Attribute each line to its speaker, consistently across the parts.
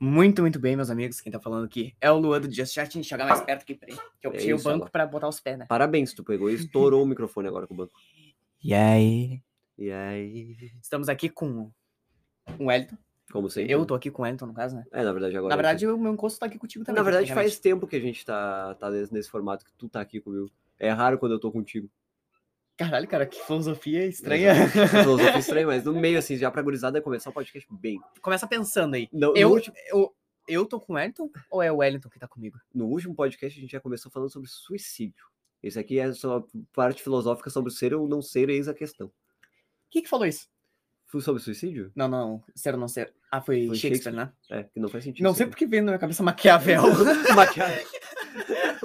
Speaker 1: Muito, muito bem, meus amigos. Quem tá falando aqui é o Luan do Just Chat. Deixa eu chegar mais perto aqui, peraí. Que eu
Speaker 2: É
Speaker 1: puxei o
Speaker 2: isso,
Speaker 1: banco
Speaker 2: Alan.
Speaker 1: pra botar os pés, né?
Speaker 2: Parabéns, tu pegou e estourou o microfone agora com o banco.
Speaker 1: E aí?
Speaker 2: E aí,
Speaker 1: Estamos aqui com com o Wellington.
Speaker 2: como sempre.
Speaker 1: Eu tô aqui com o Wellington, no caso, né?
Speaker 2: É, na verdade, agora.
Speaker 1: Na verdade, o meu encosto tá aqui contigo também.
Speaker 2: na verdade faz
Speaker 1: tecnicamente.
Speaker 2: tempo que a gente tá, tá nesse, nesse formato que tu tá aqui comigo. É raro quando eu tô contigo.
Speaker 1: Caralho, cara, que filosofia estranha.
Speaker 2: Essa filosofia é estranha, mas no meio, assim, já pra gurizada começar o podcast bem.
Speaker 1: Começa pensando aí.
Speaker 2: No, no
Speaker 1: Eu,
Speaker 2: último,
Speaker 1: eu, eu tô com o Wellington ou é o Wellington que tá comigo?
Speaker 2: no último podcast, a gente já começou falando sobre suicídio. Esse aqui é só a parte filosófica sobre ser ou não ser, eis a questão.
Speaker 1: Quem que falou isso?
Speaker 2: Foi sobre suicídio?
Speaker 1: Não, não, ser ou não ser. Ah, foi,
Speaker 2: Foi
Speaker 1: Shakespeare,
Speaker 2: Shakespeare.
Speaker 1: né?
Speaker 2: É, que não faz sentido.
Speaker 1: Não
Speaker 2: isso
Speaker 1: sei
Speaker 2: aqui.
Speaker 1: porque veio na minha cabeça Maquiavel.
Speaker 2: É Maquiavel.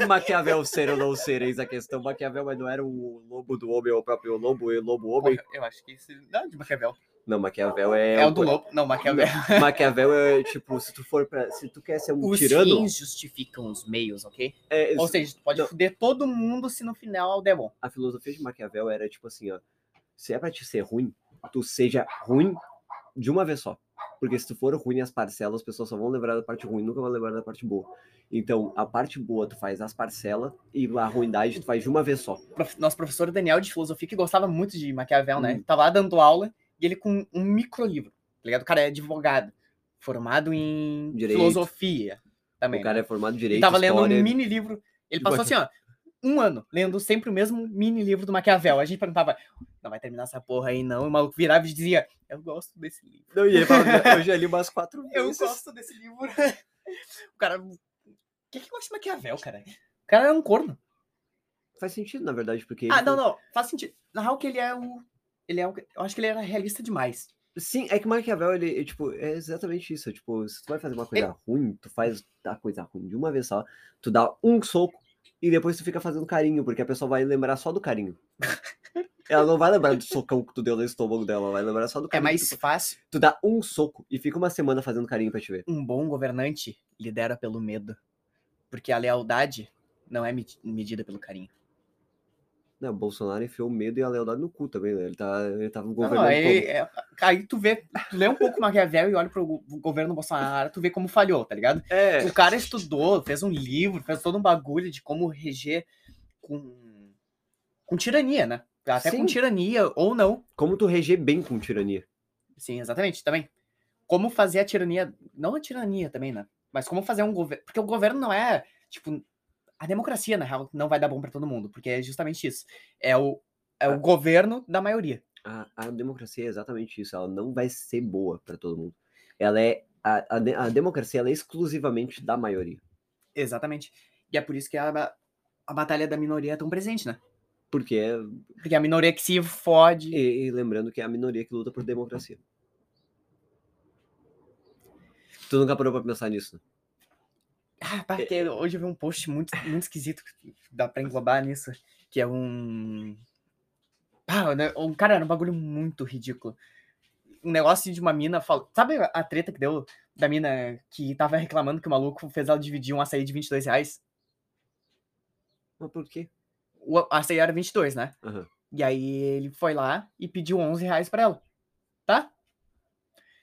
Speaker 2: Maquiavel ser ou não ser, eis a questão. Maquiavel, mas não era o lobo do homem, é o próprio lobo e lobo homem.
Speaker 1: eu acho que isso. Não, de Maquiavel.
Speaker 2: Não, Maquiavel é.
Speaker 1: É, o do lobo. Não, Maquiavel.
Speaker 2: Maquiavel é tipo, se tu for pra. Se tu quer ser um
Speaker 1: Os
Speaker 2: tirano.
Speaker 1: fins justificam os meios, ok?
Speaker 2: é,
Speaker 1: Ou seja, tu pode
Speaker 2: Não.
Speaker 1: fuder todo mundo se no final é der bom.
Speaker 2: a filosofia de Maquiavel era tipo assim, ó. Se é pra te ser ruim, tu seja ruim de uma vez só. Porque se tu for ruim as parcelas, as pessoas só vão lembrar da parte ruim, nunca vão lembrar da parte boa. Então, a parte boa tu faz as parcelas e a ruindade tu faz de uma vez só.
Speaker 1: Prof- Nosso professor Daniel de filosofia, que gostava muito de Maquiavel, né?
Speaker 2: Hum.
Speaker 1: Tava lá dando aula e ele com um microlivro, tá ligado? O cara é advogado, formado em
Speaker 2: Direito.
Speaker 1: filosofia também.
Speaker 2: o
Speaker 1: né?
Speaker 2: cara é formado em
Speaker 1: Ele
Speaker 2: direito,
Speaker 1: tava lendo
Speaker 2: história,
Speaker 1: um mini livro. Ele passou assim, ó, um ano, lendo sempre o mesmo mini livro do Maquiavel. A gente perguntava, não vai terminar essa porra aí não. E o maluco virava e dizia, eu gosto desse livro.
Speaker 2: Não, e ele falou, eu já li umas quatro
Speaker 1: Eu
Speaker 2: vezes.
Speaker 1: gosto desse livro. o cara. O que, que gosta de Maquiavel, cara? O cara é um corno.
Speaker 2: Faz sentido, na verdade, porque...
Speaker 1: Ah,
Speaker 2: ele
Speaker 1: não,
Speaker 2: foi-
Speaker 1: não. Faz sentido. Na real, que ele é o. Ele é o. Eu acho que ele era realista demais.
Speaker 2: Sim, é que Maquiavel, ele, ele, tipo, é exatamente isso. é, tipo, se tu vai fazer uma coisa ruim, tu faz a coisa ruim de uma vez só, tu dá um soco e depois tu fica fazendo carinho, porque a pessoa vai lembrar só do carinho. Ela não vai lembrar do socão que tu deu no estômago dela, ela vai lembrar só do
Speaker 1: É
Speaker 2: carinho. Tipo,
Speaker 1: mais fácil.
Speaker 2: Tu dá um soco e fica uma semana fazendo carinho pra te ver.
Speaker 1: Um bom governante lidera pelo medo. Porque a lealdade não é medi- medida pelo carinho.
Speaker 2: Não, o Bolsonaro enfiou o medo e a lealdade no cu também, né? Ele, tá, ele tava
Speaker 1: Não,
Speaker 2: governando
Speaker 1: não, aí,
Speaker 2: como?
Speaker 1: é- aí tu vê, tu lê um pouco Maquiavel e olha pro go- governo Bolsonaro, tu vê como falhou, tá ligado?
Speaker 2: É,
Speaker 1: O cara estudou, fez um livro, fez todo um bagulho de como reger com, com tirania, né? Até com
Speaker 2: Sim.
Speaker 1: tirania ou não.
Speaker 2: como tu reger bem com tirania.
Speaker 1: Sim, exatamente, também. Como fazer a tirania, não a tirania também, né? Mas como fazer um governo, porque o governo não é, tipo, a democracia, na real, não vai dar bom pra todo mundo, porque é justamente isso. É o é o governo da maioria.
Speaker 2: A, a democracia é exatamente isso, ela não vai ser boa para todo mundo. Ela é a, a, de- a democracia ela é exclusivamente da maioria,
Speaker 1: Exatamente. E é por isso que a, ba- a batalha da minoria é tão presente, né?
Speaker 2: porque é,
Speaker 1: Porque a minoria que se fode.
Speaker 2: e, e lembrando que é a minoria que luta por democracia. Tu nunca parou para pensar nisso? né?
Speaker 1: Ah, pá, que hoje eu vi um post muito, muito esquisito que dá pra englobar nisso. Que é um. Pá, né, um cara, era um bagulho muito ridículo. Um negócio de uma mina falou. Sabe a treta que deu da mina que tava reclamando que o maluco fez ela dividir um açaí de 22 reais?
Speaker 2: Mas por quê?
Speaker 1: O a- açaí era 22, né?
Speaker 2: Aham.
Speaker 1: E aí ele foi lá e pediu 11 reais pra ela. Tá?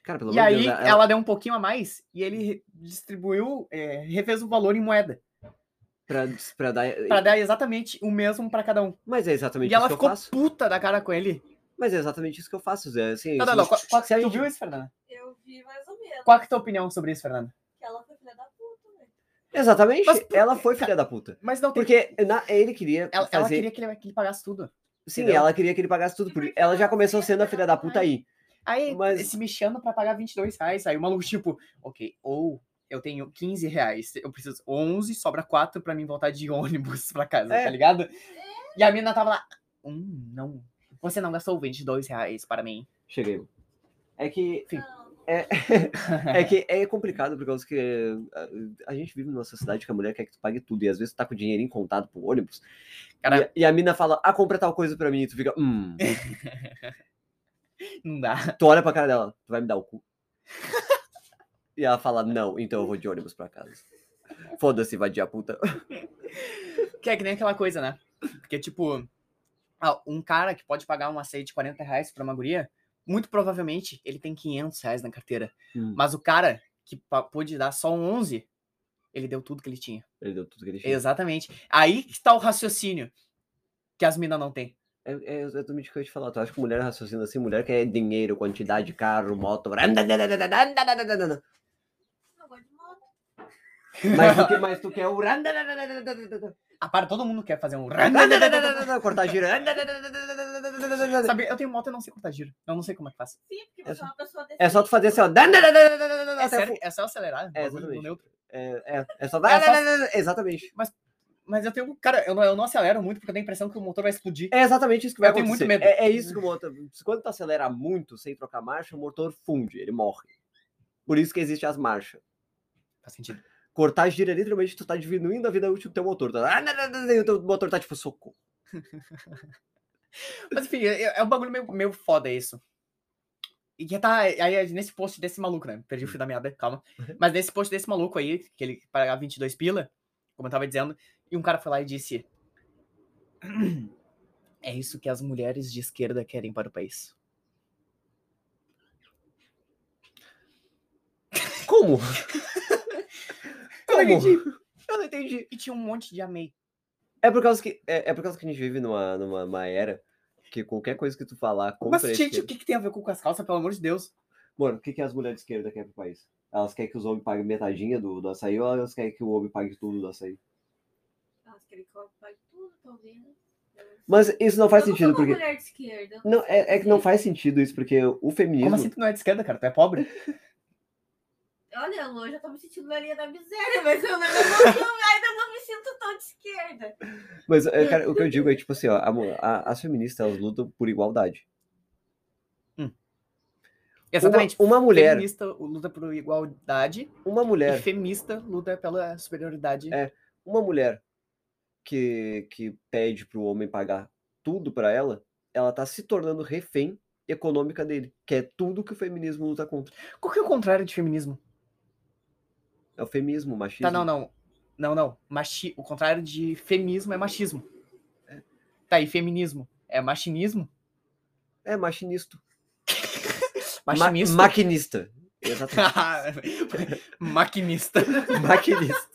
Speaker 2: Cara, pelo
Speaker 1: E
Speaker 2: amor de
Speaker 1: aí
Speaker 2: Deus, né,
Speaker 1: ela... deu um pouquinho a mais e ele re- distribuiu, é, refez o valor em moeda.
Speaker 2: é, pra, pra dar,
Speaker 1: Pra dar exatamente o mesmo pra cada um.
Speaker 2: Mas é exatamente
Speaker 1: E
Speaker 2: isso
Speaker 1: ela
Speaker 2: que eu
Speaker 1: ficou
Speaker 2: faço.
Speaker 1: puta da cara com ele.
Speaker 2: Mas é exatamente isso que eu faço, Zé. Assim,
Speaker 1: Não, não,
Speaker 2: se-
Speaker 1: não. Qual, qual,
Speaker 2: se a
Speaker 1: tu
Speaker 2: gente-
Speaker 1: viu isso, Fernanda?
Speaker 3: Eu vi mais ou menos.
Speaker 1: Qual que é a tua opinião sobre isso, Fernanda?
Speaker 3: Que ela foi filha da puta, né? velho.
Speaker 2: Exatamente,
Speaker 1: Mas por
Speaker 2: ela
Speaker 1: quê,
Speaker 2: foi filha da puta.
Speaker 1: Mas não tem.
Speaker 2: Porque na- ele queria
Speaker 1: Ela, ela
Speaker 2: fazer
Speaker 1: queria que ele, que ele pagasse tudo.
Speaker 2: Sim,
Speaker 1: Entendeu?
Speaker 2: ela queria que ele pagasse tudo.
Speaker 3: E
Speaker 2: Por...
Speaker 3: por que
Speaker 2: Ela
Speaker 3: ela
Speaker 2: já
Speaker 3: não
Speaker 2: começou
Speaker 3: queria
Speaker 2: sendo a filha da
Speaker 3: pagar
Speaker 2: puta
Speaker 3: mais?
Speaker 2: aí.
Speaker 1: Aí,
Speaker 2: Mas-
Speaker 1: se mexendo pra pagar 22 reais. Aí o maluco, tipo, ok, ou eu tenho 15 reais, eu preciso 11, sobra 4 pra mim voltar de ônibus pra casa,
Speaker 2: É.
Speaker 1: tá ligado? E a mina tava lá, hum, não. Você não gastou 22 reais para mim.
Speaker 2: Cheguei. É que,
Speaker 1: Sim.
Speaker 3: Não,
Speaker 2: é que é complicado por causa que eh, a, a gente vive numa sociedade que a mulher quer que tu pague tudo e às vezes tu tá com o dinheirinho contado pro ônibus
Speaker 1: Cara-
Speaker 2: e, a- e a mina fala, ah, compra tal coisa pra mim e tu fica, hum.
Speaker 1: Não dá.
Speaker 2: Tu olha pra cara dela, tu vai me dar o cu. E ela fala, não, então eu vou de ônibus pra casa. Foda-se, vadia puta.
Speaker 1: Que é que nem aquela coisa, né? Porque, tipo, ah, um cara que pode pagar um açaí de
Speaker 2: Hum.
Speaker 1: 40 reais pra uma guria, muito provavelmente ele tem 500 reais na carteira. Mas o cara que pa- pôde dar só um 11, ele deu tudo que ele tinha.
Speaker 2: Ele deu tudo que ele tinha.
Speaker 1: Exatamente. Aí que tá o raciocínio que as minas não têm.
Speaker 2: É, é exatamente o que eu ia te falar. Tu acha que mulher raciocina assim? Mulher quer dinheiro, quantidade, carro, moto. Mas
Speaker 3: Não gosto de
Speaker 2: tu,
Speaker 3: moto.
Speaker 2: que, mas tu quer o.
Speaker 1: Ah, para, todo mundo quer fazer um.
Speaker 2: Cortar giro.
Speaker 1: Sabe, eu tenho moto e não sei cortar giro. Eu não sei como é que faz.
Speaker 3: Sim, porque
Speaker 2: É
Speaker 3: você
Speaker 2: só-
Speaker 3: é uma pessoa desse.
Speaker 2: É só tu fazer assim, ó.
Speaker 1: É,
Speaker 2: até
Speaker 1: sério,
Speaker 2: fu-
Speaker 1: é só acelerar.
Speaker 2: É,
Speaker 1: o bagulho no
Speaker 2: exatamente.
Speaker 1: neutro.
Speaker 2: É, é, é só.
Speaker 1: É
Speaker 2: Exatamente.
Speaker 1: Mas eu tenho. Cara, eu não, eu não acelero muito porque eu tenho a impressão que o motor vai explodir.
Speaker 2: É exatamente isso que vai
Speaker 1: Eu tenho muito
Speaker 2: acontecer.
Speaker 1: medo.
Speaker 2: É, é isso que o motor. Quando tu acelera muito sem trocar marcha, o motor funde, ele morre. Por isso que existe as marchas.
Speaker 1: Faz sentido.
Speaker 2: Cortar gira é literalmente, tu tá diminuindo a vida útil do teu motor. Tá? Ah, não, não, não, não, E o teu motor tá tipo socorro.
Speaker 1: Mas enfim, é, é um bagulho meio, meio foda isso. E que tá. Aí é nesse post desse maluco, né? Perdi o fio da meada, calma.
Speaker 2: Uhum.
Speaker 1: Mas nesse post desse maluco aí, que ele pagava 22 pila, como eu tava dizendo, e um cara foi lá e disse. É isso que as mulheres de esquerda querem para o país.
Speaker 2: Como?
Speaker 1: Eu não
Speaker 2: Como?
Speaker 1: entendi.
Speaker 2: Eu não entendi.
Speaker 1: E tinha um monte de amei.
Speaker 2: É por causa que, é, é por causa que a gente vive numa, numa uma era que qualquer coisa que tu falar contra
Speaker 1: Mas,
Speaker 2: a
Speaker 1: gente, o
Speaker 2: esquerda-
Speaker 1: que, que tem a ver com as calças, pelo amor de Deus?
Speaker 2: Mano, o que, que as mulheres de esquerda querem pro país? Elas querem que os homens paguem metadinha do, do açaí ou elas querem que o homem pague tudo do açaí?
Speaker 3: Nossa, aquele copo faz tudo, tá ouvindo?
Speaker 2: Mas isso não faz
Speaker 3: Eu
Speaker 2: sentido,
Speaker 3: nunca fui
Speaker 2: porque.
Speaker 3: mulher de esquerda. eu
Speaker 2: Não,
Speaker 3: sei
Speaker 2: é, é que não
Speaker 3: dizer.
Speaker 2: faz sentido isso, porque o feminismo.
Speaker 1: Como assim tu não é de esquerda, cara? Tu é pobre?
Speaker 3: Olha, Lu, eu já tô me sentindo na linha da miséria, mas eu, não- eu não- eu ainda não me sinto tão de esquerda.
Speaker 2: Mas, é, cara, o que eu digo é, tipo assim, ó, a mu- a- as feministas, elas lutam por igualdade.
Speaker 1: Exatamente.
Speaker 2: Uma, uma mulher,
Speaker 1: Feminista luta por igualdade
Speaker 2: uma
Speaker 1: e
Speaker 2: mulher,
Speaker 1: feminista luta pela superioridade.
Speaker 2: É. uma mulher que, que pede pro homem pagar tudo pra ela, ela tá se tornando refém econômica dele, que é tudo que o feminismo luta contra.
Speaker 1: Qual que é o contrário de feminismo?
Speaker 2: É o feminismo, o machismo.
Speaker 1: Tá, não, não. Não, não. Machi... O contrário de feminismo é machismo. Tá, e feminismo é machinismo?
Speaker 2: É machinista.
Speaker 1: Machinista?
Speaker 2: maquinista. Exatamente.
Speaker 1: Ah. Maquinista.
Speaker 2: maquinista.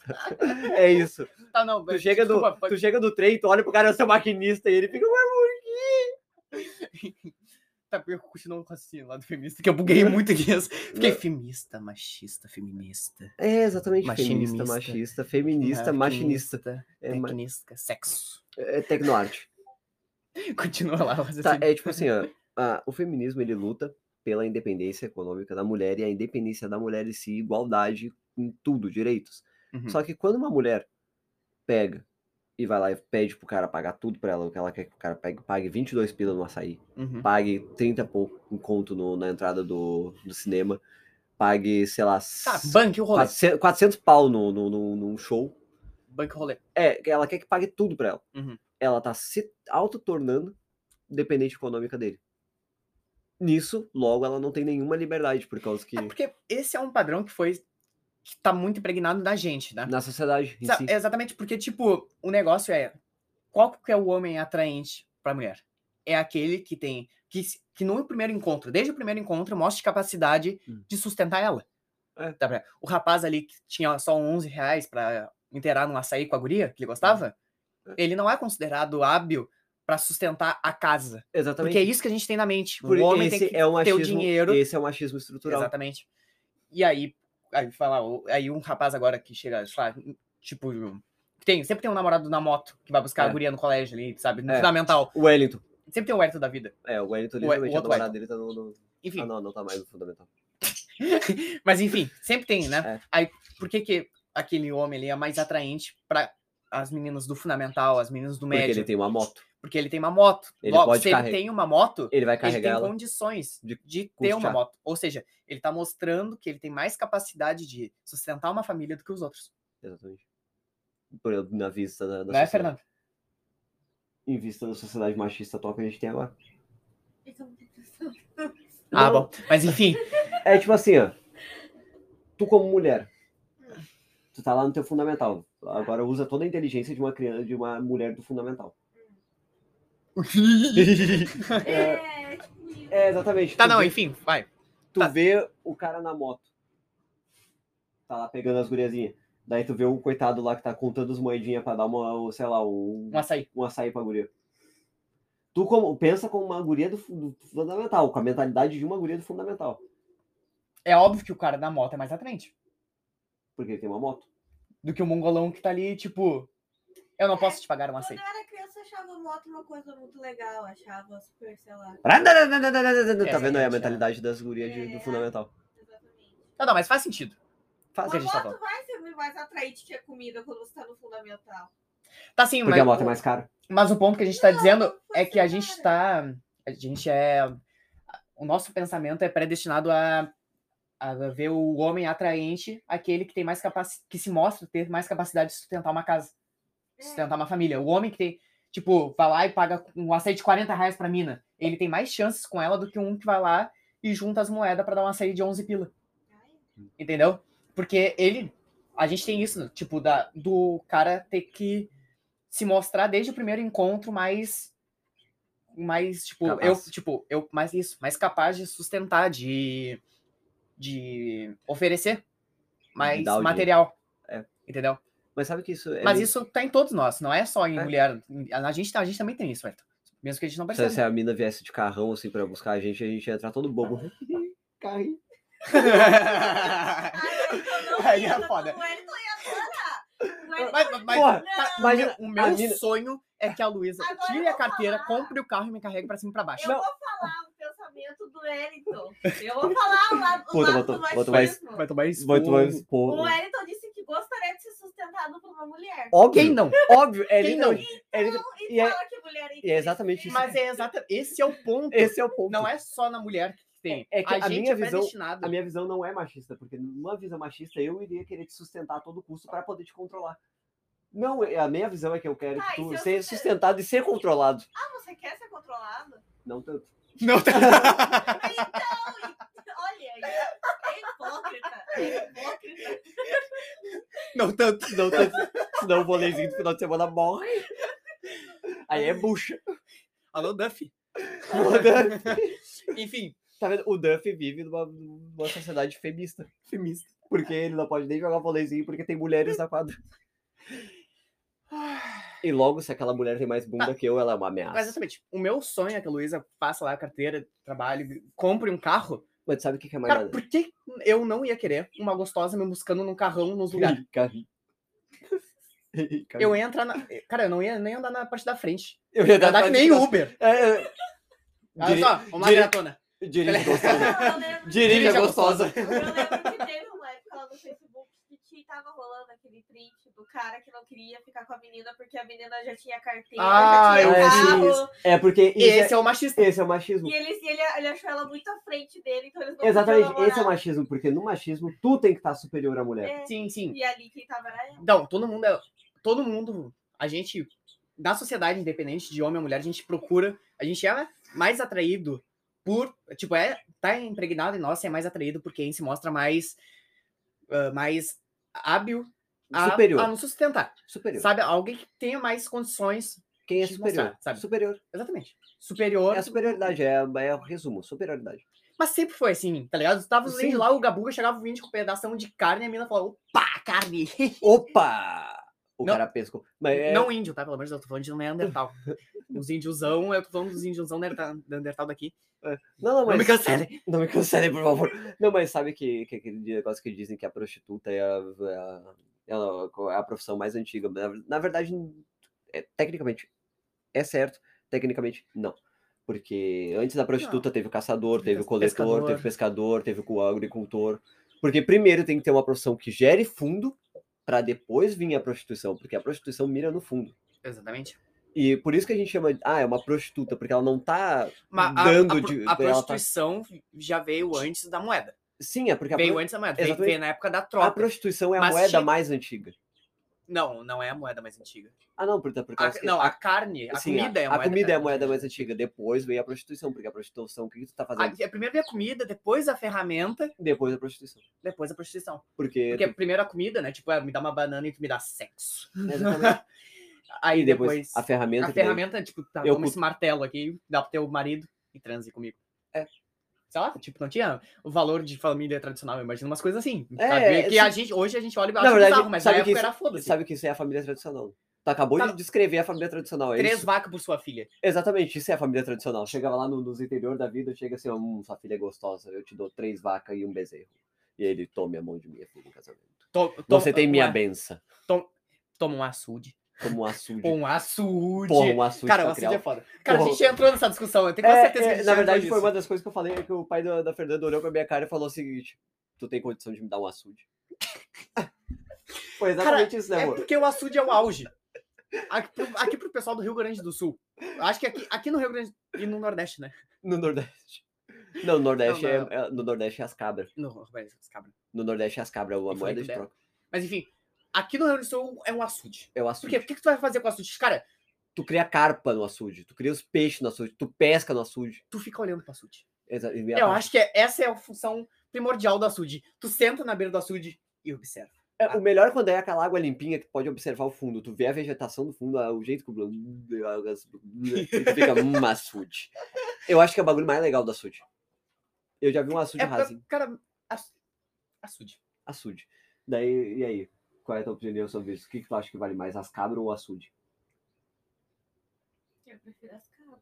Speaker 2: É isso.
Speaker 1: Tá, não.
Speaker 2: Tu chega, do,
Speaker 1: desculpa, pode-
Speaker 2: tu chega do trem, tu olha pro cara, eu sou maquinista, e ele fica...
Speaker 1: Tá, eu continuo com assim, lá do feminista, que eu buguei muito aqui. Fiquei feminista, machista, feminista.
Speaker 2: É, exatamente.
Speaker 1: Machinimista.
Speaker 2: Feminista, machista, feminista, machinista. É, ma-
Speaker 1: Tecnista, sexo.
Speaker 2: é tecnoarte.
Speaker 1: Continua lá. mas
Speaker 2: Tá,
Speaker 1: assim,
Speaker 2: é tipo assim, ó, a- o feminismo ele luta pela independência econômica da mulher e a independência da mulher e si, igualdade em tudo, direitos.
Speaker 1: uhum.
Speaker 2: é Só que quando uma mulher pega e vai lá e pede pro cara pagar tudo pra ela, o que ela quer que o cara pegue, pague 22 pila no açaí,
Speaker 1: Uhum.
Speaker 2: pague 30 e pouco em conto no- na entrada do, do cinema, pague, sei lá,
Speaker 1: Tá, banque o rolê.
Speaker 2: 400, 400 pau no, no, no, num show,
Speaker 1: Banque o rolê.
Speaker 2: é, ela quer que pague tudo pra ela.
Speaker 1: Uhum.
Speaker 2: Ela tá se auto-tornando dependente econômica dele. Nisso, logo, ela não tem nenhuma liberdade, por causa que
Speaker 1: É porque esse é um padrão que foi. que tá muito impregnado da gente, né?
Speaker 2: na sociedade em
Speaker 1: Sa-
Speaker 2: si,
Speaker 1: Exatamente, porque, tipo, o negócio é. Qual que é o homem atraente pra mulher? É aquele que tem. Que, se- que no primeiro encontro, desde o primeiro encontro, mostra capacidade
Speaker 2: Hum.
Speaker 1: de sustentar ela.
Speaker 2: É.
Speaker 1: Tá pra- o rapaz ali que tinha só 11 reais pra inteirar num açaí com a guria, que ele gostava,
Speaker 2: É.
Speaker 1: ele não é considerado hábil pra sustentar a casa.
Speaker 2: Exatamente.
Speaker 1: Porque é isso que a gente tem na mente.
Speaker 2: Por-
Speaker 1: o homem
Speaker 2: esse
Speaker 1: tem que
Speaker 2: é o
Speaker 1: ter o
Speaker 2: machismo,
Speaker 1: dinheiro.
Speaker 2: Esse é o machismo estrutural.
Speaker 1: Exatamente. E aí, aí falar, aí um rapaz agora que chega, sei lá, tipo, que tem, sempre tem um namorado na moto que vai buscar a
Speaker 2: É.
Speaker 1: guria no colégio ali, sabe? No
Speaker 2: É.
Speaker 1: fundamental.
Speaker 2: O Wellington.
Speaker 1: Sempre tem o Hérito da vida.
Speaker 2: É, o Wellington,
Speaker 1: O- o
Speaker 2: literalmente, a
Speaker 1: outro
Speaker 2: namorada dele tá no... no-
Speaker 1: Enfim,
Speaker 2: Ah, não, não tá mais no fundamental.
Speaker 1: mas enfim, sempre tem, né?
Speaker 2: Ah. É.
Speaker 1: Aí, por que que aquele homem ali é mais atraente pra as meninas do fundamental, as meninas do
Speaker 2: Porque
Speaker 1: médio?
Speaker 2: ele tem uma moto.
Speaker 1: Porque ele tem uma moto.
Speaker 2: Ele
Speaker 1: Logo,
Speaker 2: pode
Speaker 1: se ele
Speaker 2: carregar-
Speaker 1: tem uma moto,
Speaker 2: Ele vai
Speaker 1: ele tem um
Speaker 2: carregar ela.
Speaker 1: condições de,
Speaker 2: de
Speaker 1: ter uma
Speaker 2: custear.
Speaker 1: moto. Ou seja, ele tá mostrando que ele tem mais capacidade de sustentar uma família do que os outros.
Speaker 2: Exatamente. Por- Na vista da, da
Speaker 1: Não é,
Speaker 2: sociedade.
Speaker 1: Fernando?
Speaker 2: Em vista da sociedade machista atual que a gente tem agora.
Speaker 3: Eu tô muito pensando.
Speaker 1: Ah,
Speaker 2: Não,
Speaker 1: bom. Mas enfim,
Speaker 2: É tipo assim, ó. Tu como mulher, tu tá lá no teu fundamental. Agora usa toda a inteligência de uma criança, de uma mulher do fundamental. É,
Speaker 3: É, tipo isso.
Speaker 2: é, exatamente.
Speaker 1: tá,
Speaker 2: tu
Speaker 1: não,
Speaker 2: vê,
Speaker 1: enfim, vai.
Speaker 2: tu
Speaker 1: tá.
Speaker 2: vê o cara na moto. tá lá pegando as guriazinhas. Daí tu vê o coitado lá que tá contando as moedinhas pra dar uma, o- sei lá, um,
Speaker 1: Um açaí.
Speaker 2: um açaí pra guria. Tu como, pensa como uma guria do, fu- do fundamental, com a mentalidade de uma guria do fundamental.
Speaker 1: É óbvio que o cara da moto é mais à frente
Speaker 2: Porque ele tem uma moto.
Speaker 1: do que o mongolão que tá ali, tipo, eu não posso te pagar um açaí.
Speaker 3: Quando eu era criança, eu achava moto uma coisa muito legal. Achava super, sei lá.
Speaker 2: Tá vendo aí
Speaker 1: Exatamente,
Speaker 2: a
Speaker 1: é.
Speaker 2: mentalidade das gurias de-
Speaker 3: É.
Speaker 2: do fundamental.
Speaker 3: Exatamente.
Speaker 1: Não, não, mas faz sentido.
Speaker 2: Faz
Speaker 1: Mas- que
Speaker 3: Uma
Speaker 1: a gente tá
Speaker 3: moto vai ser muito mais atraente que a comida quando você tá no fundamental.
Speaker 1: Tá sim,
Speaker 2: Porque a
Speaker 1: mas,
Speaker 2: moto é mais cara.
Speaker 1: mas o ponto que a gente tá dizendo
Speaker 3: não
Speaker 1: é
Speaker 3: foi
Speaker 1: que a
Speaker 3: assim,
Speaker 1: gente tá. A gente é. O nosso pensamento é predestinado a, a ver o homem atraente, aquele que tem mais capacidade. que se mostra ter mais capacidade de sustentar uma casa, de
Speaker 3: É.
Speaker 1: sustentar uma família. O homem que tem. Tipo, vai lá e paga um açaí de 40 reais pra mina. Ele tem mais chances com ela do que um que vai lá e junta as moedas pra dar uma açaí de 11 pila.
Speaker 3: Ai,
Speaker 1: Entendeu? Porque ele. A gente tem isso, tipo, da, do cara ter que se mostrar desde o primeiro encontro mais. Mais, tipo,
Speaker 2: Capaz.
Speaker 1: eu, tipo, eu, mais isso, mais capaz de sustentar, de. de oferecer mais
Speaker 2: dar o
Speaker 1: material.
Speaker 2: É.
Speaker 1: Entendeu?
Speaker 2: Mas sabe que isso é.
Speaker 1: Mas
Speaker 2: meio-
Speaker 1: isso tá em todos nós, não é só em
Speaker 2: É.
Speaker 1: mulher. Em- A gente, tá, a gente também tem isso, Ayrton. Mesmo que a gente não
Speaker 2: Se,
Speaker 1: perceba.
Speaker 2: se a mina viesse de carrão assim pra buscar a gente, a gente ia entrar todo bobo. Carrinho.
Speaker 3: eu não
Speaker 1: Aí
Speaker 3: ia,
Speaker 1: é foda.
Speaker 3: O Wellington ia adorar. O Wellington-
Speaker 1: Mas- mas- mas-
Speaker 2: Porra,
Speaker 3: Não,
Speaker 2: imagina.
Speaker 1: O meu
Speaker 2: a mina-
Speaker 1: sonho é que a Luísa
Speaker 3: Agora
Speaker 1: tire
Speaker 3: eu
Speaker 1: a
Speaker 3: vou
Speaker 1: carteira,
Speaker 3: falar.
Speaker 1: compre o carro e me carregue pra cima e pra baixo.
Speaker 3: Eu vou falar o pensamento do Wellington. Eu vou falar o lado, o
Speaker 2: Puta,
Speaker 3: lado
Speaker 2: botou-
Speaker 3: do
Speaker 2: botou
Speaker 3: machismo.
Speaker 1: tomar
Speaker 2: Vai tomar
Speaker 1: expor.
Speaker 3: O
Speaker 2: pô.
Speaker 3: Wellington disse que gostaria de ser sustentado por uma mulher.
Speaker 1: Quem
Speaker 2: Óbvio,
Speaker 1: não?
Speaker 2: óbvio. É
Speaker 1: Quem não?
Speaker 2: literalmente- é liter-
Speaker 3: Então, e,
Speaker 2: e é-
Speaker 3: fala que mulher
Speaker 2: e é exatamente isso.
Speaker 1: Mas é exatamente. Esse é o ponto.
Speaker 2: Esse é o ponto.
Speaker 1: Não é só na mulher que tem.
Speaker 2: É que
Speaker 1: a,
Speaker 2: a
Speaker 1: gente
Speaker 2: minha
Speaker 1: é
Speaker 2: visão-
Speaker 1: predestinado.
Speaker 2: A minha visão não é machista, porque numa visão machista eu iria querer te sustentar a todo custo pra poder te controlar. Não, é- a minha visão é que eu quero
Speaker 3: Tá,
Speaker 2: que
Speaker 3: e
Speaker 2: tu
Speaker 3: se eu
Speaker 2: seja
Speaker 3: susten-
Speaker 2: sustentado e ser controlado.
Speaker 3: Ah, você quer ser controlado?
Speaker 2: Não tanto.
Speaker 1: Não tá.
Speaker 3: Então, e- olha aí. É hipócrita. É hipócrita.
Speaker 1: Não tanto.
Speaker 2: Não tanto. Senão o vôleizinho do final de semana morre. Aí é bucha.
Speaker 1: Alô, Duffy. Enfim.
Speaker 2: Tá vendo? O Duff vive numa, numa sociedade femista. Femista. Porque ele não pode nem jogar vôleizinho porque tem mulheres na quadra. E logo, se aquela mulher tem mais bunda que eu, ela é uma ameaça.
Speaker 1: Mas
Speaker 2: Mas,
Speaker 1: exatamente. O meu sonho é que a Luísa faça lá a carteira, trabalhe, compre um carro.
Speaker 2: tu sabe o que que é mais
Speaker 1: Cara,
Speaker 2: nada?
Speaker 1: por que eu não ia querer uma gostosa me buscando num carrão nos lugares?
Speaker 2: Ih, Carrinho. Ih,
Speaker 1: Eu
Speaker 2: carrinho.
Speaker 1: ia entrar na. Cara, eu não ia nem andar na parte da frente.
Speaker 2: Eu ia
Speaker 1: Eu ia andar que nem
Speaker 2: um.
Speaker 1: Uber. Olha
Speaker 2: Diri...
Speaker 1: só, vamos lá,
Speaker 2: dire-
Speaker 1: Gratona.
Speaker 2: Dirige gostosa.
Speaker 3: Eu lembro,
Speaker 2: Dirige
Speaker 1: Dirige
Speaker 2: a
Speaker 1: a
Speaker 2: gostosa.
Speaker 3: eu lembro que teve uma época lá no Facebook que tinha- tava rolando aquele print do cara que não queria ficar com a menina porque a menina já tinha carteira,
Speaker 1: Ah,
Speaker 3: já
Speaker 2: eu
Speaker 3: tinha
Speaker 2: vi
Speaker 3: carro.
Speaker 2: É porque
Speaker 1: Esse
Speaker 2: esse
Speaker 1: é o machista.
Speaker 2: é, esse é o machismo.
Speaker 3: E ele, e ele, ele achou ela muito à frente dele, então eles não podiam
Speaker 2: Exatamente, esse é o
Speaker 3: namorar.
Speaker 2: machismo, porque no machismo tu tem que estar superior à mulher.
Speaker 3: É,
Speaker 1: Sim, sim.
Speaker 3: E ali quem tava era ela.
Speaker 1: Então, todo mundo é. Todo mundo. A gente. Na sociedade, independente de homem ou mulher, a gente procura. A gente é mais atraído por. Tipo, é. Tá impregnado em nós, é mais atraído por quem se mostra mais. ah, mais hábil a,
Speaker 2: Superior.
Speaker 1: a nos sustentar.
Speaker 2: Superior.
Speaker 1: Sabe? Alguém que tenha mais condições.
Speaker 2: Quem é
Speaker 1: te
Speaker 2: superior?
Speaker 1: mostrar, sabe?
Speaker 2: Superior.
Speaker 1: Exatamente. Superior.
Speaker 2: É a superioridade, é, é o resumo, superioridade.
Speaker 1: Mas sempre foi assim, tá ligado? Tava os
Speaker 2: Sim.
Speaker 1: lá, o Gabuga chegava o vídeo com um pedação de carne e a mina falava, opa, carne!
Speaker 2: Opa! O
Speaker 1: Não.
Speaker 2: cara pescou. Mas é,
Speaker 1: Não índio, tá? Pelo amor de Deus, eu tô falando de Neandertal. os índiozão, eu tô falando dos índiozão Neandertal Neandertal daqui.
Speaker 2: não, não,
Speaker 1: Não me
Speaker 2: mas.
Speaker 1: cancele!
Speaker 2: Não me cancele, por favor. Não, mas sabe que, que aquele negócio que dizem que a prostituta é a, é a- é a- é a profissão mais antiga. Na, na verdade, é- tecnicamente é certo, tecnicamente não. Porque antes da prostituta teve o caçador, teve o
Speaker 1: Pes-
Speaker 2: coletor, teve o pescador, teve o agricultor. Porque primeiro tem que ter uma profissão que gere fundo para depois vir a prostituição, porque a prostituição mira no fundo.
Speaker 1: Exatamente.
Speaker 2: E por isso que a gente chama, de- ah, é uma prostituta, porque ela não tá
Speaker 1: Mas a,
Speaker 2: dando
Speaker 1: a pro- a
Speaker 2: de. ela tá-
Speaker 1: prostituição já veio antes da moeda.
Speaker 2: Sim, é porque a, pro-
Speaker 1: veio antes da moeda. Veio,
Speaker 2: Exatamente.
Speaker 1: veio na época da
Speaker 2: A
Speaker 1: troca.
Speaker 2: prostituição é a
Speaker 1: Mas
Speaker 2: moeda
Speaker 1: chega-
Speaker 2: mais antiga.
Speaker 1: Não, não é a moeda mais antiga.
Speaker 2: Ah, não, porque, porque
Speaker 1: A-
Speaker 2: elas que-
Speaker 1: não,
Speaker 2: a-
Speaker 1: a carne, a
Speaker 2: sim,
Speaker 1: comida é a moeda.
Speaker 2: comida é a moeda mais antiga. Depois vem a prostituição, porque a prostituição, o que que tu tá fazendo?
Speaker 1: A- primeiro veio a comida, depois a ferramenta,
Speaker 2: Depois a prostituição.
Speaker 1: depois a prostituição.
Speaker 2: Porque.
Speaker 1: Porque primeiro a comida, né? Tipo, é, me dá uma banana e tu me dá sexo.
Speaker 2: né, Exatamente.
Speaker 1: Aí
Speaker 2: E depois, a ferramenta.
Speaker 1: A
Speaker 2: que daí-
Speaker 1: ferramenta, tipo, tá,
Speaker 2: Eu
Speaker 1: toma
Speaker 2: cu-
Speaker 1: esse martelo aqui, dá pro teu marido e transe comigo.
Speaker 2: É.
Speaker 1: sei lá, tipo, não tinha o valor de família tradicional, imagina umas coisas assim.
Speaker 2: É,
Speaker 1: sabe? Que a
Speaker 2: sim.
Speaker 1: gente, hoje a gente olha e
Speaker 2: Na
Speaker 1: acha
Speaker 2: verdade,
Speaker 1: bizarro, mas na
Speaker 2: sabe
Speaker 1: época
Speaker 2: que
Speaker 1: era foda-se.
Speaker 2: Sabe o que isso é a família tradicional? Tu acabou
Speaker 1: Tá.
Speaker 2: de descrever a família tradicional, é
Speaker 1: Três
Speaker 2: isso?
Speaker 1: vacas por sua filha.
Speaker 2: Exatamente, isso é a família tradicional. Chegava lá no, nos interior da vida, chega assim, ó, hum, sua filha é gostosa, eu te dou três vacas e um bezerro. E ele tome a mão de minha filha em casamento.
Speaker 1: To- to-
Speaker 2: Você tem minha
Speaker 1: uma-
Speaker 2: benção.
Speaker 1: Toma um açude.
Speaker 2: Como um açude.
Speaker 1: Pô, um açude.
Speaker 2: Porra, um açude
Speaker 1: Cara, o
Speaker 2: pra
Speaker 1: açude
Speaker 2: criar
Speaker 1: é
Speaker 2: um-
Speaker 1: foda. Cara, a
Speaker 2: Porra.
Speaker 1: gente entrou nessa discussão, eu tenho quase
Speaker 2: É,
Speaker 1: certeza que a
Speaker 2: é,
Speaker 1: gente
Speaker 2: na
Speaker 1: já entrou
Speaker 2: verdade, foi
Speaker 1: nisso.
Speaker 2: uma das coisas que eu falei, é que o pai da, da Fernanda olhou pra minha cara e falou o seguinte, tu tem condição de me dar um açude? foi exatamente isso, né,
Speaker 1: É
Speaker 2: amor?
Speaker 1: porque o açude é o auge. Aqui pro, aqui pro pessoal do Rio Grande do Sul. Acho que aqui, aqui no Rio Grande e no Nordeste, né?
Speaker 2: No Nordeste. Não, no Nordeste,
Speaker 1: Não,
Speaker 2: é-
Speaker 1: não.
Speaker 2: É, no Nordeste é as cabras.
Speaker 1: No, mas, cabra.
Speaker 2: No Nordeste é as cabras, é uma
Speaker 1: E foi
Speaker 2: moeda
Speaker 1: do
Speaker 2: de
Speaker 1: dela.
Speaker 2: troca.
Speaker 1: mas enfim, aqui no Rio Grande do Sul é um açude.
Speaker 2: É o
Speaker 1: Por
Speaker 2: açude.
Speaker 1: quê? O que, que tu vai fazer com o açude? Cara,
Speaker 2: Tu cria carpa no açude, tu cria os peixes no açude, tu pesca no açude.
Speaker 1: tu fica olhando pro açude.
Speaker 2: Exa- e a
Speaker 1: Eu
Speaker 2: parte-
Speaker 1: acho que é- essa é a função primordial do açude. Tu senta na beira do açude e observa.
Speaker 2: É, o melhor quando é aquela água limpinha que tu pode observar o fundo. Tu vê a vegetação do fundo, a- o jeito que o Bruno- as- e tu fica hum, açude. Eu acho que é o bagulho mais legal do açude. Eu já vi um açude
Speaker 1: É,
Speaker 2: raso.
Speaker 1: é, cara, açu- açude.
Speaker 2: Açude. Daí, e aí? Qual é a tua opinião sobre isso? O que, que tu acha que vale mais, as cabras ou o açude?
Speaker 3: Eu prefiro as cabras.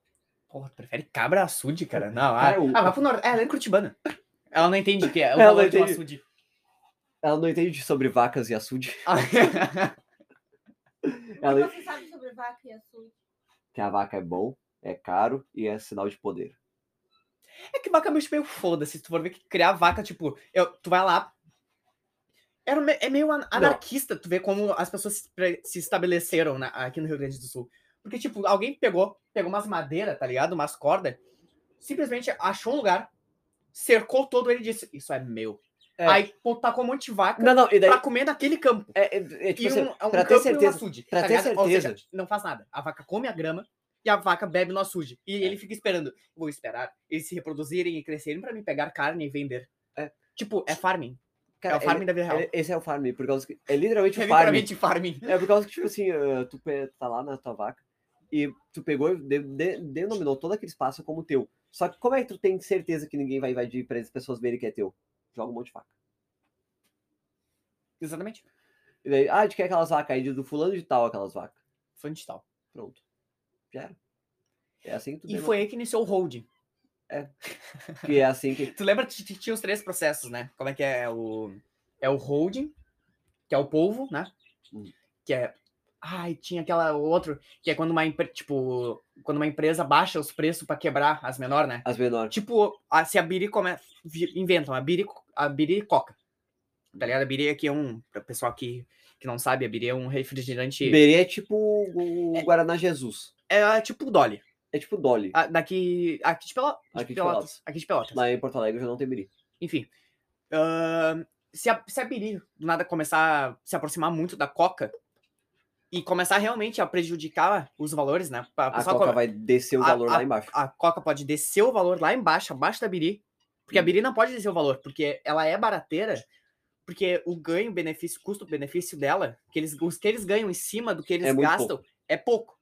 Speaker 1: Porra, tu prefere cabra a açude, cara? Não,
Speaker 2: Cara,
Speaker 1: ah,
Speaker 2: o-
Speaker 1: ah, vai pro norte. É, ela é curitibana. Ela não entende o que é o
Speaker 2: Ela não
Speaker 1: valor de um
Speaker 2: entende.
Speaker 1: açude.
Speaker 2: Ela não entende sobre vacas e açude.
Speaker 3: O
Speaker 2: Ela
Speaker 3: que você sabe sobre vaca e açúcar?
Speaker 2: que a vaca é bom, é caro e é sinal de poder.
Speaker 1: É que vaca é meio tipo, meio foda-se. Se tu for ver que criar vaca, tipo, eu- tu vai lá. Era me- é meio an- anarquista tu ver como as pessoas se, pre- se estabeleceram na- aqui no Rio Grande do Sul. Porque, tipo, alguém pegou, pegou umas madeiras, tá ligado? Umas cordas, simplesmente achou um lugar, cercou todo ele e disse: Isso é meu.
Speaker 2: É.
Speaker 1: Aí pô, tacou um monte de vaca
Speaker 2: Não, não, e daí...
Speaker 1: pra comer naquele campo.
Speaker 2: É, é- é tipo
Speaker 1: e
Speaker 2: assim,
Speaker 1: um, é um
Speaker 2: pra ter
Speaker 1: campo e um
Speaker 2: certeza-
Speaker 1: açude.
Speaker 2: pra ter
Speaker 1: ligado? Ou seja,
Speaker 2: certeza.
Speaker 1: não faz nada. A vaca come a grama e a vaca bebe no açude.
Speaker 2: É.
Speaker 1: E ele fica esperando. Vou esperar eles se reproduzirem e crescerem pra me pegar carne e vender.
Speaker 2: É.
Speaker 1: Tipo, é farming.
Speaker 2: cara,
Speaker 1: é o farming da vida real.
Speaker 2: ele- ele- esse é o farming, por causa que... É literalmente
Speaker 1: é
Speaker 2: o farming.
Speaker 1: literalmente farming.
Speaker 2: É por causa que, tipo assim, eh, tu pe- tá lá na tua vaca e tu pegou e de- de- denominou todo aquele espaço como teu. Só que como é que tu tem certeza que ninguém vai invadir pra as pessoas verem que é teu? Joga um monte de vaca.
Speaker 1: Exatamente.
Speaker 2: E daí, ah, de que é aquelas vacas aí? De- Do fulano de tal aquelas vacas.
Speaker 1: Foi digital.
Speaker 2: Pronto. Já era. É assim que tu
Speaker 1: E
Speaker 2: denoma-
Speaker 1: foi aí que iniciou o holding.
Speaker 2: Que é assim que...
Speaker 1: Tu lembra que t- tinha os três processos, né? Como é que é o. É o holding, que é o povo, né?
Speaker 2: Hum.
Speaker 1: Que é. Ai, tinha aquela outro, que é quando uma, empre- tipo, quando uma empresa baixa os preços pra quebrar as menores, né?
Speaker 2: As menores.
Speaker 1: Tipo, a- se a Biri começa. Inventam a Biri, a Biri Coca. Tá ligado? A Biri aqui é um. Pra pessoal que, que não sabe, a Biri é um refrigerante.
Speaker 2: Berê é tipo o o Guaraná Jesus.
Speaker 1: É tipo o Dolly.
Speaker 2: É tipo Dolly.
Speaker 1: A- daqui. Aqui de, Pelo... de
Speaker 2: Aqui de
Speaker 1: Pelotas.
Speaker 2: Pelotas.
Speaker 1: Aqui de Pelotas.
Speaker 2: Lá em Porto Alegre já não tem Berê.
Speaker 1: Enfim. ahn, se, a, se a Biri do nada começar a se aproximar muito da Coca e começar realmente a prejudicar os valores, né? Pra-
Speaker 2: A
Speaker 1: pessoal
Speaker 2: Coca
Speaker 1: come-
Speaker 2: vai descer o
Speaker 1: a-
Speaker 2: valor lá embaixo.
Speaker 1: a Coca pode descer o valor lá embaixo, abaixo da Biri, porque a
Speaker 2: Hum.
Speaker 1: Biri não pode descer o valor, porque ela é barateira, porque o ganho, benefício, custo-benefício dela, que eles, os que eles ganham em cima do que eles
Speaker 2: É muito
Speaker 1: gastam, é pouco.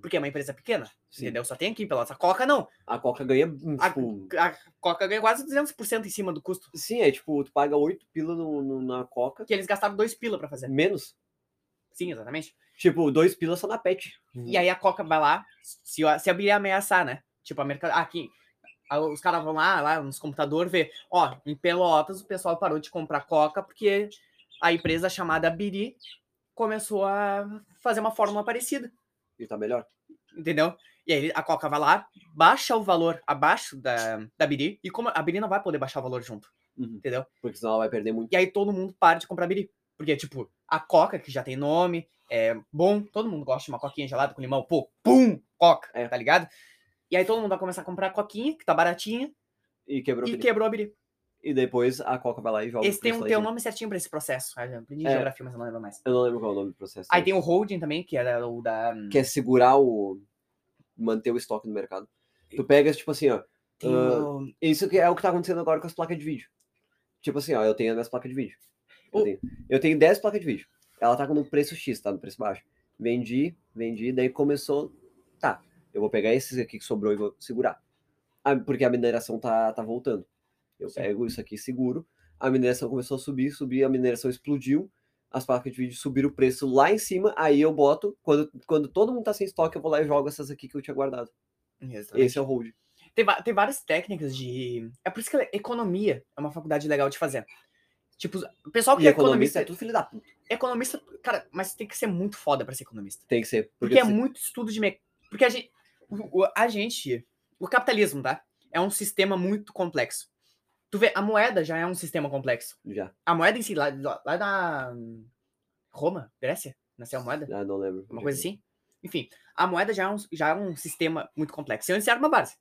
Speaker 1: Porque é uma empresa pequena,
Speaker 2: Sim.
Speaker 1: entendeu? Só tem aqui em Pelotas. A Coca não.
Speaker 2: A Coca ganha, hum,
Speaker 1: A-
Speaker 2: tipo,
Speaker 1: A Coca ganha quase 200% em cima do custo,
Speaker 2: Sim, é tipo, tu paga 8 pila no, no- na coca,
Speaker 1: que eles gastaram dois pila pra fazer.
Speaker 2: menos.
Speaker 1: Sim, exatamente.
Speaker 2: Tipo, 2 pila só na pet.
Speaker 1: E aí a Coca vai lá, se, a- se a Biri ameaçar, né? Tipo, a mercado aqui, a- os caras vão lá, lá nos computadores, ver, ó, em Pelotas o pessoal parou de comprar Coca porque a empresa chamada Biri começou a fazer uma fórmula parecida,
Speaker 2: E tá melhor.
Speaker 1: entendeu? E aí a Coca vai lá, baixa o valor abaixo da, da Biri, e como a Biri não vai poder baixar o valor junto,
Speaker 2: Uhum.
Speaker 1: entendeu?
Speaker 2: Porque senão ela vai perder muito.
Speaker 1: E aí todo mundo para de comprar Biri. Porque, tipo, a Coca, que já tem nome, é bom, todo mundo gosta de uma coquinha gelada com limão, pô, pum, Coca,
Speaker 2: É.
Speaker 1: tá ligado? E aí todo mundo vai começar a comprar a coquinha, que tá baratinha,
Speaker 2: E quebrou.
Speaker 1: e
Speaker 2: E,
Speaker 1: quebrou a Biri.
Speaker 2: e depois a coca vai lá e joga. o
Speaker 1: Esse tem um,
Speaker 2: preço
Speaker 1: tem um
Speaker 2: lá em
Speaker 1: nome certinho pra esse processo. Ah, Eu aprendi
Speaker 2: É.
Speaker 1: geografia, mas eu não lembro mais.
Speaker 2: cima. Eu não lembro qual é o nome do processo.
Speaker 1: Aí
Speaker 2: né?
Speaker 1: tem um o holding também, que era o da...
Speaker 2: Que é segurar o. manter o estoque no mercado. Tu pegas, tipo assim, ó.
Speaker 1: tem o-
Speaker 2: Isso que é o que tá acontecendo agora com as placas de vídeo. Tipo assim, ó, eu tenho as minhas placas de vídeo. Eu,
Speaker 1: O-
Speaker 2: tenho, eu tenho 10 placas de vídeo. Ela tá com um preço X, tá no preço baixo. Vendi, vendi, daí começou. Tá, eu vou pegar esses aqui que sobrou e vou segurar. a- porque a mineração tá, tá voltando. Eu
Speaker 1: Sim.
Speaker 2: pego isso aqui e seguro. A mineração começou a subir, subir, a mineração explodiu. As placas de vídeo subiram o preço lá em cima, aí eu boto. Quando, quando todo mundo tá sem estoque, eu vou lá e jogo essas aqui que eu tinha guardado.
Speaker 1: Exatamente.
Speaker 2: Esse é o hold.
Speaker 1: Tem, va- tem várias técnicas de. É por isso que ela- economia é uma faculdade legal de fazer. Tipo, o pessoal que
Speaker 2: E
Speaker 1: é economista.
Speaker 2: economista é tudo filho da puta.
Speaker 1: Economista, cara, mas tem que ser muito foda pra ser economista.
Speaker 2: Tem que ser.
Speaker 1: Porque,
Speaker 2: Porque, assim
Speaker 1: é
Speaker 2: se-
Speaker 1: muito estudo de. Me... Porque a gente, o, o- a gente. O capitalismo, tá? É um sistema muito complexo. Tu vê, a moeda já é um sistema complexo.
Speaker 2: Já.
Speaker 1: A moeda em si, lá, lá, lá na. Roma, Grécia, nasceu a moeda?
Speaker 2: Ah, não lembro.
Speaker 1: uma coisa assim. Enfim, a moeda já é um, já é um sistema muito complexo. Antes era uma base, tá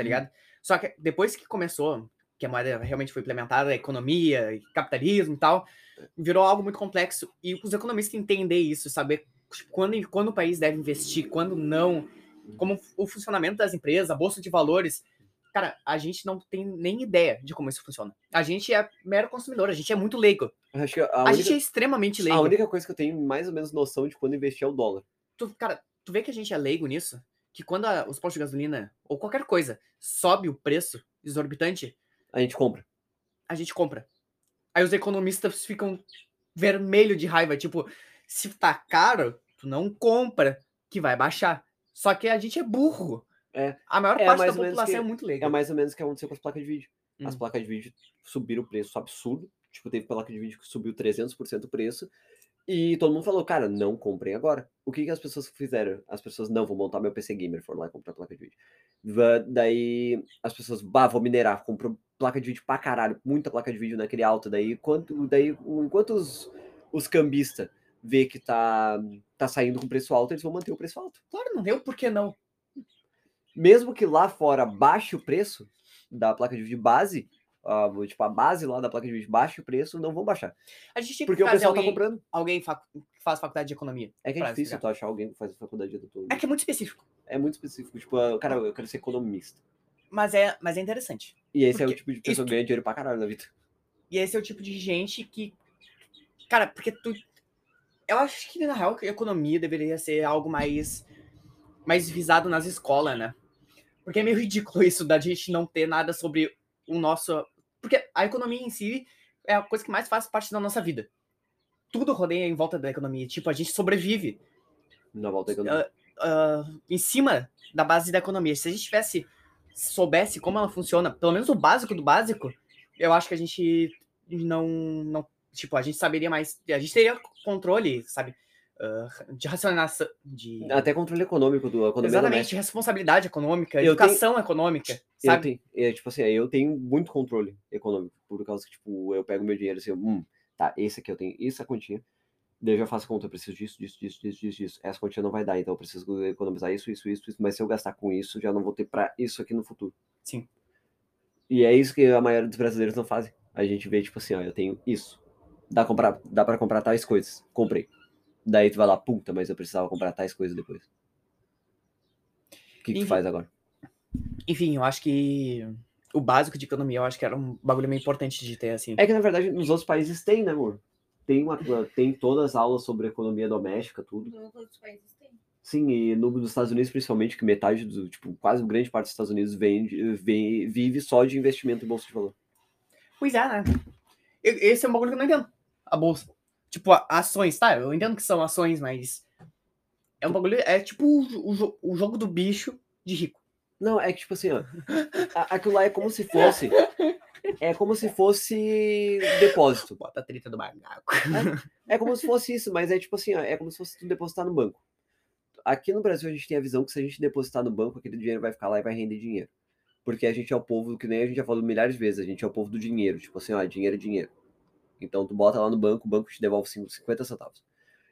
Speaker 2: Uhum.
Speaker 1: ligado? Só que depois que começou, que a moeda realmente foi implementada, a economia, e capitalismo e tal, virou algo muito complexo. E os economistas entender isso, saber tipo, quando, quando o país deve investir, quando não, como o funcionamento das empresas, a bolsa de valores. Cara, a gente não tem nem ideia de como isso funciona. A gente é mero consumidor, a gente é muito leigo.
Speaker 2: Acho que a,
Speaker 1: A,
Speaker 2: única,
Speaker 1: gente é extremamente leigo.
Speaker 2: a única coisa que eu tenho mais ou menos noção de quando investir é o dólar.
Speaker 1: tu, cara, tu vê que a gente é leigo nisso? Que quando a- os postos de gasolina ou qualquer coisa sobe o preço exorbitante,
Speaker 2: A gente compra.
Speaker 1: a gente compra. Aí os economistas ficam vermelho de raiva, tipo, se tá caro, tu não compra, que vai baixar. Só que a gente é burro.
Speaker 2: É.
Speaker 1: A maior
Speaker 2: É,
Speaker 1: parte da
Speaker 2: mais ou menos
Speaker 1: população
Speaker 2: que-
Speaker 1: é muito leiga.
Speaker 2: É mais ou menos o que aconteceu com as placas de vídeo. As
Speaker 1: Hum.
Speaker 2: placas de vídeo subiram o preço absurdo. Tipo, teve placa de vídeo que subiu 300% o preço. E todo mundo falou, cara, não comprem agora. O que, que as pessoas fizeram? As pessoas, não, vou montar meu PC Gamer, foram lá e comprar placa de vídeo. Va- Daí as pessoas, bah, vou minerar, comprou placa de vídeo pra caralho, muita placa de vídeo naquele alto. Daí, quanto, daí o- enquanto os, os cambistas vê que tá, tá saindo com preço alto, eles vão manter o preço alto
Speaker 1: Claro, não deu, por que não?
Speaker 2: mesmo que lá fora baixe o preço da placa de vídeo base, ah, vou- tipo, a base lá da placa de vídeo baixe o preço, não vão baixar.
Speaker 1: A gente tinha que
Speaker 2: Porque o
Speaker 1: trazer
Speaker 2: pessoal tá
Speaker 1: alguém,
Speaker 2: comprando.
Speaker 1: alguém fac- que faz faculdade de economia.
Speaker 2: É que é
Speaker 1: pra
Speaker 2: difícil
Speaker 1: explicar.
Speaker 2: tu achar alguém que faz faculdade de odontologia.
Speaker 1: É que é muito específico,
Speaker 2: É muito específico. Tipo, ah, cara, eu quero ser economista.
Speaker 1: mas é, mas é interessante.
Speaker 2: E esse é o
Speaker 1: Porque
Speaker 2: tipo de pessoa que
Speaker 1: isso-
Speaker 2: ganha dinheiro pra caralho na vida.
Speaker 1: E esse é o tipo de gente que. Cara, porque tu. Eu acho que, na real, que a economia deveria ser algo mais. mais visado nas escolas, né? Porque é meio ridículo isso da gente não ter nada sobre o nosso. Porque a economia em si é a coisa que mais faz parte da nossa vida. Tudo rodeia em volta da economia. Tipo, a gente sobrevive
Speaker 2: Na volta da economia.
Speaker 1: ah, em cima da base da economia. Se a gente tivesse, soubesse como ela funciona, pelo menos o básico do básico, eu acho que a gente não, não tipo, a gente saberia mais, a gente teria controle, sabe, ah, de racionalização, de
Speaker 2: Até controle econômico do Ah, economia
Speaker 1: ah, exatamente
Speaker 2: doméstica.
Speaker 1: de responsabilidade econômica,
Speaker 2: Eu
Speaker 1: educação econômica,
Speaker 2: Eu
Speaker 1: sabe?
Speaker 2: tenho, é, tipo assim, eu tenho muito controle econômico, por causa que, tipo, eu pego meu dinheiro assim, eu, hum, tá, esse aqui eu tenho, essa continha, daí eu já faço conta, eu preciso disso, disso, disso, disso, disso, disso. Essa continha não vai dar, então eu preciso economizar isso, isso, isso, isso, mas se eu gastar com isso, já não vou ter pra isso aqui no futuro.
Speaker 1: Sim.
Speaker 2: E é isso que a maioria dos brasileiros não fazem. A gente vê, tipo assim, ó, eu tenho isso. Dá, comprar, dá pra comprar tais coisas. Comprei. Daí tu vai lá, puta, mas eu precisava comprar tais coisas depois. O que, que tu
Speaker 1: Enfim.
Speaker 2: faz agora?
Speaker 1: Enfim, eu acho que o básico de economia, eu acho que era um bagulho meio importante de ter, assim.
Speaker 2: É que, na verdade, nos outros países tem, né, amor? Tem, uma, tem todas as aulas sobre economia doméstica, tudo.
Speaker 3: Nos outros países tem.
Speaker 2: Sim, e no, nos Estados Unidos, principalmente, que metade do, tipo, quase grande parte dos Estados Unidos vende, vem- vive só de investimento em bolsa de valor.
Speaker 1: Pois é, né? E- Esse é um bagulho que eu não entendo. A bolsa. Tipo, a- ações, tá? Eu entendo que são ações, mas. É um bagulho. É tipo o, jo- o jo- o jogo do bicho de rico.
Speaker 2: Não, é que, tipo assim, ó, a- aquilo lá é como se fosse. É como se fosse depósito.
Speaker 1: Bota a treta do macaco.
Speaker 2: É como se fosse isso, mas é tipo assim, ó, é como se fosse tu depositar no banco. Aqui no Brasil a gente tem a visão que se a gente depositar no banco, aquele dinheiro vai ficar lá e vai render dinheiro. Porque a gente é o povo, que nem a gente já falou milhares de vezes, a gente é o povo do dinheiro. Tipo assim, ó, dinheiro é dinheiro. Então tu bota lá no banco, o banco te devolve cinco- 50 centavos.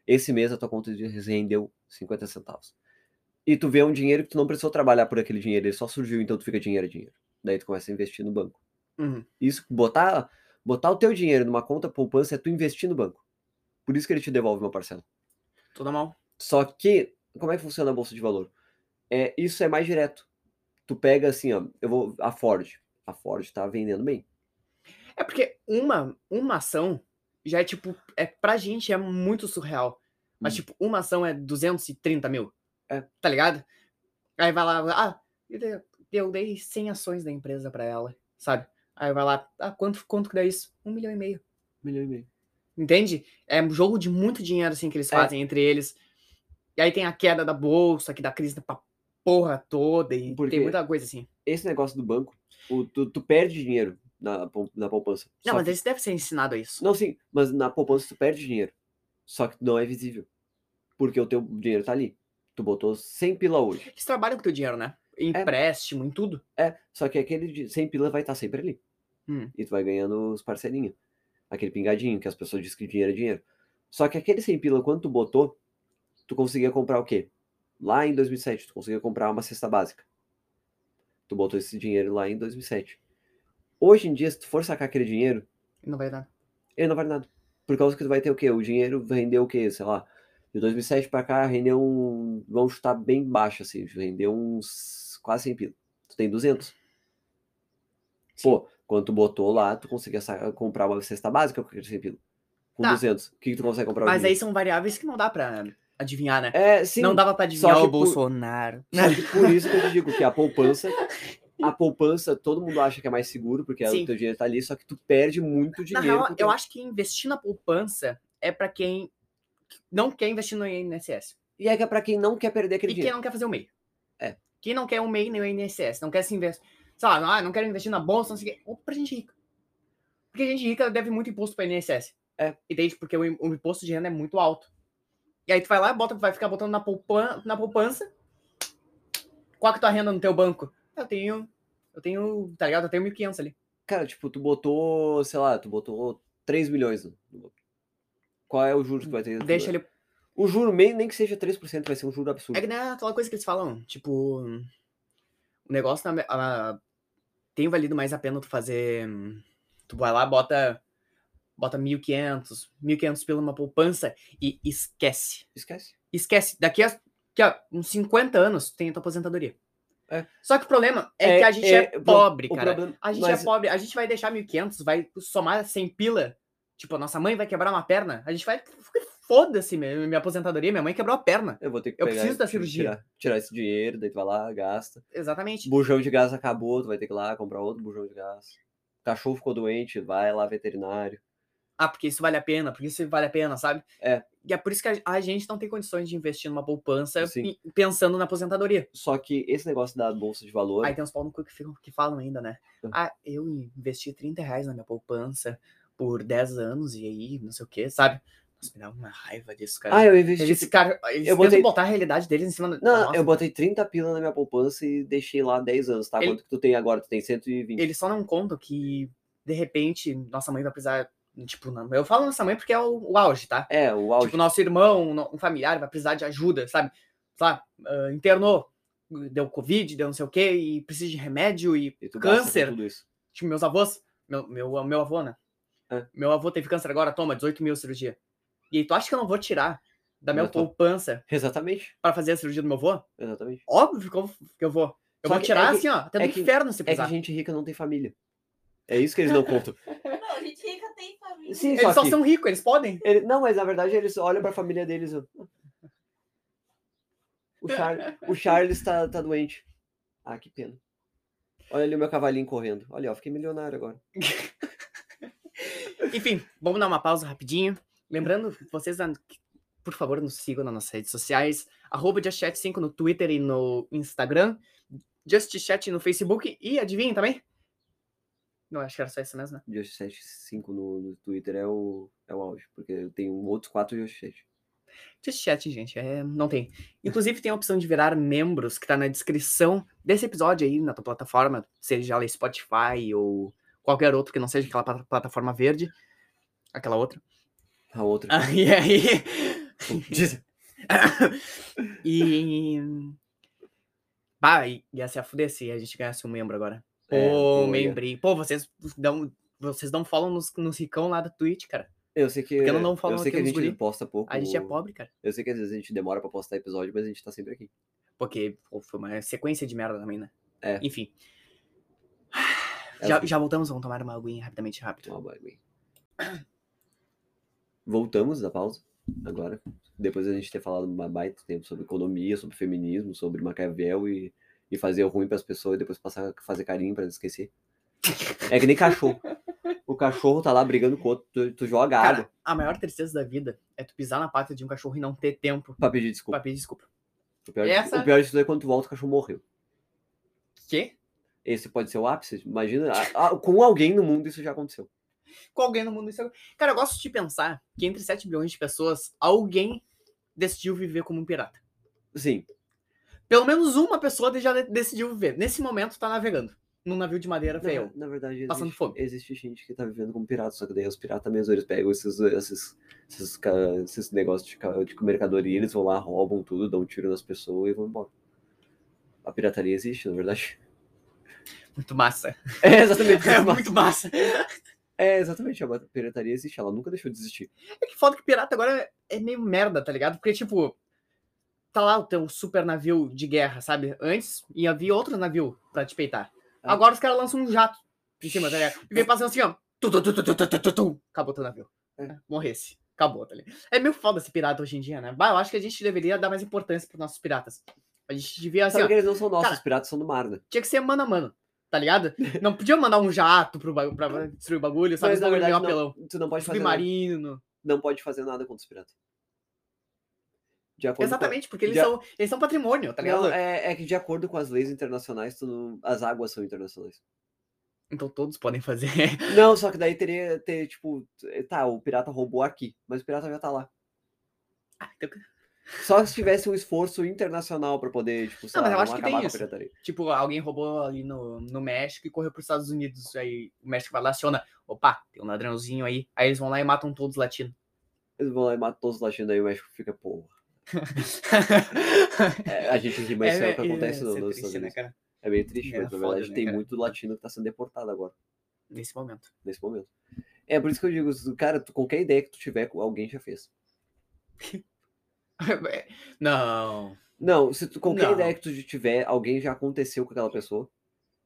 Speaker 2: Esse mês a tua conta de rendeu 50 centavos. E tu vê um dinheiro que tu não precisou trabalhar por aquele dinheiro, ele só surgiu, então tu fica dinheiro é dinheiro. Daí tu começa a investir no banco.
Speaker 1: Uhum.
Speaker 2: Isso, botar, botar o teu dinheiro numa conta poupança é tu investir no banco. Por isso que ele te devolve uma parcela.
Speaker 1: Toda mal.
Speaker 2: Só que, como é que funciona a bolsa de valor? É, isso é mais direto. Tu pega assim, ó, eu vou a Ford. A Ford tá vendendo bem.
Speaker 1: É porque uma, uma ação já é tipo. É, pra gente é muito surreal. Mas,
Speaker 2: Hum.
Speaker 1: tipo, uma ação é 230 mil.
Speaker 2: É.
Speaker 1: Tá ligado? Aí vai lá. Ah, e daí, eu dei 100 ações da empresa pra ela, sabe? Aí vai lá, ah, quanto, quanto que dá isso? Um milhão e meio.
Speaker 2: Milhão e meio.
Speaker 1: Entende? É um jogo de muito dinheiro, assim, que eles fazem entre eles. E aí tem a queda da bolsa, que dá crise pra porra toda, e
Speaker 2: Por
Speaker 1: tem
Speaker 2: quê?
Speaker 1: muita coisa assim.
Speaker 2: Esse negócio do banco, o- tu, tu perde dinheiro na, pom- na poupança.
Speaker 1: Não,
Speaker 2: Só
Speaker 1: mas
Speaker 2: que-
Speaker 1: eles devem ser ensinados a isso.
Speaker 2: Não, sim, mas na poupança tu perde dinheiro. Só que não é visível. Porque o teu dinheiro tá ali. Tu botou 100 pila hoje.
Speaker 1: Eles trabalham com o teu dinheiro, né? Em
Speaker 2: É.
Speaker 1: empréstimo, em tudo.
Speaker 2: É, só que aquele de 100 pila vai estar sempre ali.
Speaker 1: Hum.
Speaker 2: E tu vai ganhando os parcelinhos. Aquele pingadinho que as pessoas dizem que dinheiro é dinheiro. Só que aquele 100 pila, quando tu botou, tu conseguia comprar o quê? Lá em 2007, tu conseguia comprar uma cesta básica. Tu botou esse dinheiro lá em 2007. Hoje em dia, se tu for sacar aquele dinheiro,
Speaker 1: Não vai dar.
Speaker 2: ele não vale nada. Por causa que tu vai ter o quê? O dinheiro rendeu o quê? Sei lá. De 2007 pra cá, rendeu um. Vamos chutar bem baixo, assim. Rendeu uns. Quase 100 pila. Tu tem 200. Pô, quando tu botou lá, tu conseguia sa- comprar uma cesta básica com aquele 100 pila. Com
Speaker 1: Tá.
Speaker 2: 200. O que, que tu consegue comprar
Speaker 1: Mas
Speaker 2: hoje em
Speaker 1: aí são variáveis que não dá pra adivinhar, né?
Speaker 2: dia? É, sim.
Speaker 1: não dava pra adivinhar
Speaker 2: que
Speaker 1: o
Speaker 2: por-
Speaker 1: Bolsonaro.
Speaker 2: Só que por isso que eu te digo que a poupança. A poupança, todo mundo acha que é mais seguro, porque
Speaker 1: Sim.
Speaker 2: o teu dinheiro tá ali, só que tu perde muito
Speaker 1: Na
Speaker 2: dinheiro.
Speaker 1: real,
Speaker 2: com o teu-
Speaker 1: eu acho que investir na poupança é pra quem não quer investir no INSS.
Speaker 2: E é que é pra quem não quer perder aquele
Speaker 1: E quem
Speaker 2: dinheiro.
Speaker 1: não quer fazer o MEI.
Speaker 2: É.
Speaker 1: Quem não quer o MEI nem o INSS, não quer se investir. Sei lá, ah, não quero investir na bolsa, não sei o quê. Ou pra gente rica. Porque gente rica deve muito imposto pra INSS.
Speaker 2: É.
Speaker 1: E desde porque o, im- o imposto de renda é muito alto. E aí tu vai lá e bota, vai ficar botando na, poupan na poupança. Qual que é a tua renda no teu banco? Eu tenho. Eu tenho, tá ligado? Eu tenho 1.500 ali.
Speaker 2: Cara, tipo, tu botou, sei lá, tu botou 3 milhões. no- no- Qual é o juro que vai ter?
Speaker 1: Deixa ele
Speaker 2: O juro, nem, nem que seja 3%, vai ser um juro absurdo.
Speaker 1: É que nem aquela coisa que eles falam, tipo, hum, o negócio na- a- tem valido mais a pena tu fazer, hum, tu vai lá, bota bota 1.500, 1.500 pela uma poupança e esquece.
Speaker 2: Esquece.
Speaker 1: Esquece, daqui a, que a uns 50 anos tu tem a tua aposentadoria.
Speaker 2: É.
Speaker 1: Só que o problema é, que a gente é,
Speaker 2: pro-
Speaker 1: pobre,
Speaker 2: o
Speaker 1: cara.
Speaker 2: problema-
Speaker 1: A gente
Speaker 2: mas
Speaker 1: é pobre, a gente vai deixar 1.500, vai somar 100 pila. Tipo, a nossa mãe vai quebrar uma perna. A gente vai. Foda-se, minha minha aposentadoria. Minha mãe quebrou a perna.
Speaker 2: Eu vou ter que
Speaker 1: Eu
Speaker 2: pegar
Speaker 1: preciso
Speaker 2: e
Speaker 1: da
Speaker 2: ti-
Speaker 1: cirurgia.
Speaker 2: Tirar, tirar esse dinheiro, daí tu vai lá, gasta.
Speaker 1: Exatamente.
Speaker 2: Bujão de gás acabou, tu vai ter que ir lá comprar outro bujão de gás. Cachorro ficou doente, vai lá, veterinário.
Speaker 1: ah, porque isso vale a pena, porque isso vale a pena, sabe?
Speaker 2: É.
Speaker 1: E é por isso que a, a gente não tem condições de investir numa poupança
Speaker 2: Sim.
Speaker 1: e- pensando na aposentadoria.
Speaker 2: Só que esse negócio da bolsa de valor.
Speaker 1: Aí tem uns pau no cu que, ficam- que falam ainda, né?
Speaker 2: Hum.
Speaker 1: Ah, eu investi 30 reais na minha poupança por 10 anos e aí, não sei o quê, sabe? Nossa, me dá uma raiva disso, cara.
Speaker 2: Ah, eu investi.
Speaker 1: eles, cara, eles
Speaker 2: eu
Speaker 1: tentam
Speaker 2: botei-
Speaker 1: botar a realidade deles em cima da da
Speaker 2: Não,
Speaker 1: nossa,
Speaker 2: eu
Speaker 1: cara.
Speaker 2: botei 30 pila na minha poupança e deixei lá 10 anos, tá?
Speaker 1: Ele-
Speaker 2: Quanto que tu tem agora? Tu tem 120.
Speaker 1: Eles só não contam que, de repente, nossa mãe vai precisar... Tipo, não, eu falo nossa mãe porque é o- o auge, tá?
Speaker 2: É, o auge.
Speaker 1: Tipo, nosso irmão, no- um familiar vai precisar de ajuda, sabe? Sei lá, ah, internou, deu Covid, deu não sei o quê, e precisa de remédio e,
Speaker 2: E tu gasta com
Speaker 1: câncer.
Speaker 2: tudo isso.
Speaker 1: Tipo, meus avós, meu, meu, meu avô, né?
Speaker 2: É.
Speaker 1: Meu avô teve câncer agora, toma, 18 mil cirurgia. E aí, tu acha que eu não vou tirar da minha
Speaker 2: Não, tá.
Speaker 1: poupança
Speaker 2: Exatamente,
Speaker 1: pra fazer a cirurgia do meu avô?
Speaker 2: exatamente.
Speaker 1: Óbvio que eu, que eu vou. Eu
Speaker 2: Só
Speaker 1: vou
Speaker 2: que-
Speaker 1: tirar
Speaker 2: é que-
Speaker 1: assim, ó, até do
Speaker 2: é que-
Speaker 1: inferno se
Speaker 2: É que
Speaker 1: precisar.
Speaker 2: gente rica não tem família. É isso que eles não contam.
Speaker 3: Não, a gente rica tem família.
Speaker 2: Sim,
Speaker 1: Eles só
Speaker 2: que-
Speaker 1: são ricos, eles podem.
Speaker 2: ele- não, mas na verdade eles olham pra família deles. ó. O, Char- o Charles tá, tá doente. Ah, que pena. Olha ali o meu cavalinho correndo. Olha, ó, fiquei milionário agora.
Speaker 1: Enfim, vamos dar uma pausa rapidinho. Lembrando, que vocês, ah, que, por favor, nos sigam nas nossas redes sociais. Arroba JustChat5 no Twitter e no Instagram. JustChat no Facebook. E adivinha também? Não, acho que era só isso mesmo, né?
Speaker 2: Just 75 no, no Twitter é o, é o auge, porque eu tenho outros quatro Just 7.
Speaker 1: JustChat, gente, é, não tem. Inclusive, tem a opção de virar membros, que tá na descrição desse episódio aí, na tua plataforma, seja ela Spotify ou qualquer outro que não seja aquela pla- plataforma verde. Aquela outra.
Speaker 2: A outra.
Speaker 1: Ah, e aí...
Speaker 2: Diz-
Speaker 1: E. Pá, i- ia se afuder se a gente ganhasse um membro agora. Pô,
Speaker 2: É, pô, ia.
Speaker 1: membrinho. Pô, vocês dão. Vocês não falam nos, nos ricão lá da Twitch, cara.
Speaker 2: Eu sei que,
Speaker 1: Porque não dão
Speaker 2: eu
Speaker 1: falando
Speaker 2: sei que
Speaker 1: aqui
Speaker 2: a
Speaker 1: nos
Speaker 2: gente
Speaker 1: guri.
Speaker 2: posta pouco.
Speaker 1: A gente é pobre, cara.
Speaker 2: Eu sei que às vezes a gente demora pra postar episódio, mas a gente tá sempre aqui.
Speaker 1: Porque pô, foi uma sequência de merda também, né?
Speaker 2: É.
Speaker 1: Enfim.
Speaker 2: É
Speaker 1: Já,
Speaker 2: assim.
Speaker 1: já voltamos, vamos tomar uma aguinha rapidamente, rápido.
Speaker 2: Toma banho aí. Voltamos da pausa agora. Depois a gente ter falado um baita tempo sobre economia, sobre feminismo, sobre Maquiavel e e fazer o ruim pras pessoas e depois passar a fazer carinho pra não esquecer. É que nem cachorro. O cachorro tá lá brigando com o outro, tu, tu joga água
Speaker 1: Cara, a maior tristeza da vida é tu pisar na pata de um cachorro e não ter tempo
Speaker 2: pra pedir desculpa.
Speaker 1: pra pedir desculpa.
Speaker 2: O pior, de-
Speaker 1: essa-
Speaker 2: o pior disso daí é quando tu volta, o cachorro morreu.
Speaker 1: Quê?
Speaker 2: Esse pode ser o ápice. Imagina, a- a- com alguém no mundo isso já aconteceu.
Speaker 1: Com alguém no mundo isso é- Cara, eu gosto de pensar que entre 7 bilhões de pessoas, alguém decidiu viver como um pirata.
Speaker 2: Sim,
Speaker 1: Pelo menos uma pessoa de- já de- decidiu viver. Nesse momento tá navegando num navio de madeira
Speaker 2: na,
Speaker 1: feio.
Speaker 2: na verdade existe,
Speaker 1: Tá Passando fome.
Speaker 2: existe gente que tá vivendo como pirata, só que daí os piratas mesmo, eles pegam esses, esses, esses, ca- esses negócios de, ca- de mercadoria, eles vão lá, roubam tudo, dão um tiro nas pessoas e vão embora. A pirataria existe, na verdade.
Speaker 1: Muito massa.
Speaker 2: É exatamente
Speaker 1: É
Speaker 2: isso.
Speaker 1: muito massa.
Speaker 2: É, exatamente, a pirataria existe, ela nunca deixou de existir.
Speaker 1: É que foda que pirata agora é meio merda, tá ligado? Porque, tipo, tá lá o teu super navio de guerra, sabe? Antes, e havia outro navio pra te peitar.
Speaker 2: Ah.
Speaker 1: Agora os caras lançam um jato em cima, tá ligado? E vem passando assim, ó. Tu, tu, tu, tu, tu, tu, tu, tu, tu. Acabou teu navio.
Speaker 2: É.
Speaker 1: Morresse. Acabou, tá ligado? É meio foda esse pirata hoje em dia, né? Bah, eu acho que a gente deveria dar mais importância pros nossos piratas. A gente devia, assim,
Speaker 2: Sabe
Speaker 1: ó,
Speaker 2: que eles não são nossos,
Speaker 1: cara-
Speaker 2: os piratas são do mar, né?
Speaker 1: tinha que ser mano a mano, tá ligado? Não podia mandar um jato pro bagu- pra destruir o bagulho, sabe?
Speaker 2: Mas,
Speaker 1: Esse
Speaker 2: na
Speaker 1: bagulho meio
Speaker 2: verdade, não-
Speaker 1: apelão.
Speaker 2: tu não pode fazer nada.
Speaker 1: Submarino.
Speaker 2: não pode fazer nada contra os piratas. De acordo com-
Speaker 1: Exatamente, porque eles,
Speaker 2: então, Já-
Speaker 1: são, eles são patrimônio, tá ligado?
Speaker 2: Não, é, é que de acordo com as leis internacionais, tu não- as águas são internacionais.
Speaker 1: Então todos podem fazer.
Speaker 2: Não, só que daí teria ter, tipo, tá, o pirata roubou aqui, mas o pirata já tá lá.
Speaker 1: Ah, então,
Speaker 2: Só se tivesse um esforço internacional pra poder, tipo, sei
Speaker 1: Não, mas eu
Speaker 2: lá, não
Speaker 1: acho que
Speaker 2: acabar
Speaker 1: tem
Speaker 2: com a
Speaker 1: isso.
Speaker 2: pirataria.
Speaker 1: tipo, alguém roubou ali no, no México e correu pros Estados Unidos. Aí o México vai lá, aciona. Opa, tem um ladrãozinho aí. Aí eles vão lá e matam todos os latinos.
Speaker 2: Eles vão lá e matam todos os latinos aí, o México fica, pô. É, a gente ri, mas isso é, o que acontece no,
Speaker 1: isso é
Speaker 2: nos
Speaker 1: triste,
Speaker 2: Estados
Speaker 1: né,
Speaker 2: Unidos.
Speaker 1: cara?
Speaker 2: É meio triste,
Speaker 1: É
Speaker 2: mas na
Speaker 1: foda,
Speaker 2: verdade
Speaker 1: né,
Speaker 2: tem
Speaker 1: cara?
Speaker 2: muito latino que tá sendo deportado agora.
Speaker 1: Nesse momento.
Speaker 2: nesse momento. É por isso que eu digo, cara, tu- qualquer ideia que tu tiver, alguém já fez.
Speaker 1: É, Não.
Speaker 2: Não, se tu- qualquer
Speaker 1: Não.
Speaker 2: ideia que tu tiver, alguém já aconteceu com aquela pessoa.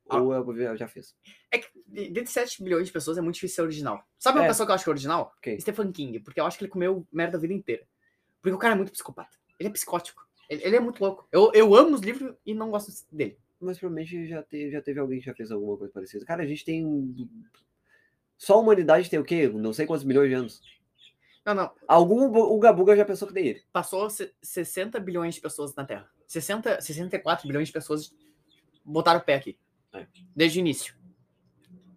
Speaker 1: Ah.
Speaker 2: Ou ela já- já fez.
Speaker 1: É que dentro de 7 bilhões de pessoas é muito difícil ser original. Sabe uma
Speaker 2: É.
Speaker 1: pessoa que eu acho que é original?
Speaker 2: Quem?
Speaker 1: Stephen King, porque eu acho que ele comeu merda a vida inteira. Porque o cara é muito psicopata. Ele é psicótico. Ele, ele é muito louco. Eu, eu amo os livros e não gosto dele.
Speaker 2: Mas provavelmente já, te- já teve alguém que já fez alguma coisa parecida. Cara, a gente tem. um- Só a humanidade tem o quê? Não sei quantos milhões de anos.
Speaker 1: Não, não.
Speaker 2: Algum bu- o Gabuga já pensou que nem ele.
Speaker 1: passou se- 60 bilhões de pessoas na Terra. 60, 64 bilhões de pessoas botaram o pé aqui.
Speaker 2: É.
Speaker 1: Desde o início.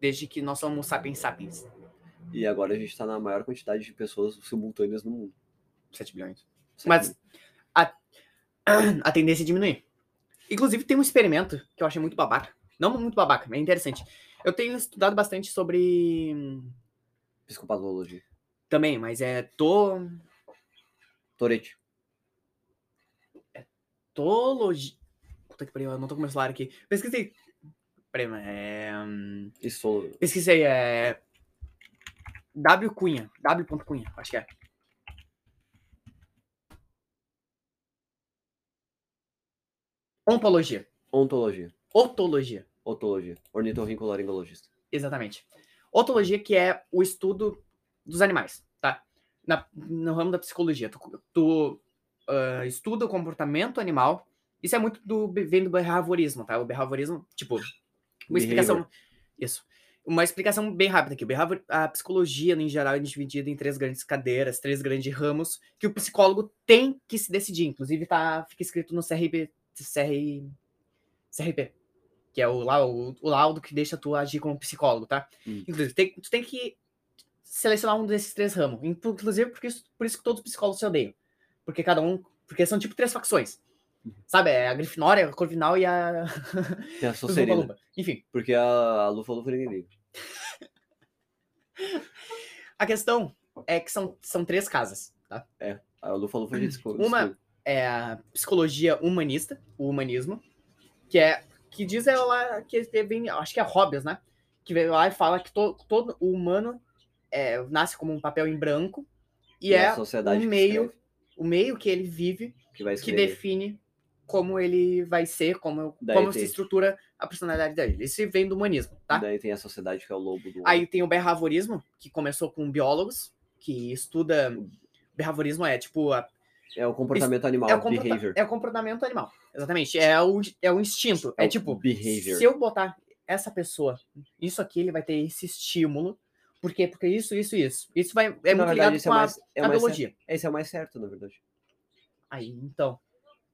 Speaker 1: Desde que nós somos sapiens sapiens.
Speaker 2: E agora a gente tá na maior quantidade de pessoas simultâneas no mundo.
Speaker 1: 7 bilhões.
Speaker 2: Sabe?
Speaker 1: Mas a, a tendência é diminuir. Inclusive, tem um experimento que eu achei muito babaca. Não muito babaca, mas interessante. Eu tenho estudado bastante sobre. hum,
Speaker 2: Psicopatologia.
Speaker 1: Também, mas é. To...
Speaker 2: Torete.
Speaker 1: Tologia. Puta que pariu, eu não tô com meu celular aqui. Pesquisei. Peraí, mas é. hum,
Speaker 2: Isso.
Speaker 1: Pesquisei, é. W Cunha. W. Cunha, acho que é. Ontologia.
Speaker 2: Ontologia.
Speaker 1: Otologia.
Speaker 2: Otologia. Ornitorrincolaringologista.
Speaker 1: Exatamente. Otologia, que é o estudo dos animais, tá? Na- no ramo da psicologia. Tu, tu, ah, estuda o comportamento animal. Isso é muito do. vem do behaviorismo, tá? O behaviorismo, tipo, uma explicação. Isso. Uma explicação bem rápida aqui. O behavior- A psicologia, em geral, é dividida em três grandes cadeiras, três grandes ramos, que o psicólogo tem que se decidir. Inclusive, tá, fica escrito no CRB, CR, CRP, que é o, lau- o laudo que deixa tu agir como psicólogo, tá?
Speaker 2: Hum.
Speaker 1: Inclusive, tem- tu tem que selecionar um desses três ramos. Inclusive, porque isso- por isso que todos os psicólogos se odeiam. Porque cada um. Porque são tipo três facções. Sabe? É a Grifinória, a Corvinal e a.
Speaker 2: Tem a
Speaker 1: os
Speaker 2: Sonserina.
Speaker 1: Lumpa-Lumpa. Enfim.
Speaker 2: Porque a, a Lufa Lufa ninguém liga.
Speaker 1: A questão é que são, são três casas, tá?
Speaker 2: A Lufa Lufa a gente esco-
Speaker 1: Uma-
Speaker 2: escolhe.
Speaker 1: É a psicologia humanista, o humanismo, que é que diz ela que vem, acho que é Hobbes, né? Que vem lá e fala que to- todo o humano é, nasce como um papel em branco e,
Speaker 2: E a
Speaker 1: é
Speaker 2: sociedade que
Speaker 1: um meio
Speaker 2: escreve,
Speaker 1: o meio que ele vive
Speaker 2: que vai
Speaker 1: que
Speaker 2: escrever.
Speaker 1: define como ele vai ser, como,
Speaker 2: Daí
Speaker 1: como
Speaker 2: tem-
Speaker 1: se estrutura a personalidade dele. Isso vem do humanismo, tá?
Speaker 2: Daí tem a sociedade que é o lobo do
Speaker 1: Aí tem o behaviorismo, que começou com biólogos, que estuda. Behaviorismo é tipo a,
Speaker 2: É o comportamento animal,
Speaker 1: É o, comporta-
Speaker 2: behavior.
Speaker 1: é o comportamento animal. Exatamente. É o, é o instinto. É,
Speaker 2: o
Speaker 1: tipo,
Speaker 2: behavior.
Speaker 1: se eu botar essa pessoa, isso aqui, ele vai ter esse estímulo. Por quê? Porque isso, isso, isso. Isso vai, é
Speaker 2: na
Speaker 1: muito
Speaker 2: verdade,
Speaker 1: ligado
Speaker 2: esse
Speaker 1: com
Speaker 2: é o
Speaker 1: a,
Speaker 2: mais, é o
Speaker 1: a
Speaker 2: mais certo.
Speaker 1: biologia.
Speaker 2: Esse é o mais certo, na verdade.
Speaker 1: Aí, então.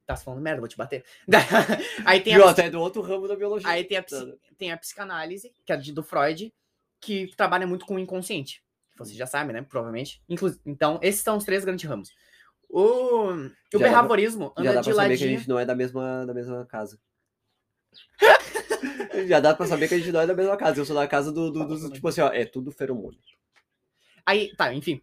Speaker 1: Tá se falando merda, vou te bater. Aí tem a
Speaker 2: Viu? Até é do outro ramo da biologia.
Speaker 1: Aí tem a, psi- tem a psicanálise, que é de- do Freud, que trabalha muito com o inconsciente. Que você já sabe, né? Provavelmente. Inclu- então, esses são os três grandes ramos. O,
Speaker 2: Já dá pra-
Speaker 1: o behaviorismo
Speaker 2: Já
Speaker 1: anda
Speaker 2: dá
Speaker 1: de
Speaker 2: pra saber que a
Speaker 1: ladinho.
Speaker 2: gente não é da mesma, da mesma casa. Já dá pra saber que a gente não é da mesma casa. Eu sou da casa do, do- dos, tipo assim, ó, é tudo feromônio.
Speaker 1: Aí, tá, enfim.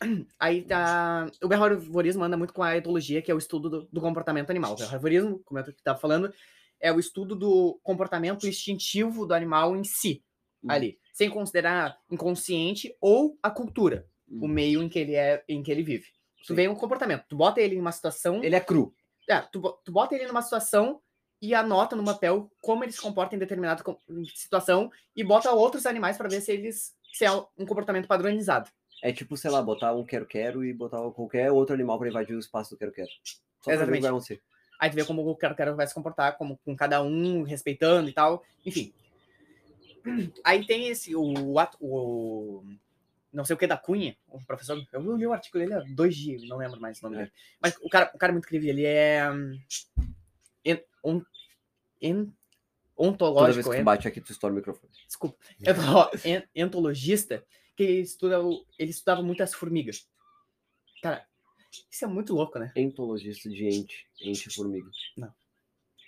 Speaker 1: Aí tá. O behaviorismo anda muito com a etologia, que é o estudo do, do comportamento animal. O behaviorismo, como eu tava falando, é o estudo do comportamento instintivo do animal em si,
Speaker 2: Uhum.
Speaker 1: ali. Sem considerar inconsciente ou a cultura, o meio em que ele é, em que ele vive. Tu
Speaker 2: Sim.
Speaker 1: vem um comportamento, tu bota ele em uma situação.
Speaker 2: Ele é cru.
Speaker 1: É, tu, bo- tu bota ele numa situação e anota no papel como ele se comporta em determinada com- em situação e bota outros animais pra ver se eles se é um comportamento padronizado.
Speaker 2: É tipo, sei lá, botar um quero-quero e botar qualquer outro animal pra invadir o espaço do quero-quero. Só pra um ver o que
Speaker 1: Exatamente.
Speaker 2: vai acontecer.
Speaker 1: Aí tu vê como o cara, cara vai se comportar, como com cada um, respeitando e tal, enfim. Aí tem esse, o, ato- o não sei o que da Cunha, o professor, eu li o artigo dele há dois dias, não lembro mais o nome
Speaker 2: É.
Speaker 1: dele. Mas o cara, o cara é muito incrível, ele é hum, en- on- en-
Speaker 2: Toda vez
Speaker 1: ontológico,
Speaker 2: que
Speaker 1: en-
Speaker 2: tu bate aqui, tu estoura o microfone.
Speaker 1: Desculpa. Eu tô- ó, en- entologista, que ele estuda o- ele estudava muito as formigas. Cara, isso é muito louco, né?
Speaker 2: Entologista de ente, ente formiga.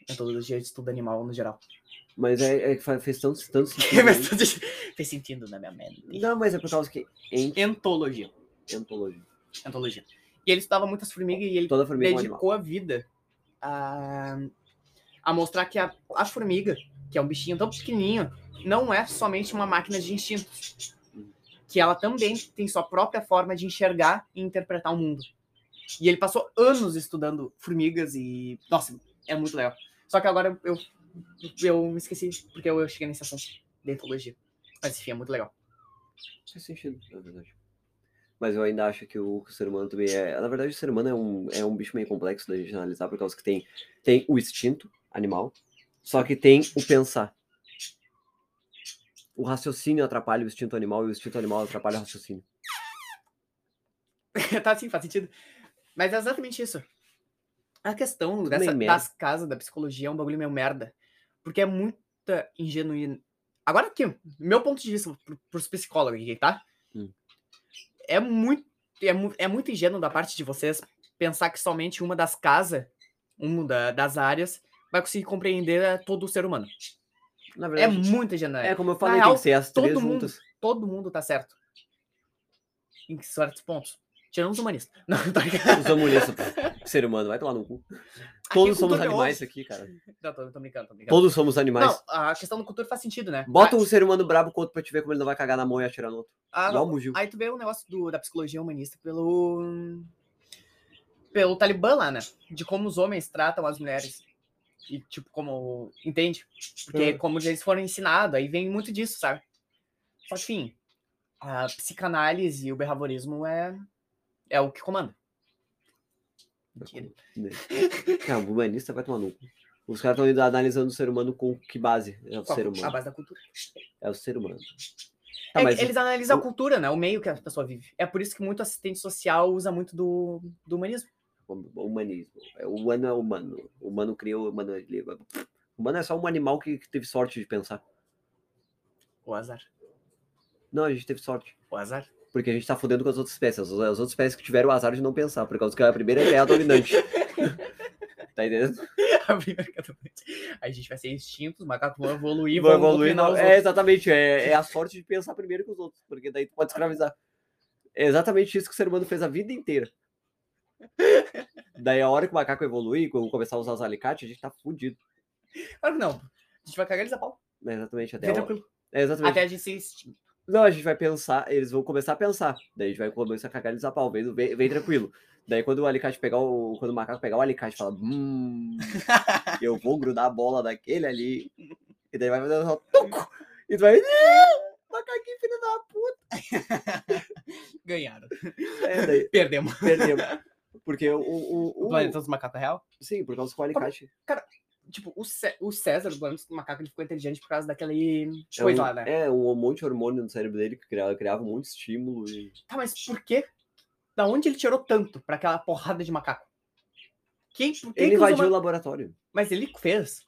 Speaker 1: Entologia estuda animal no geral.
Speaker 2: Mas é, é que fa- fez tanto, tanto sentido.
Speaker 1: Mas Fez sentido na minha mente.
Speaker 2: Não, mas é por causa que ente,
Speaker 1: Entologia.
Speaker 2: entologia.
Speaker 1: Entologia. E ele estudava muito as formigas e ele
Speaker 2: Toda formiga é um animal.
Speaker 1: dedicou a vida a, a mostrar que a, a formiga, que é um bichinho tão pequenininho, não é somente uma máquina de instintos. Que ela também tem sua própria forma de enxergar e interpretar o mundo. E ele passou anos estudando formigas e. Nossa, é muito legal. Só que agora eu, eu me esqueci, porque eu, eu cheguei nesse assunto de etologia. Mas enfim, é muito legal.
Speaker 2: Faz sentido, na verdade. Mas eu ainda acho que o ser humano também é. Na verdade, o ser humano é um, é um bicho meio complexo da gente analisar, por causa que tem, tem o instinto animal, só que tem o pensar. O raciocínio atrapalha o instinto animal e o instinto animal atrapalha o raciocínio.
Speaker 1: tá sim, faz sentido. Mas é exatamente isso. A questão
Speaker 2: Tudo
Speaker 1: dessa,
Speaker 2: meio merda.
Speaker 1: das casas da psicologia é um bagulho meio merda. Porque é muita ingenuidade. Agora aqui, meu ponto de vista pro- pros psicólogos aqui, tá?
Speaker 2: Hum.
Speaker 1: É muito. É, mu- é muito ingênuo da parte de vocês pensar que somente uma das casas, uma da- das áreas, vai conseguir compreender eh, todo o ser humano.
Speaker 2: Na
Speaker 1: É
Speaker 2: verdade,
Speaker 1: muito ingênuo.
Speaker 2: é, como eu falei,
Speaker 1: real,
Speaker 2: tem que ser as
Speaker 1: todo
Speaker 2: três
Speaker 1: mundo-
Speaker 2: juntas.
Speaker 1: Todo mundo tá certo. Em certos pontos. Tirando os humanistas. Não, tá tô brincando.
Speaker 2: Usamos isso, pô. ser humano, vai tomar no cu.
Speaker 1: Aqui é
Speaker 2: Todos
Speaker 1: com
Speaker 2: somos
Speaker 1: todo meu
Speaker 2: animais
Speaker 1: ovo.
Speaker 2: aqui, cara.
Speaker 1: Não, tô, tô brincando, tô brincando.
Speaker 2: Todos somos animais.
Speaker 1: Não, a questão do cultura faz sentido, né?
Speaker 2: Bota um ser humano brabo com outro pra te ver como ele não vai cagar na mão e atirar no outro.
Speaker 1: A-
Speaker 2: Igual o Mugiu.
Speaker 1: aí tu vê o negócio do- da psicologia humanista pelo. pelo Talibã lá, né? De como os homens tratam as mulheres. E, tipo, como. Entende? Porque
Speaker 2: É.
Speaker 1: como eles foram ensinados, aí vem muito disso, sabe? Só que, enfim, a psicanálise e o behaviorismo é. é o que comanda.
Speaker 2: É
Speaker 1: Mentira.
Speaker 2: né? Cara, o humanista vai tomar no cu. Os caras estão analisando o ser humano com que base? É o
Speaker 1: Qual-
Speaker 2: ser
Speaker 1: A
Speaker 2: humano.
Speaker 1: base da cultura.
Speaker 2: É o ser humano.
Speaker 1: É
Speaker 2: Tá,
Speaker 1: que
Speaker 2: mas
Speaker 1: eles analisam
Speaker 2: o-
Speaker 1: a cultura, né? O meio que a pessoa vive. É por isso que muito assistente social usa muito do, do humanismo.
Speaker 2: o humanismo. É, O humano é humano. O humano criou, o humano é livre. O humano é só um animal que, que teve sorte de pensar.
Speaker 1: O azar.
Speaker 2: Não, a gente teve sorte.
Speaker 1: O azar.
Speaker 2: Porque a gente tá fudendo com as outras espécies. As, as outras espécies que tiveram o azar de não pensar, por causa que a primeira ideia é a dominante. tá entendendo?
Speaker 1: A primeira categoria. a gente vai ser extinto, os macacos vão evoluir,
Speaker 2: Vai
Speaker 1: vão evoluir.
Speaker 2: evoluindo. É, exatamente. É, é a sorte de pensar primeiro que os outros, porque daí tu pode escravizar. É exatamente isso que o ser humano fez a vida inteira. Daí a hora que o macaco evoluir, quando começar a usar os alicates, a gente tá fudido.
Speaker 1: Claro que não. A gente vai cagar eles a pau.
Speaker 2: É exatamente, até
Speaker 1: Fica
Speaker 2: a hora.
Speaker 1: tranquilo.
Speaker 2: É exatamente.
Speaker 1: Até a gente ser extinto.
Speaker 2: Não, a gente vai pensar, eles vão começar a pensar. Daí a gente vai começar a cagar eles a pau, vem, vem, vem tranquilo. Daí quando o alicate pegar o. Quando o macaco pegar o alicate, fala. Hum, eu vou grudar a bola daquele ali. E daí vai fazer só tuco! E tu vai. "Ah, Macaquinho, filho da puta!
Speaker 1: Ganharam.
Speaker 2: É, daí
Speaker 1: Perdemos.
Speaker 2: perdemos. Por Porque o. o,
Speaker 1: O
Speaker 2: o-
Speaker 1: planeta dos macacos é real?
Speaker 2: Sim, por causa do É
Speaker 1: Como-
Speaker 2: Alicate.
Speaker 1: Tipo, o, Cé- o César, do planeta do macaco, ele ficou inteligente por causa daquele
Speaker 2: É
Speaker 1: coisa
Speaker 2: um,
Speaker 1: lá, né?
Speaker 2: é, um monte de hormônio no cérebro dele que criava, criava um monte de estímulo. E...
Speaker 1: Tá, mas por quê? Da onde ele tirou tanto pra aquela porrada de macaco? Quem, por que
Speaker 2: Ele
Speaker 1: que os
Speaker 2: invadiu o
Speaker 1: humanos...
Speaker 2: laboratório.
Speaker 1: Mas ele fez.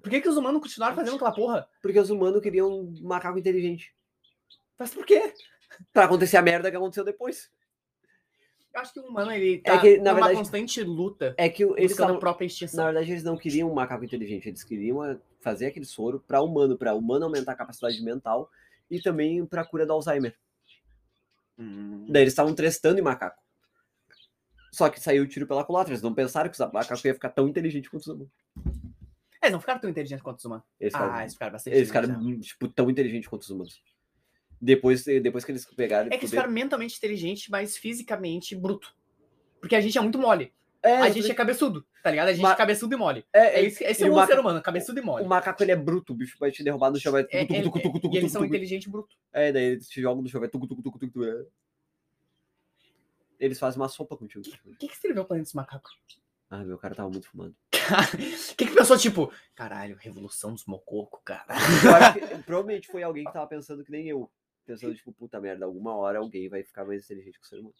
Speaker 1: Por que, que os humanos continuaram fazendo aquela porra?
Speaker 2: Porque os humanos queriam um macaco inteligente.
Speaker 1: Mas por quê?
Speaker 2: Pra acontecer a merda que aconteceu depois.
Speaker 1: Eu acho que o humano, ele tá
Speaker 2: que, na
Speaker 1: numa
Speaker 2: verdade-
Speaker 1: constante luta
Speaker 2: É que o-
Speaker 1: buscando
Speaker 2: eles estavam.
Speaker 1: a própria extinção.
Speaker 2: Na verdade, eles não queriam um macaco inteligente, eles queriam ah, fazer aquele soro pra humano, pra humano aumentar a capacidade mental e também pra cura do Alzheimer.
Speaker 1: Hum.
Speaker 2: Daí eles estavam testando em macaco. Só que saiu o tiro pela culatra, eles não pensaram que o macaco ia ficar tão inteligente quanto os humanos.
Speaker 1: É, Eles não ficaram tão inteligentes quanto os humanos.
Speaker 2: Eles ficaram,
Speaker 1: Ah, eles ficaram bastante
Speaker 2: eles ficaram,
Speaker 1: inteligentes,
Speaker 2: tipo, tão inteligentes quanto os humanos. Depois, depois que eles pegaram...
Speaker 1: né? É que eles
Speaker 2: poder-
Speaker 1: ficaram mentalmente inteligentes, mas fisicamente bruto. Porque a gente é muito mole.
Speaker 2: É,
Speaker 1: a gente é cabeçudo, tá ligado? A gente
Speaker 2: Ma-
Speaker 1: é cabeçudo e mole.
Speaker 2: é,
Speaker 1: É
Speaker 2: é,
Speaker 1: isso, esse
Speaker 2: e
Speaker 1: é
Speaker 2: o
Speaker 1: um
Speaker 2: maca-
Speaker 1: ser humano, cabeçudo e
Speaker 2: o
Speaker 1: mole.
Speaker 2: macaco, ele é bruto, o bicho vai te derrubar no chão, vai...
Speaker 1: É,
Speaker 2: tucu,
Speaker 1: é-
Speaker 2: tucu, tucu, tucu,
Speaker 1: e eles
Speaker 2: tucu,
Speaker 1: são
Speaker 2: tucu.
Speaker 1: inteligentes bruto.
Speaker 2: É, daí eles te jogam no chuveiro. Tucu, tucu, tucu, tucu, tucu, é. Eles fazem uma sopa contigo.
Speaker 1: O que que escreveu o Planeta dos Macacos?
Speaker 2: Ah, meu cara tava muito fumando.
Speaker 1: O que que pensou, tipo, caralho, Revolução dos Mococos, cara.
Speaker 2: Eu acho que provavelmente foi alguém que tava pensando que nem eu. Pensando, tipo, puta merda, alguma hora alguém vai ficar mais inteligente que o ser humano.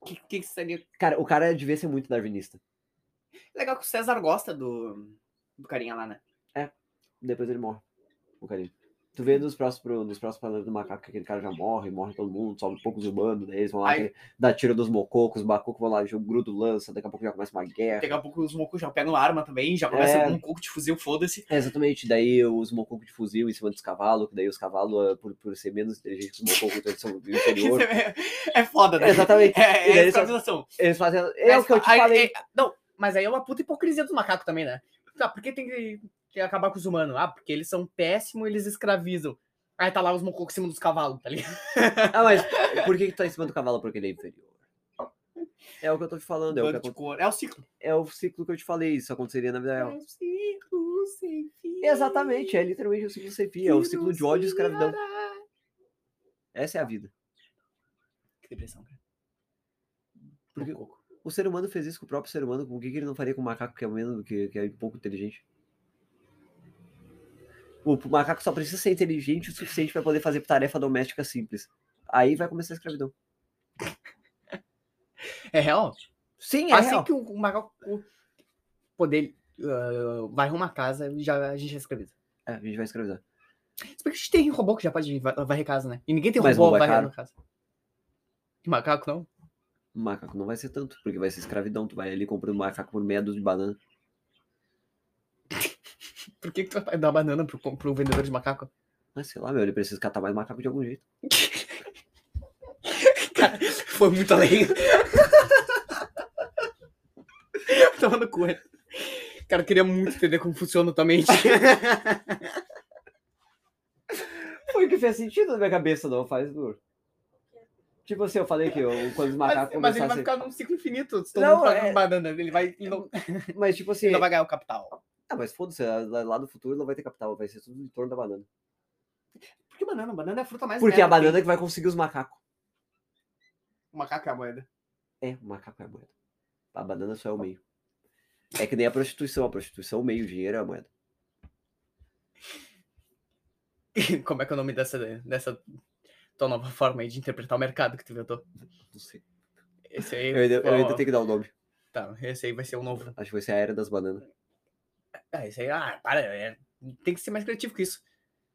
Speaker 1: O que que seria...
Speaker 2: Cara, o cara devia ser muito darwinista.
Speaker 1: É Legal que o César gosta do, do carinha lá, né?
Speaker 2: Depois ele morre. O carinho. Tu vê nos próximos, pro- nos próximos planetas do macaco que aquele cara já morre, morre todo mundo, sobe poucos humanos, daí eles vão lá,
Speaker 1: Aí-
Speaker 2: aquele- dá tiro nos mococos, os macocos vão lá, jogam- grudam lança, daqui a pouco já começa uma guerra.
Speaker 1: Daqui a pouco os mocos já pegam arma também, já começa
Speaker 2: É.
Speaker 1: um coco de fuzil, foda-se.
Speaker 2: É, exatamente, daí os mococos de fuzil em cima dos cavalos, que daí os cavalos, ah, por, por ser menos inteligentes que os mococos, então eles são do
Speaker 1: Isso
Speaker 2: interior.
Speaker 1: é, é foda, né?
Speaker 2: Exatamente.
Speaker 1: É, é,
Speaker 2: E daí
Speaker 1: é
Speaker 2: eles fazem-
Speaker 1: escravização.
Speaker 2: Eles fazem. É o que eu te
Speaker 1: Aí-
Speaker 2: falei.
Speaker 1: aí- não, mas aí é uma puta hipocrisia dos macacos também, né? Tá, por que tem que, que acabar com os humanos? Ah, porque eles são péssimos, eles escravizam. Aí tá lá os mococos em cima dos cavalos, tá ligado?
Speaker 2: Ah, mas por que, que tu tá em cima do cavalo? Porque ele é inferior. É o que eu tô te falando, é o, que
Speaker 1: Bando de
Speaker 2: aconte-
Speaker 1: cor. É o ciclo.
Speaker 2: é o ciclo que eu te falei, isso aconteceria na vida
Speaker 1: É
Speaker 2: real.
Speaker 1: o ciclo sem fim.
Speaker 2: Exatamente, é literalmente o ciclo sem fim, é o ciclo de ódio e escravidão. Essa é a vida.
Speaker 1: Que depressão, cara.
Speaker 2: Porque-
Speaker 1: Mococo.
Speaker 2: O ser humano fez isso com o próprio ser humano, com o que, que ele não faria com o macaco que é menos que, que é pouco inteligente? O o macaco só precisa ser inteligente o suficiente para poder fazer tarefa doméstica simples. Aí vai começar a escravidão.
Speaker 1: É real?
Speaker 2: Sim, é
Speaker 1: assim
Speaker 2: real.
Speaker 1: que o, o macaco poder ah, vai arrumar casa, já, a gente já escraviza.
Speaker 2: É, a gente vai escravizar.
Speaker 1: Se bem que a gente tem robô que já pode va- varrer casa, né? E ninguém tem
Speaker 2: Mas
Speaker 1: robô
Speaker 2: robô é
Speaker 1: varrendo casa. E macaco não?
Speaker 2: O macaco não vai ser tanto, porque vai ser escravidão. Tu vai ali comprando macaco por meia dúzia de banana.
Speaker 1: Por que, que tu vai dar banana pro, pro vendedor de macaco?
Speaker 2: Mas sei lá, meu, ele precisa catar mais macaco de algum jeito.
Speaker 1: Cara, foi muito além. Tava no cu. né? Cara, eu queria muito entender como funciona a tua mente.
Speaker 2: Foi o que fez sentido na minha cabeça, não faz dor. Tipo assim, eu falei que eu, quando os
Speaker 1: Mas,
Speaker 2: macacos
Speaker 1: mas ele vai
Speaker 2: começassem-
Speaker 1: ficar num ciclo infinito. Se todo
Speaker 2: Não,
Speaker 1: mundo pagar
Speaker 2: é-
Speaker 1: banana, ele vai. Ele não,
Speaker 2: Mas tipo assim,
Speaker 1: ele não vai ganhar o capital.
Speaker 2: ah, mas foda-se, lá lá do futuro não vai ter capital, vai ser tudo em torno da banana.
Speaker 1: Por que banana? Banana é a fruta mais.
Speaker 2: Porque a
Speaker 1: merda que
Speaker 2: banana que vai conseguir os macacos.
Speaker 1: tem. O macaco é a moeda.
Speaker 2: É, o macaco é a moeda. A banana só é o meio. É que nem a prostituição, a prostituição é o meio, o dinheiro é a moeda.
Speaker 1: Como é que é o nome dessa, dessa tua nova forma aí de interpretar o mercado que tu inventou?
Speaker 2: Não sei.
Speaker 1: Esse aí.
Speaker 2: Eu ainda, eu ainda
Speaker 1: ó,
Speaker 2: tenho que dar o nome.
Speaker 1: Tá, esse aí vai ser o novo.
Speaker 2: Acho que vai ser a era das bananas.
Speaker 1: Ah, esse aí, ah, para. é- tem que ser mais criativo que isso.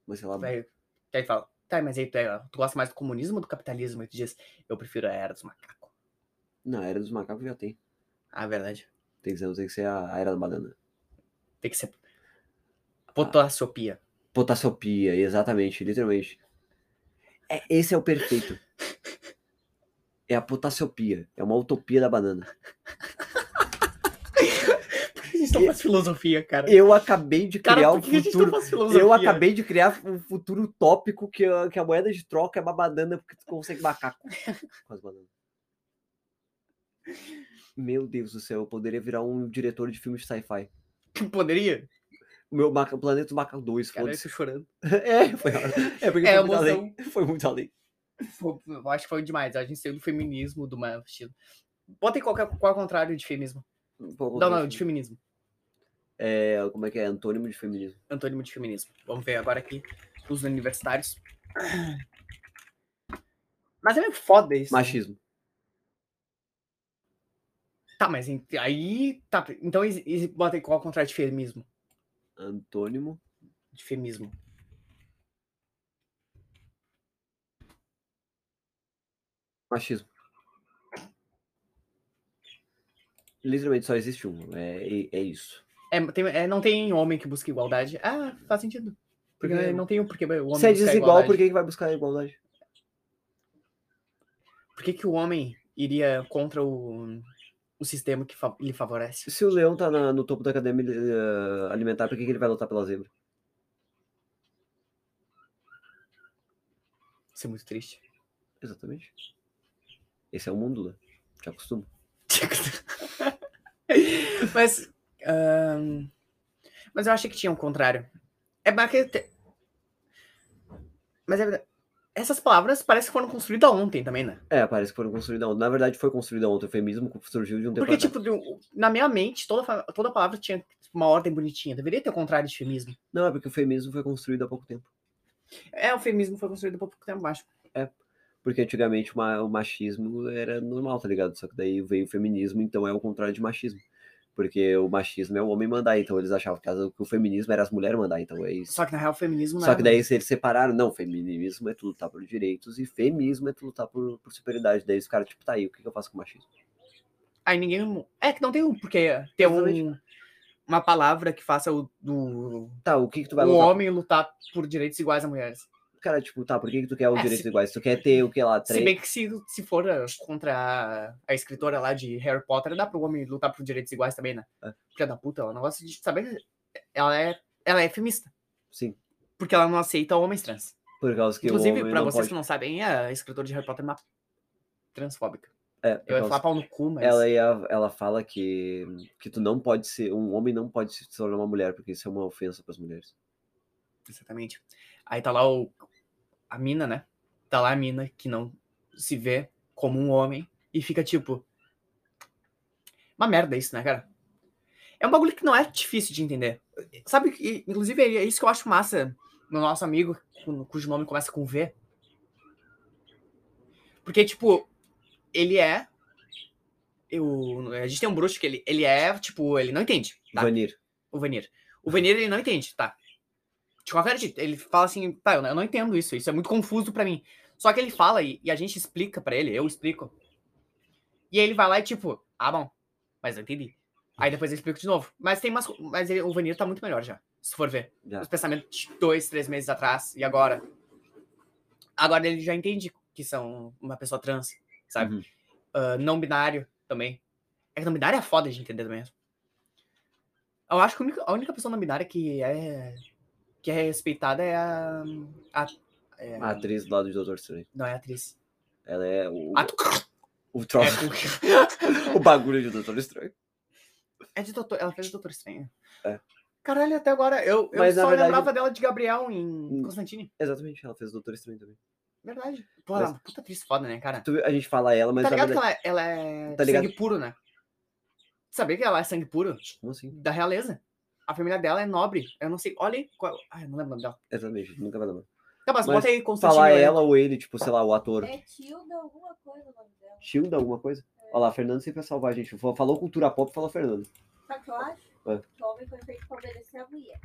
Speaker 2: Mas sei lá,
Speaker 1: Aí, aí fala, tá, mas aí tu, é- tu gosta mais do comunismo ou do capitalismo? E tu diz, eu prefiro a era dos macacos.
Speaker 2: não, a era dos macacos já tem.
Speaker 1: Ah, verdade.
Speaker 2: Tem que ser, tem que ser a a era da banana.
Speaker 1: Tem que ser. Potassiopia.
Speaker 2: Potassiopia, exatamente, literalmente. É, esse é o perfeito. É a potassiopia. É uma utopia da banana.
Speaker 1: Por que a gente não faz filosofia, cara?
Speaker 2: Eu acabei de criar
Speaker 1: Cara,
Speaker 2: um
Speaker 1: por que a gente tá não
Speaker 2: futuro.
Speaker 1: faz filosofia?
Speaker 2: Eu acabei de criar um futuro utópico que a, que a moeda de troca é uma banana porque tu consegue macaco com as bananas. Meu Deus do céu, eu poderia virar um diretor de filmes de sci-fi.
Speaker 1: Poderia?
Speaker 2: O meu maca, Planeta do Macaco 2,
Speaker 1: Cara, eu tô
Speaker 2: foda-se.
Speaker 1: chorando.
Speaker 2: É, foi, é porque
Speaker 1: É,
Speaker 2: foi muito
Speaker 1: emoção.
Speaker 2: além. Foi muito além.
Speaker 1: Foi- eu acho que foi demais. A gente saiu do feminismo, do machismo. Botem qualquer, qual é o contrário de feminismo.
Speaker 2: Pô,
Speaker 1: Não, não, de feminismo.
Speaker 2: É, como é que é? Antônimo de feminismo.
Speaker 1: Antônimo de feminismo. Vamos ver agora aqui os universitários. Mas é meio foda isso.
Speaker 2: Machismo.
Speaker 1: Tá, mas em- aí. Tá, então e- e botem qual é o contrário de feminismo?
Speaker 2: Antônimo.
Speaker 1: De feminismo.
Speaker 2: Machismo. Literalmente só existe um. É, é- é isso.
Speaker 1: É, tem- é, não tem homem que busca igualdade. Ah, faz sentido. Porque
Speaker 2: Porque-
Speaker 1: não tem o porquê o homem
Speaker 2: Se é
Speaker 1: buscar
Speaker 2: desigual,
Speaker 1: igualdade.
Speaker 2: por que, que vai buscar a igualdade?
Speaker 1: Por que, que o homem iria contra o, o sistema que fa- lhe favorece?
Speaker 2: Se o leão tá na- no topo da cadeia mili- eh, alimentar, por que, que ele vai lutar pela zebra?
Speaker 1: Isso é muito triste.
Speaker 2: Exatamente. Esse é o mundo, né? Te acostuma.
Speaker 1: mas. ahn, mas eu achei que tinha um contrário. É mais que te- Mas é verdade. Essas palavras parecem que foram construídas ontem também, né?
Speaker 2: É, parece que foram construídas ontem. Na verdade, foi construída ontem. O feminismo surgiu de um tempo
Speaker 1: Porque,
Speaker 2: atrás.
Speaker 1: tipo, de um- na minha mente, toda, fa- toda palavra tinha tipo, uma ordem bonitinha. Deveria ter o contrário de feminismo.
Speaker 2: Não, é porque o feminismo foi construído há pouco tempo.
Speaker 1: É, o feminismo foi construído por pouco tempo, acho.
Speaker 2: Porque antigamente o ma- o machismo era normal, tá ligado? Só que daí veio o feminismo, então é o contrário de machismo. Porque o machismo é o homem mandar, então eles achavam que as- que o feminismo era as mulheres mandar, então é isso.
Speaker 1: Só que, na real, o feminismo não é um,
Speaker 2: Só
Speaker 1: era
Speaker 2: que daí se eles separaram, não, feminismo é tu lutar por direitos e feminismo é tu lutar por, por superioridade. Daí os caras, tipo, tá aí, o que, que eu faço com o machismo?
Speaker 1: Aí ninguém. É que não tem um, porque ter um,
Speaker 2: Exatamente.
Speaker 1: uma palavra que faça o, do,
Speaker 2: Tá, o que, que tu vai
Speaker 1: o
Speaker 2: lutar?
Speaker 1: Um homem lutar por direitos iguais a mulheres.
Speaker 2: Cara, tipo, tá, por que, que tu quer os
Speaker 1: É,
Speaker 2: direitos
Speaker 1: se-
Speaker 2: iguais? Tu quer ter o que lá?
Speaker 1: Se
Speaker 2: Três...
Speaker 1: bem que se, se for ah, contra a, a escritora lá de Harry Potter, dá pro homem lutar por direitos iguais também, né?
Speaker 2: É.
Speaker 1: Filha da puta, ela não gosta de saber. Ela é, ela é feminista,
Speaker 2: Sim.
Speaker 1: porque ela não aceita homens trans.
Speaker 2: Por causa que o
Speaker 1: Inclusive,
Speaker 2: homem
Speaker 1: pra
Speaker 2: não
Speaker 1: vocês
Speaker 2: pode...
Speaker 1: que não sabem, a escritora de Harry Potter é uma transfóbica.
Speaker 2: É, por
Speaker 1: Eu ia
Speaker 2: causa-
Speaker 1: falar pau no cu, mas.
Speaker 2: Ela, é ia- ela fala que, que tu não pode ser, um homem não pode se tornar uma mulher, porque isso é uma ofensa para as mulheres.
Speaker 1: Exatamente. Aí tá lá o, a mina, né? Tá lá a mina que não se vê como um homem e fica tipo. Uma merda isso, né, cara? É um bagulho que não é difícil de entender. Sabe, que- inclusive é isso que eu acho massa no nosso amigo, cu- cujo nome começa com V. Porque, tipo, ele é. Eu, a gente tem um bruxo que ele, ele é, tipo, ele não entende. Tá?
Speaker 2: Vanir,
Speaker 1: o Vanir. O Vanir, ele não entende, tá? De qualquer jeito, ele fala assim, tá, eu não- eu não entendo isso, isso é muito confuso pra mim. Só que ele fala e, e a gente explica pra ele, eu explico. E aí ele vai lá e tipo, ah, bom, mas eu entendi. Aí depois eu explico de novo. Mas tem umas. co- Mas ele- o Vanir tá muito melhor já, se for ver.
Speaker 2: já.
Speaker 1: Os pensamentos de dois, três meses atrás e agora. Agora ele já entende que são uma pessoa trans, sabe?
Speaker 2: Uhum.
Speaker 1: Ah, não binário também. É que não binário é foda de entender também. Eu acho que a única, a única pessoa não binária que é, que é respeitada é a. a- é-
Speaker 2: A atriz do lado de Doutor Strange.
Speaker 1: não, é a atriz.
Speaker 2: Ela é o,
Speaker 1: A-
Speaker 2: o
Speaker 1: é,
Speaker 2: troço, o bagulho de Doutor Strange.
Speaker 1: é de doutor, ela fez o Doutor Estranho.
Speaker 2: É.
Speaker 1: Caralho, até agora. Eu, eu
Speaker 2: Mas, na
Speaker 1: só
Speaker 2: verdade-
Speaker 1: lembrava dela de Gabriel em
Speaker 2: Hum.
Speaker 1: Constantine.
Speaker 2: Exatamente, ela fez o Doutor Strange também.
Speaker 1: Verdade. Pô,
Speaker 2: Mas-
Speaker 1: ela é uma puta atriz foda, né, cara?
Speaker 2: Tu viu- a gente fala ela, mas
Speaker 1: tá
Speaker 2: na
Speaker 1: ligado que
Speaker 2: verdade...
Speaker 1: ela, ela é
Speaker 2: Tá ligado?
Speaker 1: sangue puro, né? Sabia que ela é sangue puro?
Speaker 2: Como assim?
Speaker 1: Da realeza. A família dela é nobre. Eu não sei. Olha aí qual. Ai, não lembro o nome dela.
Speaker 2: Exatamente, nunca vai lembrar.
Speaker 1: Tá, mas,
Speaker 2: Mas
Speaker 1: bota aí Constantine.
Speaker 2: Falar
Speaker 1: aí.
Speaker 2: ela ou ele, tipo, sei lá, o ator.
Speaker 3: É Tilda alguma coisa o nome dela.
Speaker 2: Tilda, alguma coisa? Olha lá, Fernando sempre vai salvar a gente. Fa- Falou cultura pop, falou Fernando.
Speaker 3: Sabe o que eu acho?
Speaker 2: É.
Speaker 3: Que o homem foi feito pra obedecer a mulher.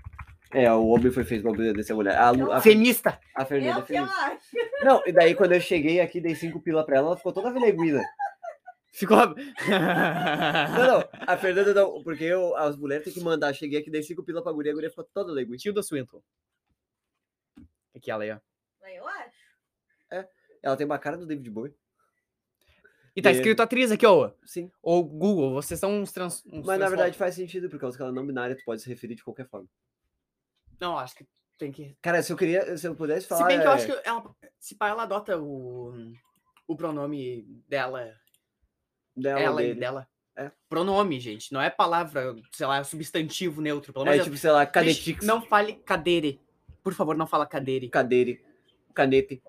Speaker 2: É, o homem foi feito pra obedecer a mulher. A, Lu- a,
Speaker 1: Feminista.
Speaker 2: a
Speaker 3: É
Speaker 2: Fernanda
Speaker 3: o que eu
Speaker 2: fez.
Speaker 3: acho.
Speaker 2: Não, e daí quando eu cheguei aqui, dei cinco pila pra ela, ela ficou toda veneguina.
Speaker 1: Ficou.
Speaker 2: Não, não, a Fernanda não, porque eu, as mulheres têm que mandar. Cheguei aqui, dei cinco pila pra guria, a guria ficou toda leguinha.
Speaker 1: Tilda Swinton. Aqui ela aí, ó.
Speaker 3: Mas eu acho.
Speaker 2: Ela tem uma cara do David Bowie.
Speaker 1: E tá
Speaker 2: Dele.
Speaker 1: escrito atriz aqui, ó.
Speaker 2: Sim,
Speaker 1: Ou Google, vocês são uns trans. uns
Speaker 2: mas na
Speaker 1: transfóbicos.
Speaker 2: verdade faz sentido, por causa que ela é não binária, tu pode se referir de qualquer forma.
Speaker 1: Não, acho que tem que.
Speaker 2: Cara, se eu queria, se eu pudesse falar...
Speaker 1: Se bem que eu
Speaker 2: é,
Speaker 1: acho que ela. Se pá, ela adota o. O pronome dela
Speaker 2: dela,
Speaker 1: ela e
Speaker 2: dele.
Speaker 1: dela.
Speaker 2: É.
Speaker 1: Pronome, gente. Não é palavra, sei lá, é substantivo neutro. Pelo amor
Speaker 2: É
Speaker 1: de
Speaker 2: tipo, sei lá,
Speaker 1: Deus. Deixa-
Speaker 2: cadetix,
Speaker 1: Não fale cadeire. Por favor, não fala cadeire.
Speaker 2: cadeire, canete.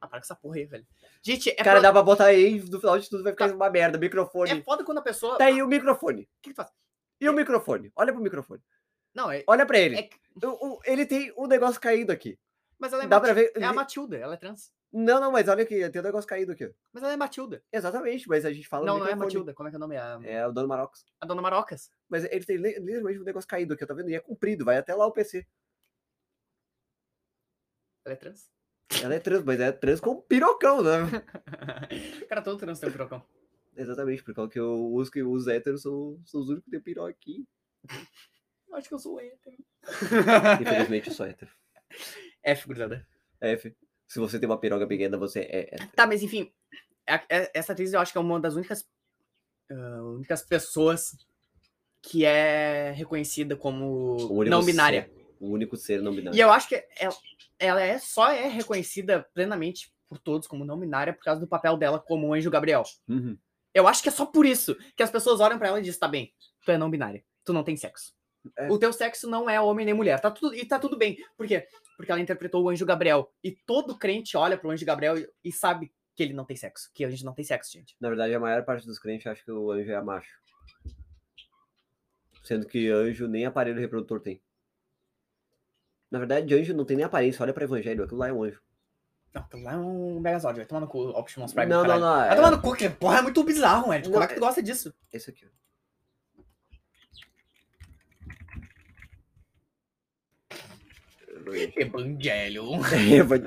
Speaker 1: Ah, para com essa porra aí, velho. Gente, é,
Speaker 2: O cara
Speaker 1: foda,
Speaker 2: dá pra botar aí, no final de tudo vai ficar uma merda.
Speaker 1: é
Speaker 2: Microfone.
Speaker 1: foda quando a pessoa.
Speaker 2: Tá aí o microfone.
Speaker 1: O que que faz?
Speaker 2: E o microfone? Olha pro microfone.
Speaker 1: Não, é.
Speaker 2: Olha pra ele.
Speaker 1: É que-
Speaker 2: O- o- ele tem um negócio caído aqui.
Speaker 1: Mas ela é,
Speaker 2: Dá pra
Speaker 1: Mati-
Speaker 2: ver.
Speaker 1: é a Matilda, ela é trans.
Speaker 2: Não, não, mas olha aqui, tem um negócio caído aqui. ó.
Speaker 1: Mas ela é Matilda.
Speaker 2: Exatamente, mas a gente fala. no
Speaker 1: não, não é a
Speaker 2: microfone.
Speaker 1: Matilda. Como é que é o nome? É a,
Speaker 2: É o dono Marox.
Speaker 1: a Dona Marocas.
Speaker 2: Mas ele tem li- literalmente um negócio caído aqui, ó, tá vendo? E é comprido, vai até lá o PC.
Speaker 1: Ela é trans.
Speaker 2: Ela é trans, mas é trans com pirocão, né?
Speaker 1: Cara, todo trans tem um pirocão.
Speaker 2: Exatamente, por causa que eu, os, que os héteros são, são os únicos que tem piró aqui.
Speaker 1: Eu acho que eu sou um hétero.
Speaker 2: Infelizmente, eu sou hétero. É,
Speaker 1: F, gurizada.
Speaker 2: F. Se você tem uma piroga pequena, você é hétero.
Speaker 1: Tá, mas enfim. a- é- Essa atriz eu acho que é uma das únicas, ah, únicas pessoas que é reconhecida
Speaker 2: O
Speaker 1: como
Speaker 2: único
Speaker 1: não binária.
Speaker 2: ser- o um único ser não binário.
Speaker 1: E eu acho que ela, ela é, só é reconhecida plenamente por todos como não binária por causa do papel dela como anjo Gabriel.
Speaker 2: Uhum.
Speaker 1: Eu acho que é só por isso que as pessoas olham pra ela e dizem: tá bem, tu é não binária, tu não tem sexo.
Speaker 2: É.
Speaker 1: O teu sexo não é homem nem mulher. Tá tudo, e tá tudo bem. Por quê? Porque ela interpretou o anjo Gabriel. E todo crente olha pro anjo Gabriel e, e sabe que ele não tem sexo. Que a gente não tem sexo, gente.
Speaker 2: Na verdade, a maior parte dos crentes acha que o anjo é macho. Sendo que anjo nem aparelho reprodutor tem. Na verdade, anjo não tem nem aparência. Olha pra evangelho, aquilo lá é um anjo.
Speaker 1: Não, aquilo lá é um Megazord. Vai tomar no cu, Optimus Prime.
Speaker 2: não, não,
Speaker 1: caralho.
Speaker 2: não.
Speaker 1: Vai
Speaker 2: É
Speaker 1: tomar no cu, que porra, é muito bizarro, Ed. Como
Speaker 2: Não,
Speaker 1: é que tu gosta disso?
Speaker 2: esse aqui. ó.
Speaker 1: Evangelion.
Speaker 2: Evangélico.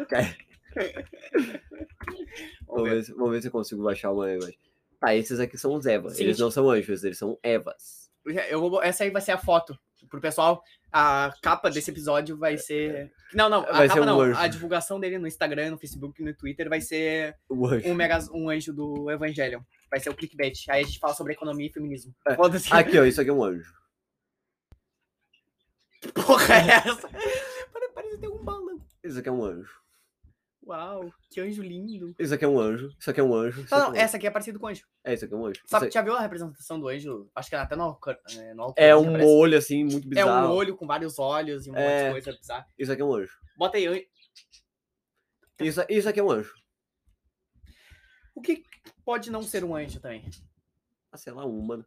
Speaker 1: Vamos
Speaker 2: Vamos
Speaker 1: ver.
Speaker 2: ver, se- vamos ver se eu consigo baixar uma imagem. Tá, esses aqui são os Evas.
Speaker 1: Sim.
Speaker 2: Eles não são anjos, eles são Evas.
Speaker 1: Eu vou- essa aí vai ser a foto pro pessoal. A capa desse episódio vai ser. Não, não, a
Speaker 2: Vai ser
Speaker 1: capa
Speaker 2: um
Speaker 1: não.
Speaker 2: anjo.
Speaker 1: A divulgação dele no Instagram, no Facebook, no Twitter vai ser
Speaker 2: O anjo.
Speaker 1: um, mega, um anjo do Evangelion. Vai ser o clickbait. Aí a gente fala sobre economia e feminismo.
Speaker 2: É.
Speaker 1: Foda-se.
Speaker 2: Aqui, ó, isso aqui é um anjo.
Speaker 1: Que porra é essa? Pare- Parece ter um balão.
Speaker 2: Isso aqui é um anjo.
Speaker 1: Uau, que anjo lindo.
Speaker 2: Isso aqui é um anjo. Isso aqui é um anjo. Isso
Speaker 1: Não,
Speaker 2: aqui
Speaker 1: não,
Speaker 2: é, um anjo.
Speaker 1: essa aqui é parecida com anjo.
Speaker 2: é, isso aqui é um anjo.
Speaker 1: Sabe,
Speaker 2: Isso
Speaker 1: já viu a representação do anjo? Acho que até no, Alcor- eh, no
Speaker 2: aqui- É
Speaker 1: Alcorão,
Speaker 2: um
Speaker 1: parece.
Speaker 2: olho, assim, muito
Speaker 1: É
Speaker 2: bizarro.
Speaker 1: um olho com vários olhos e um monte de
Speaker 2: É.
Speaker 1: coisa bizarra.
Speaker 2: Isso aqui é um anjo.
Speaker 1: Bota aí, an-
Speaker 2: Isso, isso aqui é um anjo.
Speaker 1: o que pode não ser um anjo também?
Speaker 2: Ah, sei lá, um humano.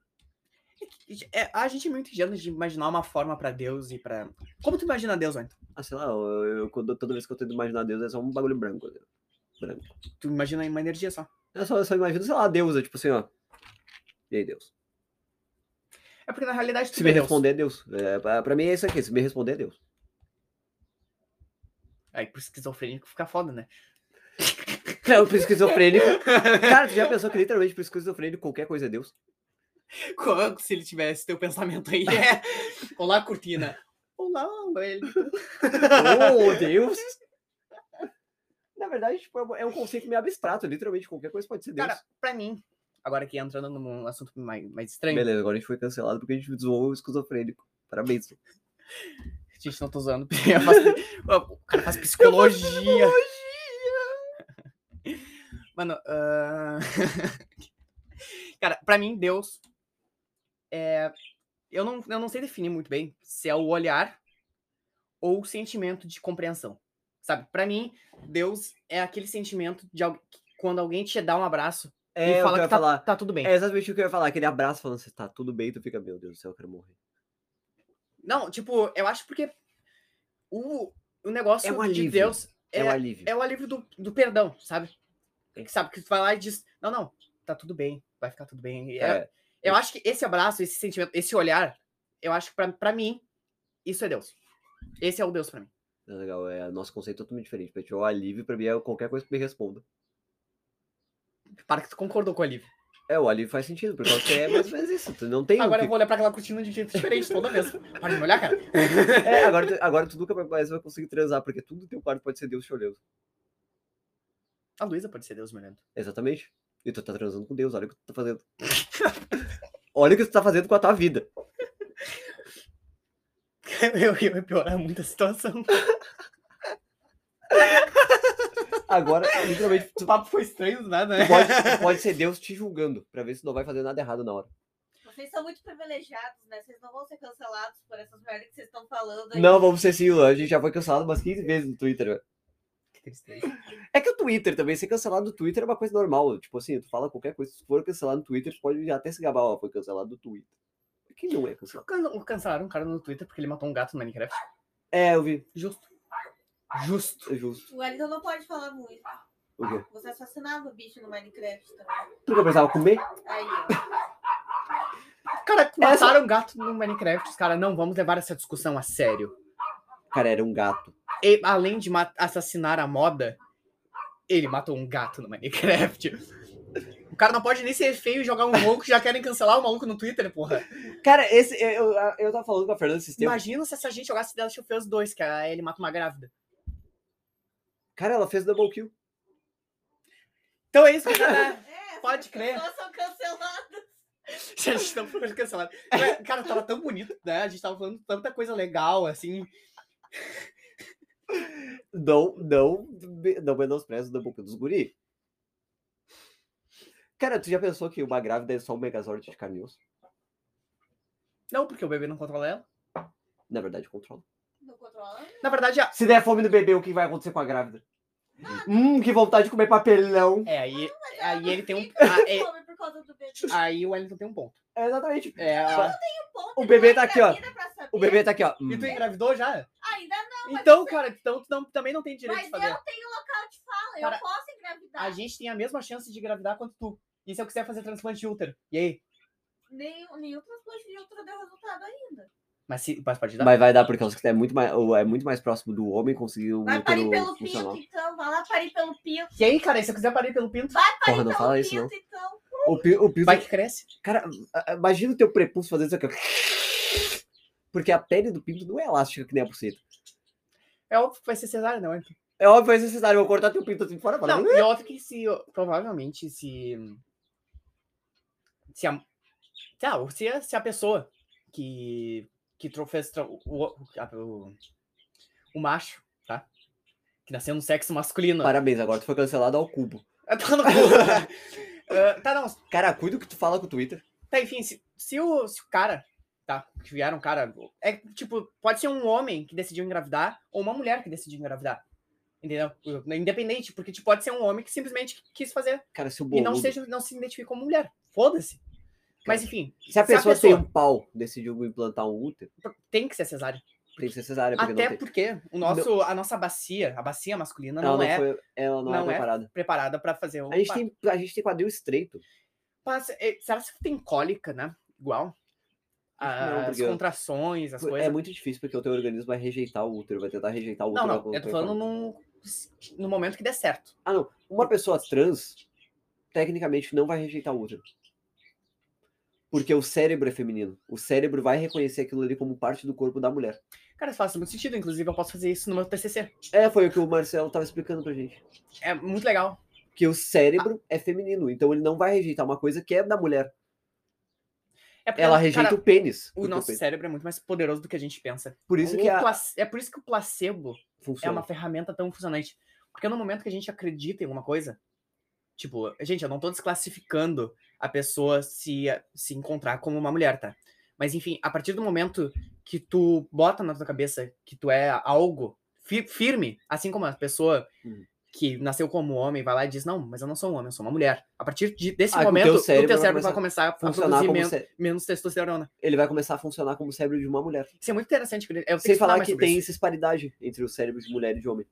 Speaker 1: É, a gente é muito ingênuo de imaginar uma forma pra Deus e pra. Como tu imagina Deus, Wellington?
Speaker 2: Ah, sei lá, eu, eu- quando- toda vez que eu tento imaginar Deus é só um bagulho branco. né?
Speaker 1: Tu imagina uma energia só.
Speaker 2: Eu só, eu só imagino, sei lá, a deusa, tipo assim, ó. E aí, Deus?
Speaker 1: É porque na realidade tu
Speaker 2: Se me
Speaker 1: é Deus.
Speaker 2: responder, é Deus. É, pra, pra mim é isso aqui, se me responder, é Deus.
Speaker 1: Aí pro esquizofrênico fica foda, né?
Speaker 2: Não, pro esquizofrênico. É um Cara, tu já pensou que literalmente pro esquizofrênico qualquer coisa é Deus?
Speaker 1: Como Se ele tivesse teu pensamento aí. É. Olá, cortina. Olá, Wellington.
Speaker 2: Oh, Deus! Na verdade, tipo, é um- é um conceito meio abstrato. Literalmente, qualquer coisa pode ser Deus.
Speaker 1: Cara, pra mim, agora que entrando num assunto mais, mais estranho,
Speaker 2: Beleza, agora a gente foi cancelado porque a gente zoou o esquizofrênico. Parabéns.
Speaker 1: a gente não tá usando. eu faço- O cara faz psicologia. Mano, ahn, cara, pra mim, Deus é. Eu não, eu não sei definir muito bem se é o olhar ou o sentimento de compreensão. Sabe? Pra mim, Deus é aquele sentimento de algu- que quando alguém te dá um abraço
Speaker 2: É,
Speaker 1: e
Speaker 2: o que
Speaker 1: fala
Speaker 2: eu
Speaker 1: que,
Speaker 2: ia
Speaker 1: tá,
Speaker 2: falar.
Speaker 1: tá tudo bem.
Speaker 2: É exatamente o que eu ia falar. Aquele abraço falando assim, tá tudo bem, tu fica, meu Deus do céu, eu quero morrer.
Speaker 1: Não, tipo, eu acho porque o, o negócio
Speaker 2: É um
Speaker 1: de
Speaker 2: alívio.
Speaker 1: Deus
Speaker 2: É,
Speaker 1: é,
Speaker 2: um alívio.
Speaker 1: é o alívio do, do perdão, sabe?
Speaker 2: Sim.
Speaker 1: Que sabe que tu vai lá e diz, não, não, tá tudo bem, vai ficar tudo bem. É-
Speaker 2: É,
Speaker 1: Eu acho que esse abraço, esse sentimento, esse olhar, eu acho que pra, pra mim, isso é Deus. Esse é o Deus pra mim.
Speaker 2: é legal. É, nosso conceito é totalmente diferente. Pra gente, o alívio pra mim é qualquer coisa que me responda.
Speaker 1: Para que tu concordou com o alívio.
Speaker 2: É, o alívio faz sentido, porque você é mais ou menos isso. Tu não tem o
Speaker 1: Agora
Speaker 2: que
Speaker 1: eu vou olhar pra aquela cortina de um jeito diferente toda vez. Para de me olhar, cara.
Speaker 2: É, agora, tu- agora tu nunca mais vai conseguir transar, porque tudo teu quarto pode ser Deus te olhando.
Speaker 1: A Luísa pode ser Deus me olhando.
Speaker 2: Exatamente. E tu tá transando com Deus, olha o que tu tá fazendo. olha o que tu tá fazendo com a tua vida.
Speaker 1: Eu eu ia piorar muito a situação.
Speaker 2: Agora, literalmente, tu,
Speaker 1: O papo foi estranho do nada, né?
Speaker 2: tu pode, tu pode ser Deus te julgando, pra ver se tu não vai fazer nada errado na hora.
Speaker 3: Vocês são muito privilegiados, né? Vocês não vão ser cancelados por essas merdas que vocês estão falando. aí.
Speaker 2: assim, Não, vamos ser sim, Luan, a gente já foi cancelado umas 15 vezes no Twitter, velho.
Speaker 1: que tristeza.
Speaker 2: É que o Twitter também, ser cancelado do Twitter é uma coisa normal. Tipo assim, tu fala qualquer coisa, se for cancelado no Twitter, tu pode até se gabar, ó, foi cancelado do Twitter. Que não é cancelado.
Speaker 1: Can- Cancelaram um cara no Twitter porque ele matou um gato no Minecraft.
Speaker 2: É, eu vi.
Speaker 1: Justo. Justo.
Speaker 2: É justo.
Speaker 3: O Wellington não pode falar muito.
Speaker 2: O quê?
Speaker 3: Você assassinava o bicho no Minecraft também.
Speaker 2: Tu que eu precisava comer?
Speaker 3: Aí, ó.
Speaker 1: Cara,
Speaker 2: Essa-
Speaker 1: mataram um gato no Minecraft. Os caras, não, vamos levar essa discussão a sério.
Speaker 2: Cara, era um gato.
Speaker 1: E, além de ma- assassinar a moda, ele matou um gato no Minecraft. O cara não pode nem ser feio e jogar um jogo que já querem cancelar o maluco no Twitter, porra.
Speaker 2: Cara, esse. Eu, eu, eu tava falando com a Fernanda esses tempos.
Speaker 1: Imagina se essa gente jogasse The Last of Us 2, que aí ele mata uma grávida.
Speaker 2: Cara, ela fez double kill.
Speaker 1: Então é isso, galera.
Speaker 3: É,
Speaker 1: Pode
Speaker 3: essas
Speaker 1: crer.
Speaker 3: pessoas são canceladas.
Speaker 1: Gente, estamos procurando cancelar. Ué, Cara, tava tão bonito, né? A gente tava falando tanta coisa legal, assim.
Speaker 2: Não, não, não menospreza o double kill dos guri. Cara, tu já pensou que uma grávida é só um megazord de carne e osso?
Speaker 1: Não, porque o bebê não controla ela.
Speaker 2: Na verdade, controla.
Speaker 3: Não controla?
Speaker 1: Na verdade, a-
Speaker 2: Se der fome no bebê, o que vai acontecer com a grávida? Hum, que vontade de comer papelão.
Speaker 1: é, aí,
Speaker 3: Mas ela
Speaker 1: aí
Speaker 3: não
Speaker 1: ele tem um.
Speaker 3: fica
Speaker 1: ah,
Speaker 3: com
Speaker 1: é-
Speaker 3: fome por causa do bebê.
Speaker 1: aí o Wellington tem um ponto.
Speaker 2: É, exatamente.
Speaker 1: É,
Speaker 2: Só-
Speaker 3: ah,
Speaker 1: a-
Speaker 3: Ponto,
Speaker 2: O bebê
Speaker 3: não
Speaker 2: tá aqui, ó.
Speaker 3: engravida pra saber.
Speaker 2: O bebê tá aqui, ó.
Speaker 1: E tu
Speaker 2: Hum.
Speaker 1: engravidou já?
Speaker 3: Ainda não,
Speaker 1: Então, cara, então tu não- também não tem direito
Speaker 3: mas é
Speaker 1: de fazer.
Speaker 3: eu tenho um local de fala.
Speaker 1: Cara,
Speaker 3: eu posso
Speaker 1: A
Speaker 3: engravidar.
Speaker 1: gente tem a mesma chance de engravidar quanto tu. E se eu quiser fazer transplante de útero? E aí?
Speaker 3: Nenhum, nenhum transplante de útero deu resultado ainda.
Speaker 1: Mas, se, mas pode dar?
Speaker 2: Mas vai dar porque ela é muito mais, ou é muito mais próximo do homem conseguir um
Speaker 3: Vai parir
Speaker 2: útero
Speaker 3: pelo
Speaker 2: funcional.
Speaker 3: pinto, então. Vai lá parir pelo pinto.
Speaker 1: E aí, cara, e se eu quiser parir pelo pinto?
Speaker 2: Porra,
Speaker 3: Parir
Speaker 2: não
Speaker 3: pelo
Speaker 2: fala isso,
Speaker 3: pinto,
Speaker 2: não.
Speaker 3: então.
Speaker 2: O, pi- o pinto
Speaker 1: Vai que cresce.
Speaker 2: Cara, a- a- imagina o teu prepulso fazendo isso aqui. ó. Porque a pele do pinto não é elástica que nem a buceta.
Speaker 1: É óbvio que vai ser cesárea, não é?
Speaker 2: É óbvio, é necessário. Eu vou cortar teu pinto assim fora. fora.
Speaker 1: Não, e outra que se. Provavelmente se. Se a. sei lá, se a, se a pessoa que. Que tro- fez tro- o, o, a- o- o macho, tá? Que nasceu no sexo masculino.
Speaker 2: Parabéns, agora tu foi cancelado ao cubo.
Speaker 1: Ah, tá no cu. Ah, tá, não.
Speaker 2: Cara, cuida o que tu fala com o Twitter.
Speaker 1: Tá, enfim, se, se o, se o cara. Tá? Que vieram um cara. É tipo, pode ser um homem que decidiu engravidar ou uma mulher que decidiu engravidar. Entendeu? Independente, porque tipo, pode ser um homem que simplesmente quis fazer.
Speaker 2: Cara, se o
Speaker 1: e
Speaker 2: boludo...
Speaker 1: não, seja, não se identifique como mulher. Foda-se. Mas enfim,
Speaker 2: Se a
Speaker 1: se a
Speaker 2: pessoa tem
Speaker 1: pessoa-
Speaker 2: um pau, decidiu implantar um útero,
Speaker 1: tem que ser cesárea.
Speaker 2: tem que ser cesárea, É porque
Speaker 1: Até
Speaker 2: não tem.
Speaker 1: porque o nosso, a nossa bacia, a bacia masculina,
Speaker 2: Ela
Speaker 1: não, é
Speaker 2: foi- ela não, é
Speaker 1: não é.
Speaker 2: preparada.
Speaker 1: preparada pra fazer um.
Speaker 2: A gente, tem, a gente tem quadril estreito.
Speaker 1: Passa- é, será que tem cólica, né? Igual. Ah, As
Speaker 2: porque eu-
Speaker 1: contrações, as coisas.
Speaker 2: É muito difícil, porque o teu organismo vai rejeitar o útero, vai tentar rejeitar o útero.
Speaker 1: Não,
Speaker 2: vai
Speaker 1: não. Eu
Speaker 2: colocar
Speaker 1: tô
Speaker 2: em
Speaker 1: falando
Speaker 2: forma.
Speaker 1: num, no momento que der certo.
Speaker 2: Ah, não. Uma pessoa trans, tecnicamente, não vai rejeitar o útero. Porque o cérebro é feminino. O cérebro vai reconhecer aquilo ali como parte do corpo da mulher.
Speaker 1: Cara, isso faz muito sentido. Inclusive, eu posso fazer isso no meu TCC.
Speaker 2: É, foi o que o Marcelo tava explicando pra gente.
Speaker 1: É muito legal.
Speaker 2: Que o cérebro é feminino, então ele não vai rejeitar uma coisa que é da mulher.
Speaker 1: É porque,
Speaker 2: Ela
Speaker 1: cara,
Speaker 2: rejeita o pênis.
Speaker 1: o
Speaker 2: porque
Speaker 1: nosso
Speaker 2: pênis-
Speaker 1: cérebro é muito mais poderoso do que a gente pensa.
Speaker 2: Por isso
Speaker 1: O
Speaker 2: que a...
Speaker 1: plac- É por isso que o placebo é
Speaker 2: funciona.
Speaker 1: uma ferramenta tão funcionante. Porque no momento que a gente acredita em alguma coisa, tipo, gente, eu não tô desclassificando a pessoa se, se encontrar como uma mulher, tá? Mas enfim, a partir do momento que tu bota na tua cabeça que tu é algo fi- firme, assim como a pessoa
Speaker 2: Uhum.
Speaker 1: que nasceu como homem vai lá e diz, não, mas eu não sou um homem, eu sou uma mulher. A partir de- desse
Speaker 2: Ah, que o teu
Speaker 1: momento, o teu
Speaker 2: cérebro
Speaker 1: cérebro,
Speaker 2: vai
Speaker 1: vai começar a
Speaker 2: Funcionar
Speaker 1: produzir
Speaker 2: como
Speaker 1: men-
Speaker 2: cé-
Speaker 1: menos testosterona.
Speaker 2: Ele vai começar a funcionar como o cérebro de uma mulher.
Speaker 1: Isso é muito interessante. porque Eu tenho
Speaker 2: Sem
Speaker 1: estudar
Speaker 2: falar
Speaker 1: mais
Speaker 2: que
Speaker 1: sobre
Speaker 2: tem
Speaker 1: isso.
Speaker 2: disparidade entre o cérebro de mulher e de homem.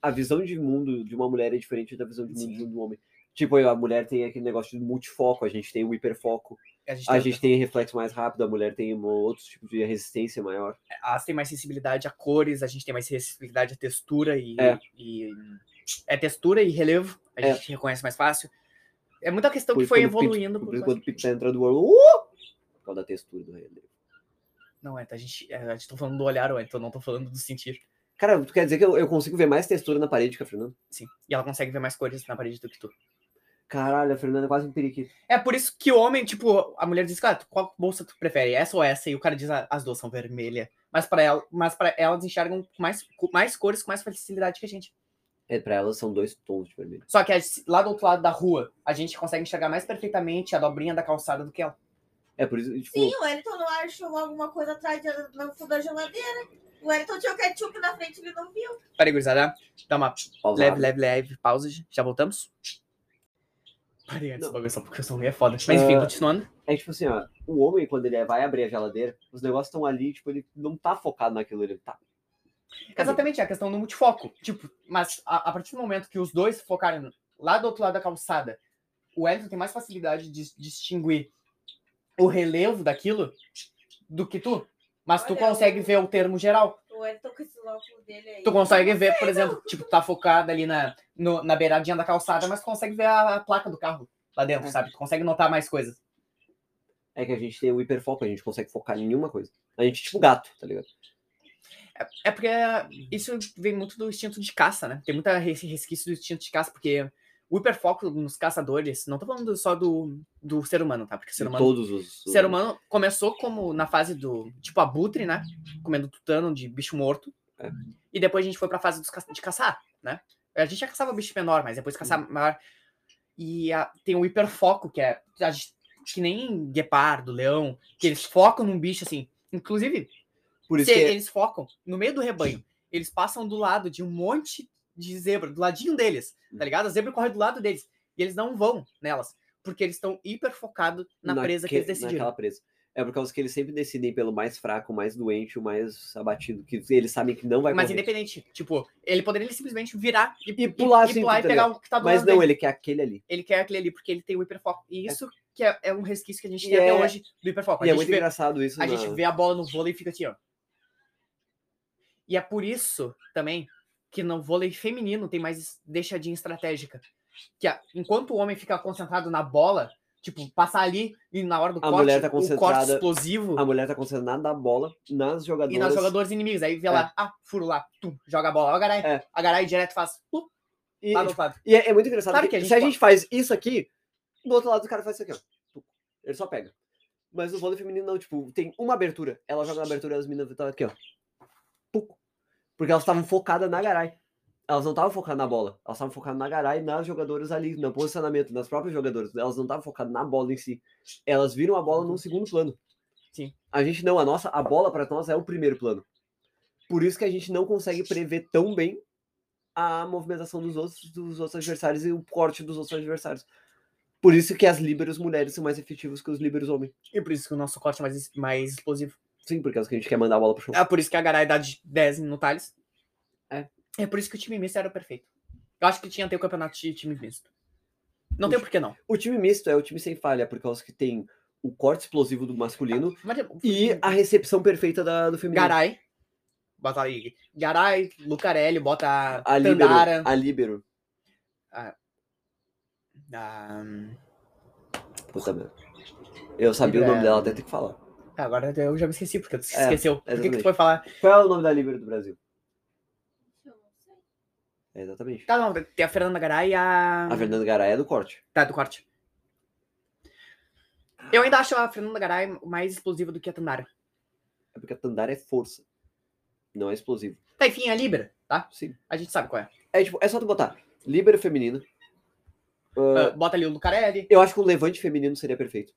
Speaker 2: A visão de mundo de uma mulher é diferente da visão de mundo de um homem. Tipo, a mulher tem aquele negócio de multifoco, a gente tem o hiperfoco,
Speaker 1: A gente,
Speaker 2: a
Speaker 1: tem-
Speaker 2: gente tem reflexo mais rápido, a mulher tem um outro tipo de resistência maior.
Speaker 1: elas têm mais sensibilidade a cores, a gente tem mais sensibilidade a textura e.
Speaker 2: É.
Speaker 1: e- é textura e relevo, a
Speaker 2: É.
Speaker 1: gente reconhece mais fácil. É muita questão
Speaker 2: Por
Speaker 1: que
Speaker 2: isso
Speaker 1: foi
Speaker 2: quando o Pete-
Speaker 1: evoluindo.
Speaker 2: Por
Speaker 1: por
Speaker 2: isso
Speaker 1: causa-
Speaker 2: quando o Pete tá entrando do olho, uh! por causa da textura do rei.
Speaker 1: Não, é, tá, a gente, é, a gente tá falando do olhar, ué, então não tô falando do sentir.
Speaker 2: Cara, tu quer dizer que eu, eu consigo ver mais textura na parede que a Fernanda?
Speaker 1: Sim. E ela consegue ver mais cores na parede do que tu.
Speaker 2: Caralho, a Fernanda é quase um periquito.
Speaker 1: É por isso que o homem, tipo, a mulher diz, cara, tu- qual bolsa tu prefere? Essa ou essa? E o cara diz, "Ah, as duas são vermelha. Mas para ela, mas para elas enxergam com mais, com mais cores com mais facilidade que a gente.
Speaker 2: É, pra elas são dois tons de vermelho.
Speaker 1: Só que a- lá do outro lado da rua, a gente consegue enxergar mais perfeitamente a dobrinha da calçada do que ela.
Speaker 2: É, por isso, tipo,
Speaker 3: Sim, o Wellington não achou alguma coisa atrás de, no fundo da geladeira. O Wellington tinha o ketchup na frente e ele não viu.
Speaker 1: Peraí, gurizada. Dá uma
Speaker 2: pausado.
Speaker 1: leve, leve, leve pausa. Já voltamos? Parei antes
Speaker 2: Não.
Speaker 1: do bagulho só porque o som ruim é foda. Mas enfim,
Speaker 2: Ah.
Speaker 1: continuando.
Speaker 2: É que, tipo assim, ó, o homem, quando ele vai abrir a geladeira, os negócios estão ali, tipo, ele não tá focado naquilo, ele tá.
Speaker 1: Exatamente, é a questão do multifoco. Tipo, mas a, a partir do momento que os dois focarem no- lá do outro lado da calçada, o Wellington tem mais facilidade de distinguir o relevo daquilo do que tu. Mas tu
Speaker 3: Olha,
Speaker 1: consegue
Speaker 3: o-
Speaker 1: ver o termo geral.
Speaker 3: O Wellington com esses óculos dele aí.
Speaker 1: Tu consegue ver, por exemplo, tipo, tu tá focado ali na, no- na beiradinha da calçada, mas tu consegue ver a, a placa do carro lá dentro,
Speaker 2: É.
Speaker 1: sabe? Tu consegue notar mais coisas.
Speaker 2: É que a gente tem o hiperfoco, a gente consegue focar em nenhuma coisa. A gente é tipo gato, tá ligado?
Speaker 1: É porque isso vem muito do instinto de caça, né? Tem muita res- resquício do instinto de caça, porque o hiperfoco nos caçadores, não tô falando só do, do ser humano, tá? Porque o ser
Speaker 2: Em
Speaker 1: humano,
Speaker 2: todos os.
Speaker 1: o ser humano começou como na fase do, tipo, abutre, né? Comendo tutano de bicho morto.
Speaker 2: É.
Speaker 1: E depois a gente foi pra fase dos ca- de caçar, né? A gente já caçava bicho menor, mas depois caçava maior. E a- tem o hiperfoco, que é a gente- que nem guepardo, leão, que eles focam num bicho assim. Inclusive,
Speaker 2: Por isso
Speaker 1: se
Speaker 2: que é-
Speaker 1: eles focam no meio do rebanho. Eles passam do lado de um monte de zebra, do ladinho deles, tá
Speaker 2: Uhum.
Speaker 1: ligado? A zebra corre do lado deles. E eles não vão nelas. Porque eles estão hiper focados na, presa que eles
Speaker 2: naque-
Speaker 1: decidiram.
Speaker 2: Naquela presa. É por causa que eles sempre decidem pelo mais fraco, o mais doente, o mais abatido, que eles sabem que não vai
Speaker 1: Mas
Speaker 2: morrer.
Speaker 1: independente, tipo, ele poderia simplesmente virar e,
Speaker 2: E pular,
Speaker 1: e,
Speaker 2: assim,
Speaker 1: pular e
Speaker 2: tá
Speaker 1: pegar
Speaker 2: ligado?
Speaker 1: o que tá do
Speaker 2: Mas
Speaker 1: lado
Speaker 2: não, é.
Speaker 1: dele.
Speaker 2: ele quer aquele ali.
Speaker 1: Ele quer aquele ali, porque ele tem o hiperfoco. E isso que é, é um resquício que a gente
Speaker 2: E
Speaker 1: tem até
Speaker 2: é-
Speaker 1: hoje do hiperfoco. A,
Speaker 2: E é
Speaker 1: gente,
Speaker 2: muito
Speaker 1: vê,
Speaker 2: engraçado isso.
Speaker 1: a
Speaker 2: na-
Speaker 1: gente vê a bola no vôlei e fica assim, ó. E é por isso também que no vôlei feminino tem mais es- deixadinha estratégica. Que a- enquanto o homem fica concentrado na bola, tipo, passar ali e na hora do
Speaker 2: A
Speaker 1: corte,
Speaker 2: mulher tá
Speaker 1: o corte
Speaker 2: concentrada-
Speaker 1: explosivo
Speaker 2: A mulher tá concentrada na bola, nas jogadoras.
Speaker 1: e nas jogadoras inimigas. Aí vê lá, ah, furo lá, tum, joga a bola, ó, a garai,
Speaker 2: É.
Speaker 1: a garai direto faz, uh, pum,
Speaker 2: E,
Speaker 1: lá do outro lado.
Speaker 2: e é, é muito engraçado.
Speaker 1: Claro
Speaker 2: porque
Speaker 1: que a gente
Speaker 2: se a
Speaker 1: pode-
Speaker 2: gente faz isso aqui, do outro lado o cara faz isso aqui, ó. Tuc. Ele só pega. Mas o vôlei feminino não, tipo, tem uma abertura. Ela joga na abertura e as meninas estão aqui, ó. Puc. Porque elas estavam focadas na garai. Elas não estavam focadas na bola. Elas estavam focadas na garai, nas jogadoras ali, no posicionamento, nas próprias jogadoras. Elas não estavam focadas na bola em si. Elas viram a bola num segundo plano.
Speaker 1: Sim.
Speaker 2: A gente não, a nossa, a bola pra nós é o primeiro plano. Por isso que a gente não consegue prever tão bem a movimentação dos outros, dos outros adversários e o corte dos outros adversários. Por isso que as líberos mulheres são mais efetivas que os líberos homens.
Speaker 1: E por isso que o nosso corte é mais, es- mais explosivo.
Speaker 2: Sim, porque é que a gente quer mandar a bola pro chão.
Speaker 1: É por isso que a Garay dá de 10 no Thales.
Speaker 2: É.
Speaker 1: É por isso que o time misto era perfeito. Eu acho que tinha que ter o campeonato de time misto. Não tem
Speaker 2: Puxa.
Speaker 1: por que não.
Speaker 2: O time misto é o time sem falha, por causa que tem o corte explosivo do masculino
Speaker 1: Mas,
Speaker 2: e a recepção perfeita da- do feminino.
Speaker 1: Garay. Bota aí. Garay, Lucarelli, bota
Speaker 2: a
Speaker 1: a
Speaker 2: líbero,
Speaker 1: Tandara.
Speaker 2: a líbero.
Speaker 1: Ah,
Speaker 2: Puta merda. Eu sabia o nome
Speaker 1: É.
Speaker 2: dela, até ter que falar.
Speaker 1: agora eu já me esqueci, porque tu se esqueceu. Por que, que tu
Speaker 2: exatamente.
Speaker 1: foi falar?
Speaker 2: Qual é o nome da líbero do Brasil?
Speaker 3: Eu não sei.
Speaker 2: É exatamente.
Speaker 1: Tá, não, tem a Fernanda Garay e a.
Speaker 2: A Fernanda Garay é do corte.
Speaker 1: Tá, do corte. Eu ainda acho a Fernanda Garay mais explosiva do que a Tandara.
Speaker 2: É porque a Tandara é força. Não é explosivo.
Speaker 1: Tá, enfim, a Libra, tá?
Speaker 2: Sim.
Speaker 1: A gente sabe qual é.
Speaker 2: É, tipo, é só tu botar líbero feminino.
Speaker 1: Ah, bota ali o Lucarelli.
Speaker 2: Eu acho que um levante feminino seria perfeito.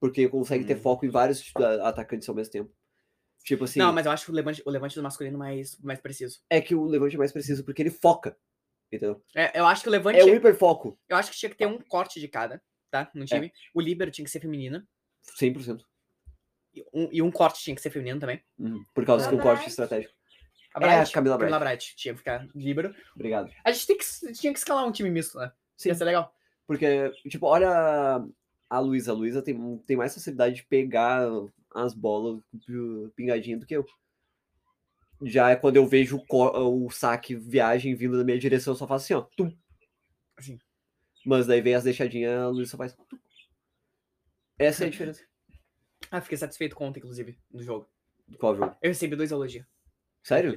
Speaker 2: Porque consegue ter
Speaker 1: Hum.
Speaker 2: foco em vários tipo, a- atacantes ao mesmo tempo. Tipo assim,
Speaker 1: Não, mas eu acho o levante, o levante do masculino mais, mais preciso.
Speaker 2: é que o levante é mais preciso porque ele foca. Entendeu?
Speaker 1: É, eu acho que o levante.
Speaker 2: É o É. hiperfoco.
Speaker 1: Eu acho que tinha que ter um corte de cada, tá? No time. O líbero tinha que ser feminino.
Speaker 2: 100%.
Speaker 1: E um, e um corte tinha que ser feminino também.
Speaker 2: Uhum. Por causa que um
Speaker 3: Verdade.
Speaker 2: corte estratégico.
Speaker 1: A
Speaker 2: É,
Speaker 1: Bright,
Speaker 2: a Camila
Speaker 1: Camila Bright tinha que ficar líbero.
Speaker 2: Obrigado.
Speaker 1: A gente tem que- tinha que escalar um time misto, né?
Speaker 2: Sim.
Speaker 1: Ia ser legal.
Speaker 2: Porque, tipo, olha a Luísa. A Luísa tem, tem mais facilidade de pegar as bolas pi- pingadinha do que eu. Já é quando eu vejo o, co- o saque viagem vindo na minha direção, eu só faço assim, ó. Tum.
Speaker 1: Assim.
Speaker 2: Mas daí vem as deixadinhas, a Luísa só faz. tum. Essa é a diferença.
Speaker 1: Ah, fiquei satisfeito com ontem, inclusive, no jogo.
Speaker 2: Do qual jogo?
Speaker 1: Eu recebi dois elogios.
Speaker 2: Sério?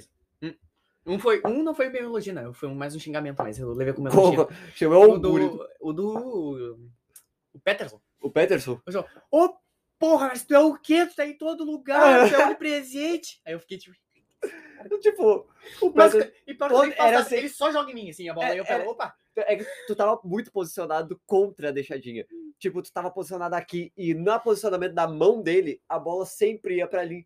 Speaker 1: Um, foi, um não foi bem elogio, não. Foi um- mais um xingamento, mas assim, eu levei como elogio.
Speaker 2: Como? Chamou
Speaker 1: O
Speaker 2: o, Guri-
Speaker 1: do. O do. O Peterson.
Speaker 2: o Peterson.
Speaker 1: Ô, porra, mas tu é o quê? Tu tá em todo lugar, tu é onipresente. Aí eu fiquei tipo.
Speaker 2: Tipo, o
Speaker 1: Mas,
Speaker 2: Peterson.
Speaker 1: e pior que
Speaker 2: Todo-
Speaker 1: eu nem faço
Speaker 2: era
Speaker 1: nada,
Speaker 2: assim-
Speaker 1: ele só joga em mim, assim, a bola.
Speaker 2: É,
Speaker 1: aí eu pego,
Speaker 2: era-
Speaker 1: opa.
Speaker 2: É que tu tava muito posicionado contra a deixadinha. Tipo, tu tava posicionado aqui e no posicionamento da mão dele, a bola sempre ia pra ali.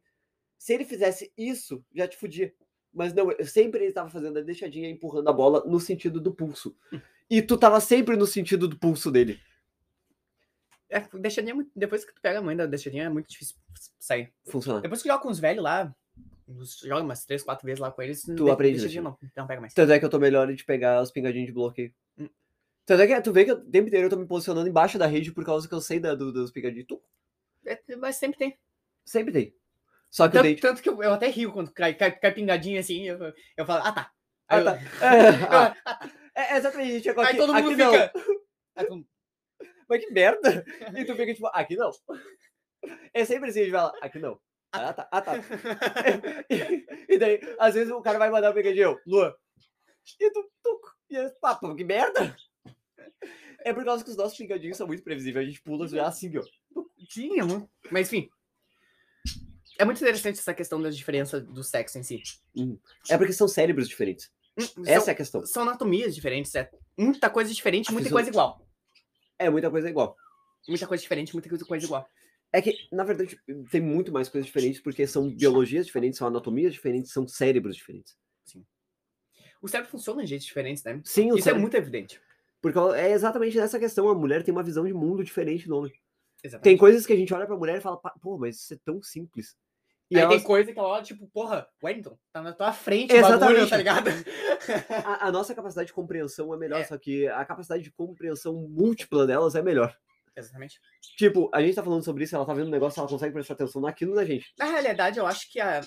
Speaker 2: Se ele fizesse isso, já te fudia. Mas não, eu- sempre ele tava fazendo a deixadinha, empurrando a bola no sentido do pulso. E tu tava sempre no sentido do pulso dele.
Speaker 1: É, deixadinha é muito- depois que tu pega a mãe da deixadinha, é muito difícil sair.
Speaker 2: Funcionar.
Speaker 1: Depois que joga com os velhos lá, os- joga umas três, quatro vezes lá com eles, tu
Speaker 2: aprende,
Speaker 1: deixadinha não, não pega mais.
Speaker 2: Tanto é que eu tô melhor de pegar os pingadinhos de bloqueio.
Speaker 1: Hum.
Speaker 2: Tanto é que tu vê que eu- o tempo inteiro eu tô me posicionando embaixo da rede por causa que eu sei da, do- dos pingadinhos. Tu
Speaker 1: É, mas sempre tem.
Speaker 2: sempre tem. Só que eu
Speaker 1: Tanto,
Speaker 2: dei.
Speaker 1: tanto que eu, eu até rio quando cai, cai, cai pingadinha assim, eu, eu falo, ah tá. Aí
Speaker 2: Ah,
Speaker 1: eu-
Speaker 2: tá.
Speaker 1: eu-
Speaker 2: É, ah,
Speaker 1: ah,
Speaker 2: é, exatamente, gente. Aqui,
Speaker 1: aí todo mundo
Speaker 2: aqui não.
Speaker 1: fica. Aí todo mundo,
Speaker 2: Mas que merda! E tu fica tipo, aqui não. É sempre assim, a gente fala, aqui não. Ah, tá, ah, tá. E, e daí, às vezes o cara vai mandar um pegadinho, Luan. E tu, tuco. E eles, papo, que merda! É por causa que os nossos pingadinhos são muito previsíveis, a gente pula já assim, ó.
Speaker 1: Tinha, mano. Mas enfim. É muito interessante essa questão da diferença do sexo em si.
Speaker 2: É porque são cérebros diferentes.
Speaker 1: Hum,
Speaker 2: Essa
Speaker 1: são,
Speaker 2: é a questão.
Speaker 1: são anatomias diferentes, é muita coisa diferente,
Speaker 2: A
Speaker 1: muita
Speaker 2: fisio-
Speaker 1: coisa igual.
Speaker 2: É muita coisa igual.
Speaker 1: Muita coisa diferente, muita coisa igual.
Speaker 2: É que, na verdade, tem muito mais coisas diferentes, porque são biologias diferentes, são anatomias diferentes, são cérebros diferentes.
Speaker 1: O cérebro funciona de jeitos diferentes, né?
Speaker 2: Sim, o
Speaker 1: Isso é
Speaker 2: cérebro-
Speaker 1: muito evidente.
Speaker 2: Porque é exatamente nessa questão. A mulher tem uma visão de mundo diferente do homem.
Speaker 1: Exatamente.
Speaker 2: Tem coisas que a gente olha pra mulher e fala, "Pa- pô, mas isso é tão simples. E
Speaker 1: Aí
Speaker 2: elas-
Speaker 1: tem coisa que ela olha, tipo, porra, Wellington, tá na tua frente o bagulho,
Speaker 2: Exatamente.
Speaker 1: tá ligado?
Speaker 2: a, a nossa capacidade de compreensão é melhor,
Speaker 1: É.
Speaker 2: só que a capacidade de compreensão múltipla delas é melhor.
Speaker 1: Exatamente.
Speaker 2: Tipo, a gente tá falando sobre isso, ela tá vendo um negócio, ela consegue prestar atenção naquilo da gente.
Speaker 1: Na realidade, eu acho que a,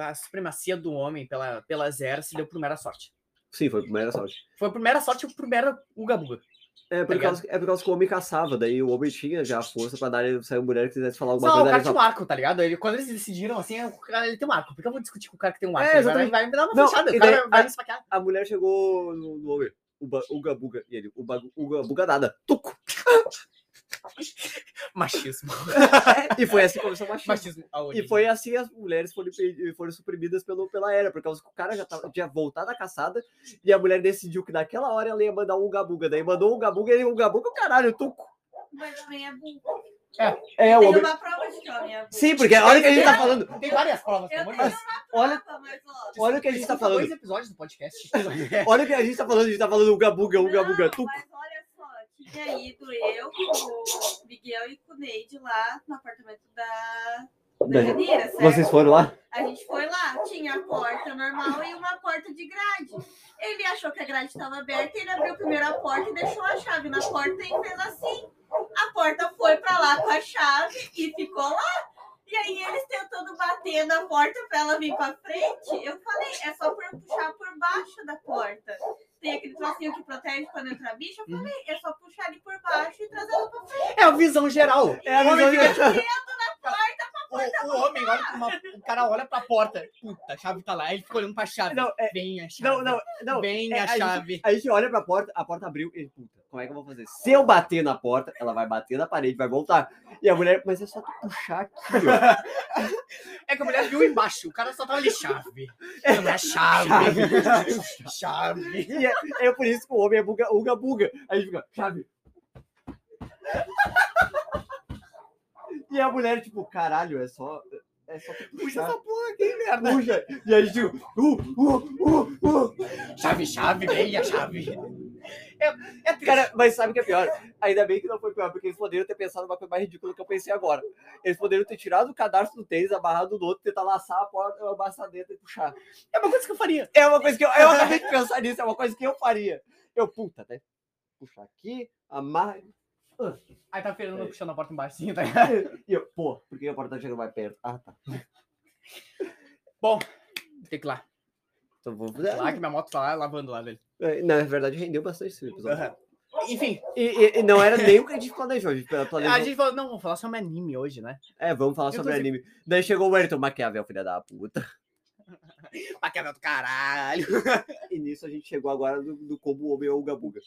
Speaker 1: a supremacia do homem pela, pela Zera se deu por mera sorte.
Speaker 2: Sim, foi por mera sorte.
Speaker 1: Foi por mera sorte e por mera uga-buga.
Speaker 2: É por,
Speaker 1: Obrigado.
Speaker 2: causa, é por causa que o homem caçava, daí o homem tinha já a força pra dar sair uma mulher que quisesse falar alguma
Speaker 1: Só o
Speaker 2: coisa. daí
Speaker 1: cara
Speaker 2: ele
Speaker 1: tinha
Speaker 2: fala,
Speaker 1: um arco, tá ligado? Ele, quando eles decidiram, assim, o cara ele tem um arco. Por que eu vou discutir com o cara que tem um arco?
Speaker 2: É,
Speaker 1: Ele vai,
Speaker 2: exatamente.
Speaker 1: vai me dar uma
Speaker 2: Não,
Speaker 1: flechada,
Speaker 2: e
Speaker 1: o cara
Speaker 2: daí-
Speaker 1: vai- vai
Speaker 2: a-
Speaker 1: me esfaquear.
Speaker 2: A mulher chegou no, no homem. Uba, uga buga. E ele, uba, uga buga nada. Tuco.
Speaker 1: Machismo. É.
Speaker 2: e foi assim que começou o machismo.
Speaker 1: Machismo. a origem.
Speaker 2: E foi assim as mulheres foram, impe- foram suprimidas pelo, pela era, por causa que o cara já tava, tinha voltado à caçada e a mulher decidiu que naquela hora ela ia mandar um gabuga. Daí mandou um gabuga e ele um gabuga, caralho, tuco.
Speaker 3: Mas também é burro.
Speaker 2: É,
Speaker 3: Tem
Speaker 2: o homem.
Speaker 3: uma prova de que homem é burro.
Speaker 2: Sim, porque olha o que a gente tá falando.
Speaker 1: Tem várias provas,
Speaker 3: Eu
Speaker 1: pelo amor
Speaker 3: tenho
Speaker 1: de Deus.
Speaker 3: uma
Speaker 2: Olha,
Speaker 3: é prova, mas ó.
Speaker 2: olha o que a gente tá
Speaker 1: Escuta
Speaker 2: falando.
Speaker 1: dois episódios do podcast.
Speaker 2: Olha o que a gente tá falando. A gente tá falando um gabuga, um gabuga,
Speaker 3: Não,
Speaker 2: tuco.
Speaker 3: mas olha só, tinha ido eu, com o Miguel e com o Neide lá no apartamento da, da Janira, certo?
Speaker 2: Vocês foram lá?
Speaker 3: A gente foi lá, tinha a porta normal e uma porta de grade. Ele achou que a grade estava aberta, ele abriu primeiro a porta e deixou a chave na porta e fez assim. A porta foi para lá com a chave e ficou lá. E aí eles tentando bater na porta para ela vir para frente. Eu falei, é só por puxar por baixo da porta. Tem aquele trocinho que protege quando entra bicho. Eu falei, é só puxar ele por baixo e trazer ela para frente.
Speaker 1: É a visão geral.
Speaker 2: É a visão de...
Speaker 1: O, o homem olha pra uma, o cara olha pra porta. Puta, a chave tá lá. Ele fica olhando pra chave.
Speaker 2: Não, é-
Speaker 1: Vem a chave.
Speaker 2: Não, não, não.
Speaker 1: Vem
Speaker 2: é,
Speaker 1: a
Speaker 2: a gente-
Speaker 1: chave.
Speaker 2: A gente olha pra porta, a porta abriu e puta, como é que eu vou fazer? Se eu bater na porta, ela vai bater na parede, vai voltar. E a mulher, mas é só tu puxar aqui, ó.
Speaker 1: É que a mulher viu embaixo. O cara só tava ali. Chave. Não é chave. Chave.
Speaker 2: E é, é por isso que o homem é buga, uga buga. Aí fica, chave. E a mulher, tipo, caralho, é só. É só tu
Speaker 1: Puxa
Speaker 2: puxar.
Speaker 1: essa porra aqui, merda.
Speaker 2: Puxa. E aí, tipo, uh, uh, uh, uh.
Speaker 1: Chave, chave, vem a chave. É, é triste.
Speaker 2: Cara, mas sabe o que é pior? Ainda bem que não foi pior, porque eles poderiam ter pensado uma coisa mais ridícula que eu pensei agora. Eles poderiam ter tirado o cadarço do tênis, amarrado no outro, tentar laçar a porta, a maçaneta e puxar.
Speaker 1: é uma coisa que eu faria.
Speaker 2: É uma coisa que eu, eu acabei de pensar nisso, é uma coisa que eu faria. Eu, puta, né? Puxar aqui, amarra
Speaker 1: Aí tá a Fernanda
Speaker 2: É.
Speaker 1: puxando a porta embaixo, assim, tá ligado?
Speaker 2: E eu, pô, por que a porta chega mais perto? Ah, tá.
Speaker 1: Tem que ir lá.
Speaker 2: Então vou
Speaker 1: Tem que ir lá que minha moto tá lá lavando lá dele.
Speaker 2: É, Na verdade, rendeu bastante esse episódio.
Speaker 1: Enfim,
Speaker 2: E, e- e não era nem o que a gente planejou. A gente pla- planejou.
Speaker 1: a gente falou, não, vamos falar sobre anime hoje, né?
Speaker 2: É, vamos falar
Speaker 1: Eu tô
Speaker 2: sobre
Speaker 1: assim-
Speaker 2: anime. Daí chegou o Ayrton Maquiavel, filha da puta.
Speaker 1: Paquera do caralho.
Speaker 2: E nisso a gente chegou agora do, do como o homem é o Gabuga.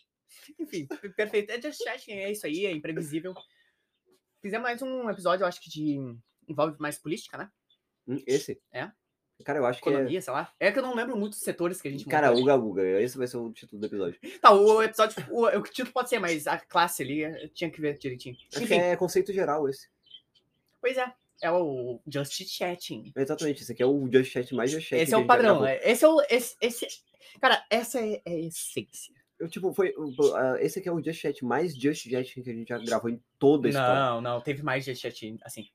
Speaker 1: Enfim, perfeito. É Just Chat, é isso aí, é imprevisível. Fizemos mais um episódio, eu acho que de... Envolve mais política, né?
Speaker 2: Hum, esse?
Speaker 1: É.
Speaker 2: Cara, eu acho que é.
Speaker 1: Economia, sei lá. É que eu não lembro muito dos setores que a gente
Speaker 2: Cara,
Speaker 1: montou.
Speaker 2: Uga Uga, esse vai ser o título do episódio.
Speaker 1: Tá, o episódio. O, o título pode ser, mas a classe ali eh, tinha que ver direitinho.
Speaker 2: Acho que
Speaker 1: Enfim,
Speaker 2: é conceito geral esse.
Speaker 1: pois é. É o Just Chatting.
Speaker 2: Exatamente, esse aqui é o Just Chat mais Just Chat.
Speaker 1: Esse
Speaker 2: que
Speaker 1: é
Speaker 2: a
Speaker 1: o
Speaker 2: gente já
Speaker 1: padrão.
Speaker 2: gravou.
Speaker 1: é- Esse é o. Esse, esse... Cara, essa é, é a essência.
Speaker 2: Eu, tipo, foi. ah, Esse aqui é o Just Chat mais Just Chat que a gente já gravou em toda a história.
Speaker 1: Não, não, teve mais Just Chatting, assim.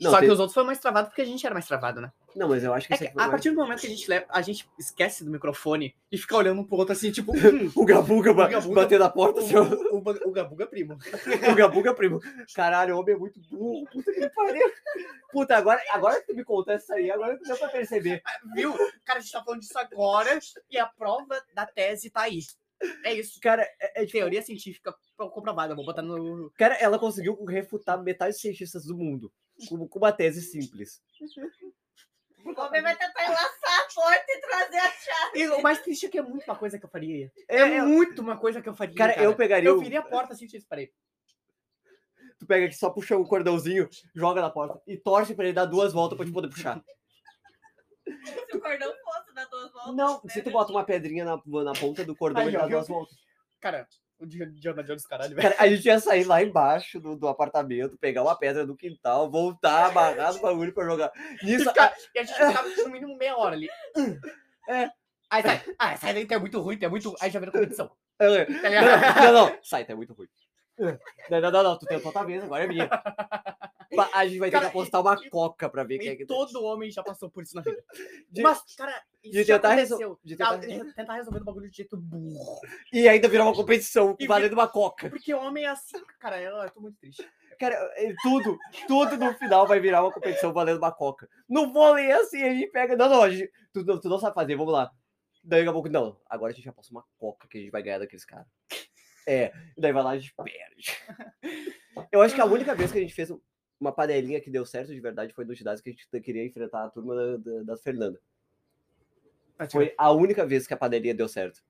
Speaker 2: Não,
Speaker 1: Só
Speaker 2: teve-
Speaker 1: que os outros foram mais travados porque a gente era mais travado, né?
Speaker 2: Não, mas eu acho que
Speaker 1: É
Speaker 2: esse
Speaker 1: que
Speaker 2: aqui
Speaker 1: a
Speaker 2: foi mais.
Speaker 1: partir do momento que a gente, leva, a gente esquece do microfone e fica olhando um pro outro assim, tipo, hum,
Speaker 2: Uga Buga ba-
Speaker 1: Uga Buga-
Speaker 2: batendo a porta, assim, ó.
Speaker 1: o, o, o, o Gabuga é primo.
Speaker 2: Buga Buga, primo. Caralho, o homem é muito burro. Puta que pariu. Puta, agora, agora que tu me contou essa aí, agora que deu pra perceber.
Speaker 1: Viu? Cara, a gente tá falando disso agora e a prova da tese tá aí. É isso.
Speaker 2: Cara, é, é tipo,
Speaker 1: Teoria científica pro- comprovada. Vou botar no.
Speaker 2: cara, ela conseguiu refutar metade dos cientistas do mundo com, com uma tese simples.
Speaker 3: O homem vai tentar enlaçar a porta e trazer a chave.
Speaker 1: E o mais triste é que é muito uma coisa que eu faria.
Speaker 2: É,
Speaker 1: É,
Speaker 2: é-
Speaker 1: muito uma coisa que eu faria.
Speaker 2: cara, eu pegaria.
Speaker 1: Eu
Speaker 2: o-
Speaker 1: viria a porta assim, tipo, peraí.
Speaker 2: Tu pega aqui, só puxa o cordãozinho, joga na porta e torce pra ele dar duas voltas pra te poder puxar.
Speaker 3: Se o cordão fosse dar duas voltas.
Speaker 2: Não,
Speaker 3: né?
Speaker 2: se tu bota uma pedrinha na, na ponta do cordão,
Speaker 1: Aí,
Speaker 2: ele
Speaker 1: ó,
Speaker 2: dá
Speaker 1: viu?
Speaker 2: duas voltas.
Speaker 1: Cara, o Diana Jones, caralho, velho.
Speaker 2: Cara, a gente ia sair lá embaixo do, do apartamento, pegar uma pedra do quintal, voltar, amarrar o bagulho pra jogar.
Speaker 1: E
Speaker 2: Nisso,
Speaker 1: fica- ah, E a gente ficava tipo, no mínimo meia hora ali.
Speaker 2: É.
Speaker 1: Aí sai, ah, sai daí, tu é muito ruim, tu é muito. Aí já vira competição.
Speaker 2: a-
Speaker 1: Tá ligado?
Speaker 2: ah, Não, não, não. Sai, tá muito ruim.
Speaker 1: É.
Speaker 2: Não, não, não, não. Tu tentou tua vez, agora é minha. Ba- A gente vai ter que
Speaker 1: Cara,
Speaker 2: apostar uma coca pra ver quem é
Speaker 1: E
Speaker 2: que
Speaker 1: todo homem já passou por isso na vida.
Speaker 2: De-
Speaker 1: Mas, cara, isso
Speaker 2: de
Speaker 1: já
Speaker 2: tentar resol-
Speaker 1: aconteceu.
Speaker 2: de
Speaker 1: Ah,
Speaker 2: tentar-
Speaker 1: re- tentar resolver o bagulho de jeito burro.
Speaker 2: E ainda virar uma competição
Speaker 1: E vi-
Speaker 2: valendo uma coca.
Speaker 1: Porque homem é assim, cara, eu, eu tô muito triste.
Speaker 2: Cara, é tudo, tudo no final vai virar uma competição valendo uma coca. No vôlei é assim, a gente pega. Não, não, a gente, tu, não- tu não sabe fazer, vamos lá. Daí daqui a pouco, não, agora a gente já passa uma coca que a gente vai ganhar daqueles caras. É, daí vai lá, a gente perde. Eu acho que a única vez que a gente fez um- uma panelinha que deu certo de verdade foi no ginásio que a gente queria enfrentar a turma da, da, da Fernanda. Foi a única vez que a panelinha deu certo.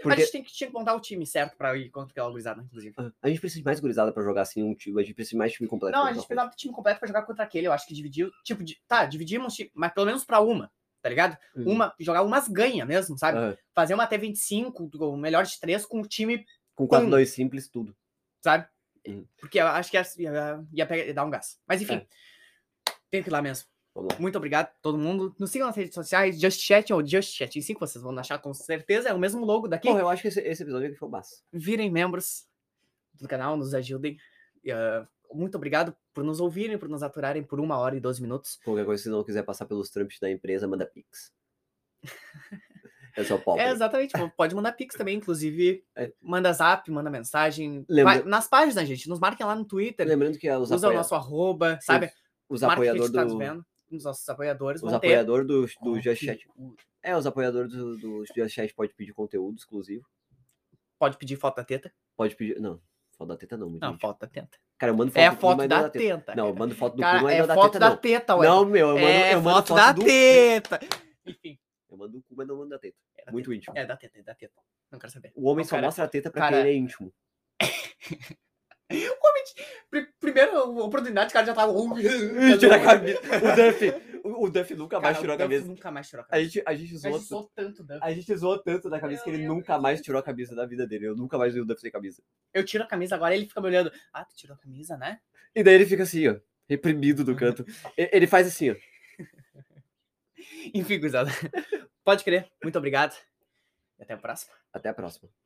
Speaker 1: A
Speaker 2: Porque
Speaker 1: gente tem que, tinha que montar o time certo pra ir contra aquela gurizada, né, inclusive.
Speaker 2: a gente precisa de mais gurizada pra jogar assim um time, a gente precisa de mais time completo.
Speaker 1: Não,
Speaker 2: pra
Speaker 1: a gente
Speaker 2: jogar.
Speaker 1: precisava do time completo pra jogar contra aquele. Eu acho que dividiu. Tipo, de, tá, dividimos, ti- mas pelo menos pra uma, tá ligado?
Speaker 2: Uhum.
Speaker 1: Uma, jogar umas ganha mesmo, sabe?
Speaker 2: Aham.
Speaker 1: Fazer uma até 25, do- o melhor de três com o time,
Speaker 2: Com
Speaker 1: um
Speaker 2: 4-2 simples, tudo.
Speaker 1: sabe?
Speaker 2: Uhum.
Speaker 1: Porque eu acho que ia, ia- ia pegar- ia dar um gás. Mas enfim,
Speaker 2: É.
Speaker 1: tenho que ir lá mesmo.
Speaker 2: Vamos lá.
Speaker 1: Muito obrigado a todo mundo. Nos sigam nas redes sociais, Just Chat ou Just Chat 5, vocês vão achar com certeza. É o mesmo logo daqui.
Speaker 2: Porra, eu acho que esse, esse episódio
Speaker 1: um
Speaker 2: aqui foi massa.
Speaker 1: Virem membros do canal, nos ajudem. E, ah, muito obrigado por nos ouvirem, por nos aturarem por uma hora e 12 minutos.
Speaker 2: Qualquer coisa, se não quiser passar pelos trâmites da empresa, manda pix. Eu sou pobre.
Speaker 1: É, exatamente. pô, Pode mandar pix também, inclusive. eh,
Speaker 2: É.
Speaker 1: Manda zap, manda mensagem.
Speaker 2: Lembra-
Speaker 1: Vai- nas páginas, gente. Nos marquem lá no Twitter.
Speaker 2: Lembrando que é os,
Speaker 1: usa o
Speaker 2: apoia...
Speaker 1: nosso arroba, sabe?
Speaker 2: os
Speaker 1: Marca quem
Speaker 2: apoiadores
Speaker 1: tá nos
Speaker 2: do...
Speaker 1: vendo. Os nossos apoiadores
Speaker 2: Os
Speaker 1: vão ter.
Speaker 2: apoiadores do, do Just Chat.
Speaker 1: conteúdo.
Speaker 2: É, os apoiadores do, do Just Chat pode pedir conteúdo exclusivo.
Speaker 1: Pode pedir foto da teta.
Speaker 2: Pode pedir... Não, foto da teta não, muita
Speaker 1: Não,
Speaker 2: gente.
Speaker 1: foto da teta.
Speaker 2: Cara, eu mando foto
Speaker 1: É
Speaker 2: do
Speaker 1: a
Speaker 2: cu,
Speaker 1: foto
Speaker 2: mas
Speaker 1: da
Speaker 2: não teta.
Speaker 1: teta.
Speaker 2: Não, eu mando foto do cu,
Speaker 1: Cara,
Speaker 2: mas
Speaker 1: é
Speaker 2: não da
Speaker 1: foto
Speaker 2: teta,
Speaker 1: da
Speaker 2: não.
Speaker 1: teta, ué.
Speaker 2: Não, meu, eu mando,
Speaker 1: é
Speaker 2: eu mando
Speaker 1: foto, da
Speaker 2: do...
Speaker 1: teta. Enfim.
Speaker 2: Eu mando do cu, mas não mando da teta.
Speaker 1: é da
Speaker 2: Muito
Speaker 1: teta.
Speaker 2: íntimo.
Speaker 1: É da teta, é da teta. Não quero saber.
Speaker 2: O homem
Speaker 1: Não,
Speaker 2: só
Speaker 1: cara,
Speaker 2: mostra a teta pra
Speaker 1: cara-
Speaker 2: quem ele é íntimo.
Speaker 1: Pri- primeiro, a oportunidade, o cara já tava.
Speaker 2: Tira a camisa. O Duff, o, o Duff nunca mais
Speaker 1: Cara,
Speaker 2: tirou a
Speaker 1: o Duff
Speaker 2: camisa.
Speaker 1: Nunca mais tirou a
Speaker 2: A
Speaker 1: camisa.
Speaker 2: gente, a gente
Speaker 1: A
Speaker 2: zoou.
Speaker 1: gente zoou tanto o Duff.
Speaker 2: A gente zoou tanto da camisa que ele
Speaker 3: Meu Deus.
Speaker 2: nunca mais tirou a camisa da vida dele. Eu nunca mais vi o Duff sem camisa.
Speaker 1: Eu tiro a camisa agora ele fica me olhando. Ah, tu tirou a camisa, né?
Speaker 2: E daí ele fica assim, ó, reprimido do canto. E- Ele faz assim, ó.
Speaker 1: Enfim, gurizada. Pode crer. Muito obrigado. E até a próxima.
Speaker 2: Até a próxima.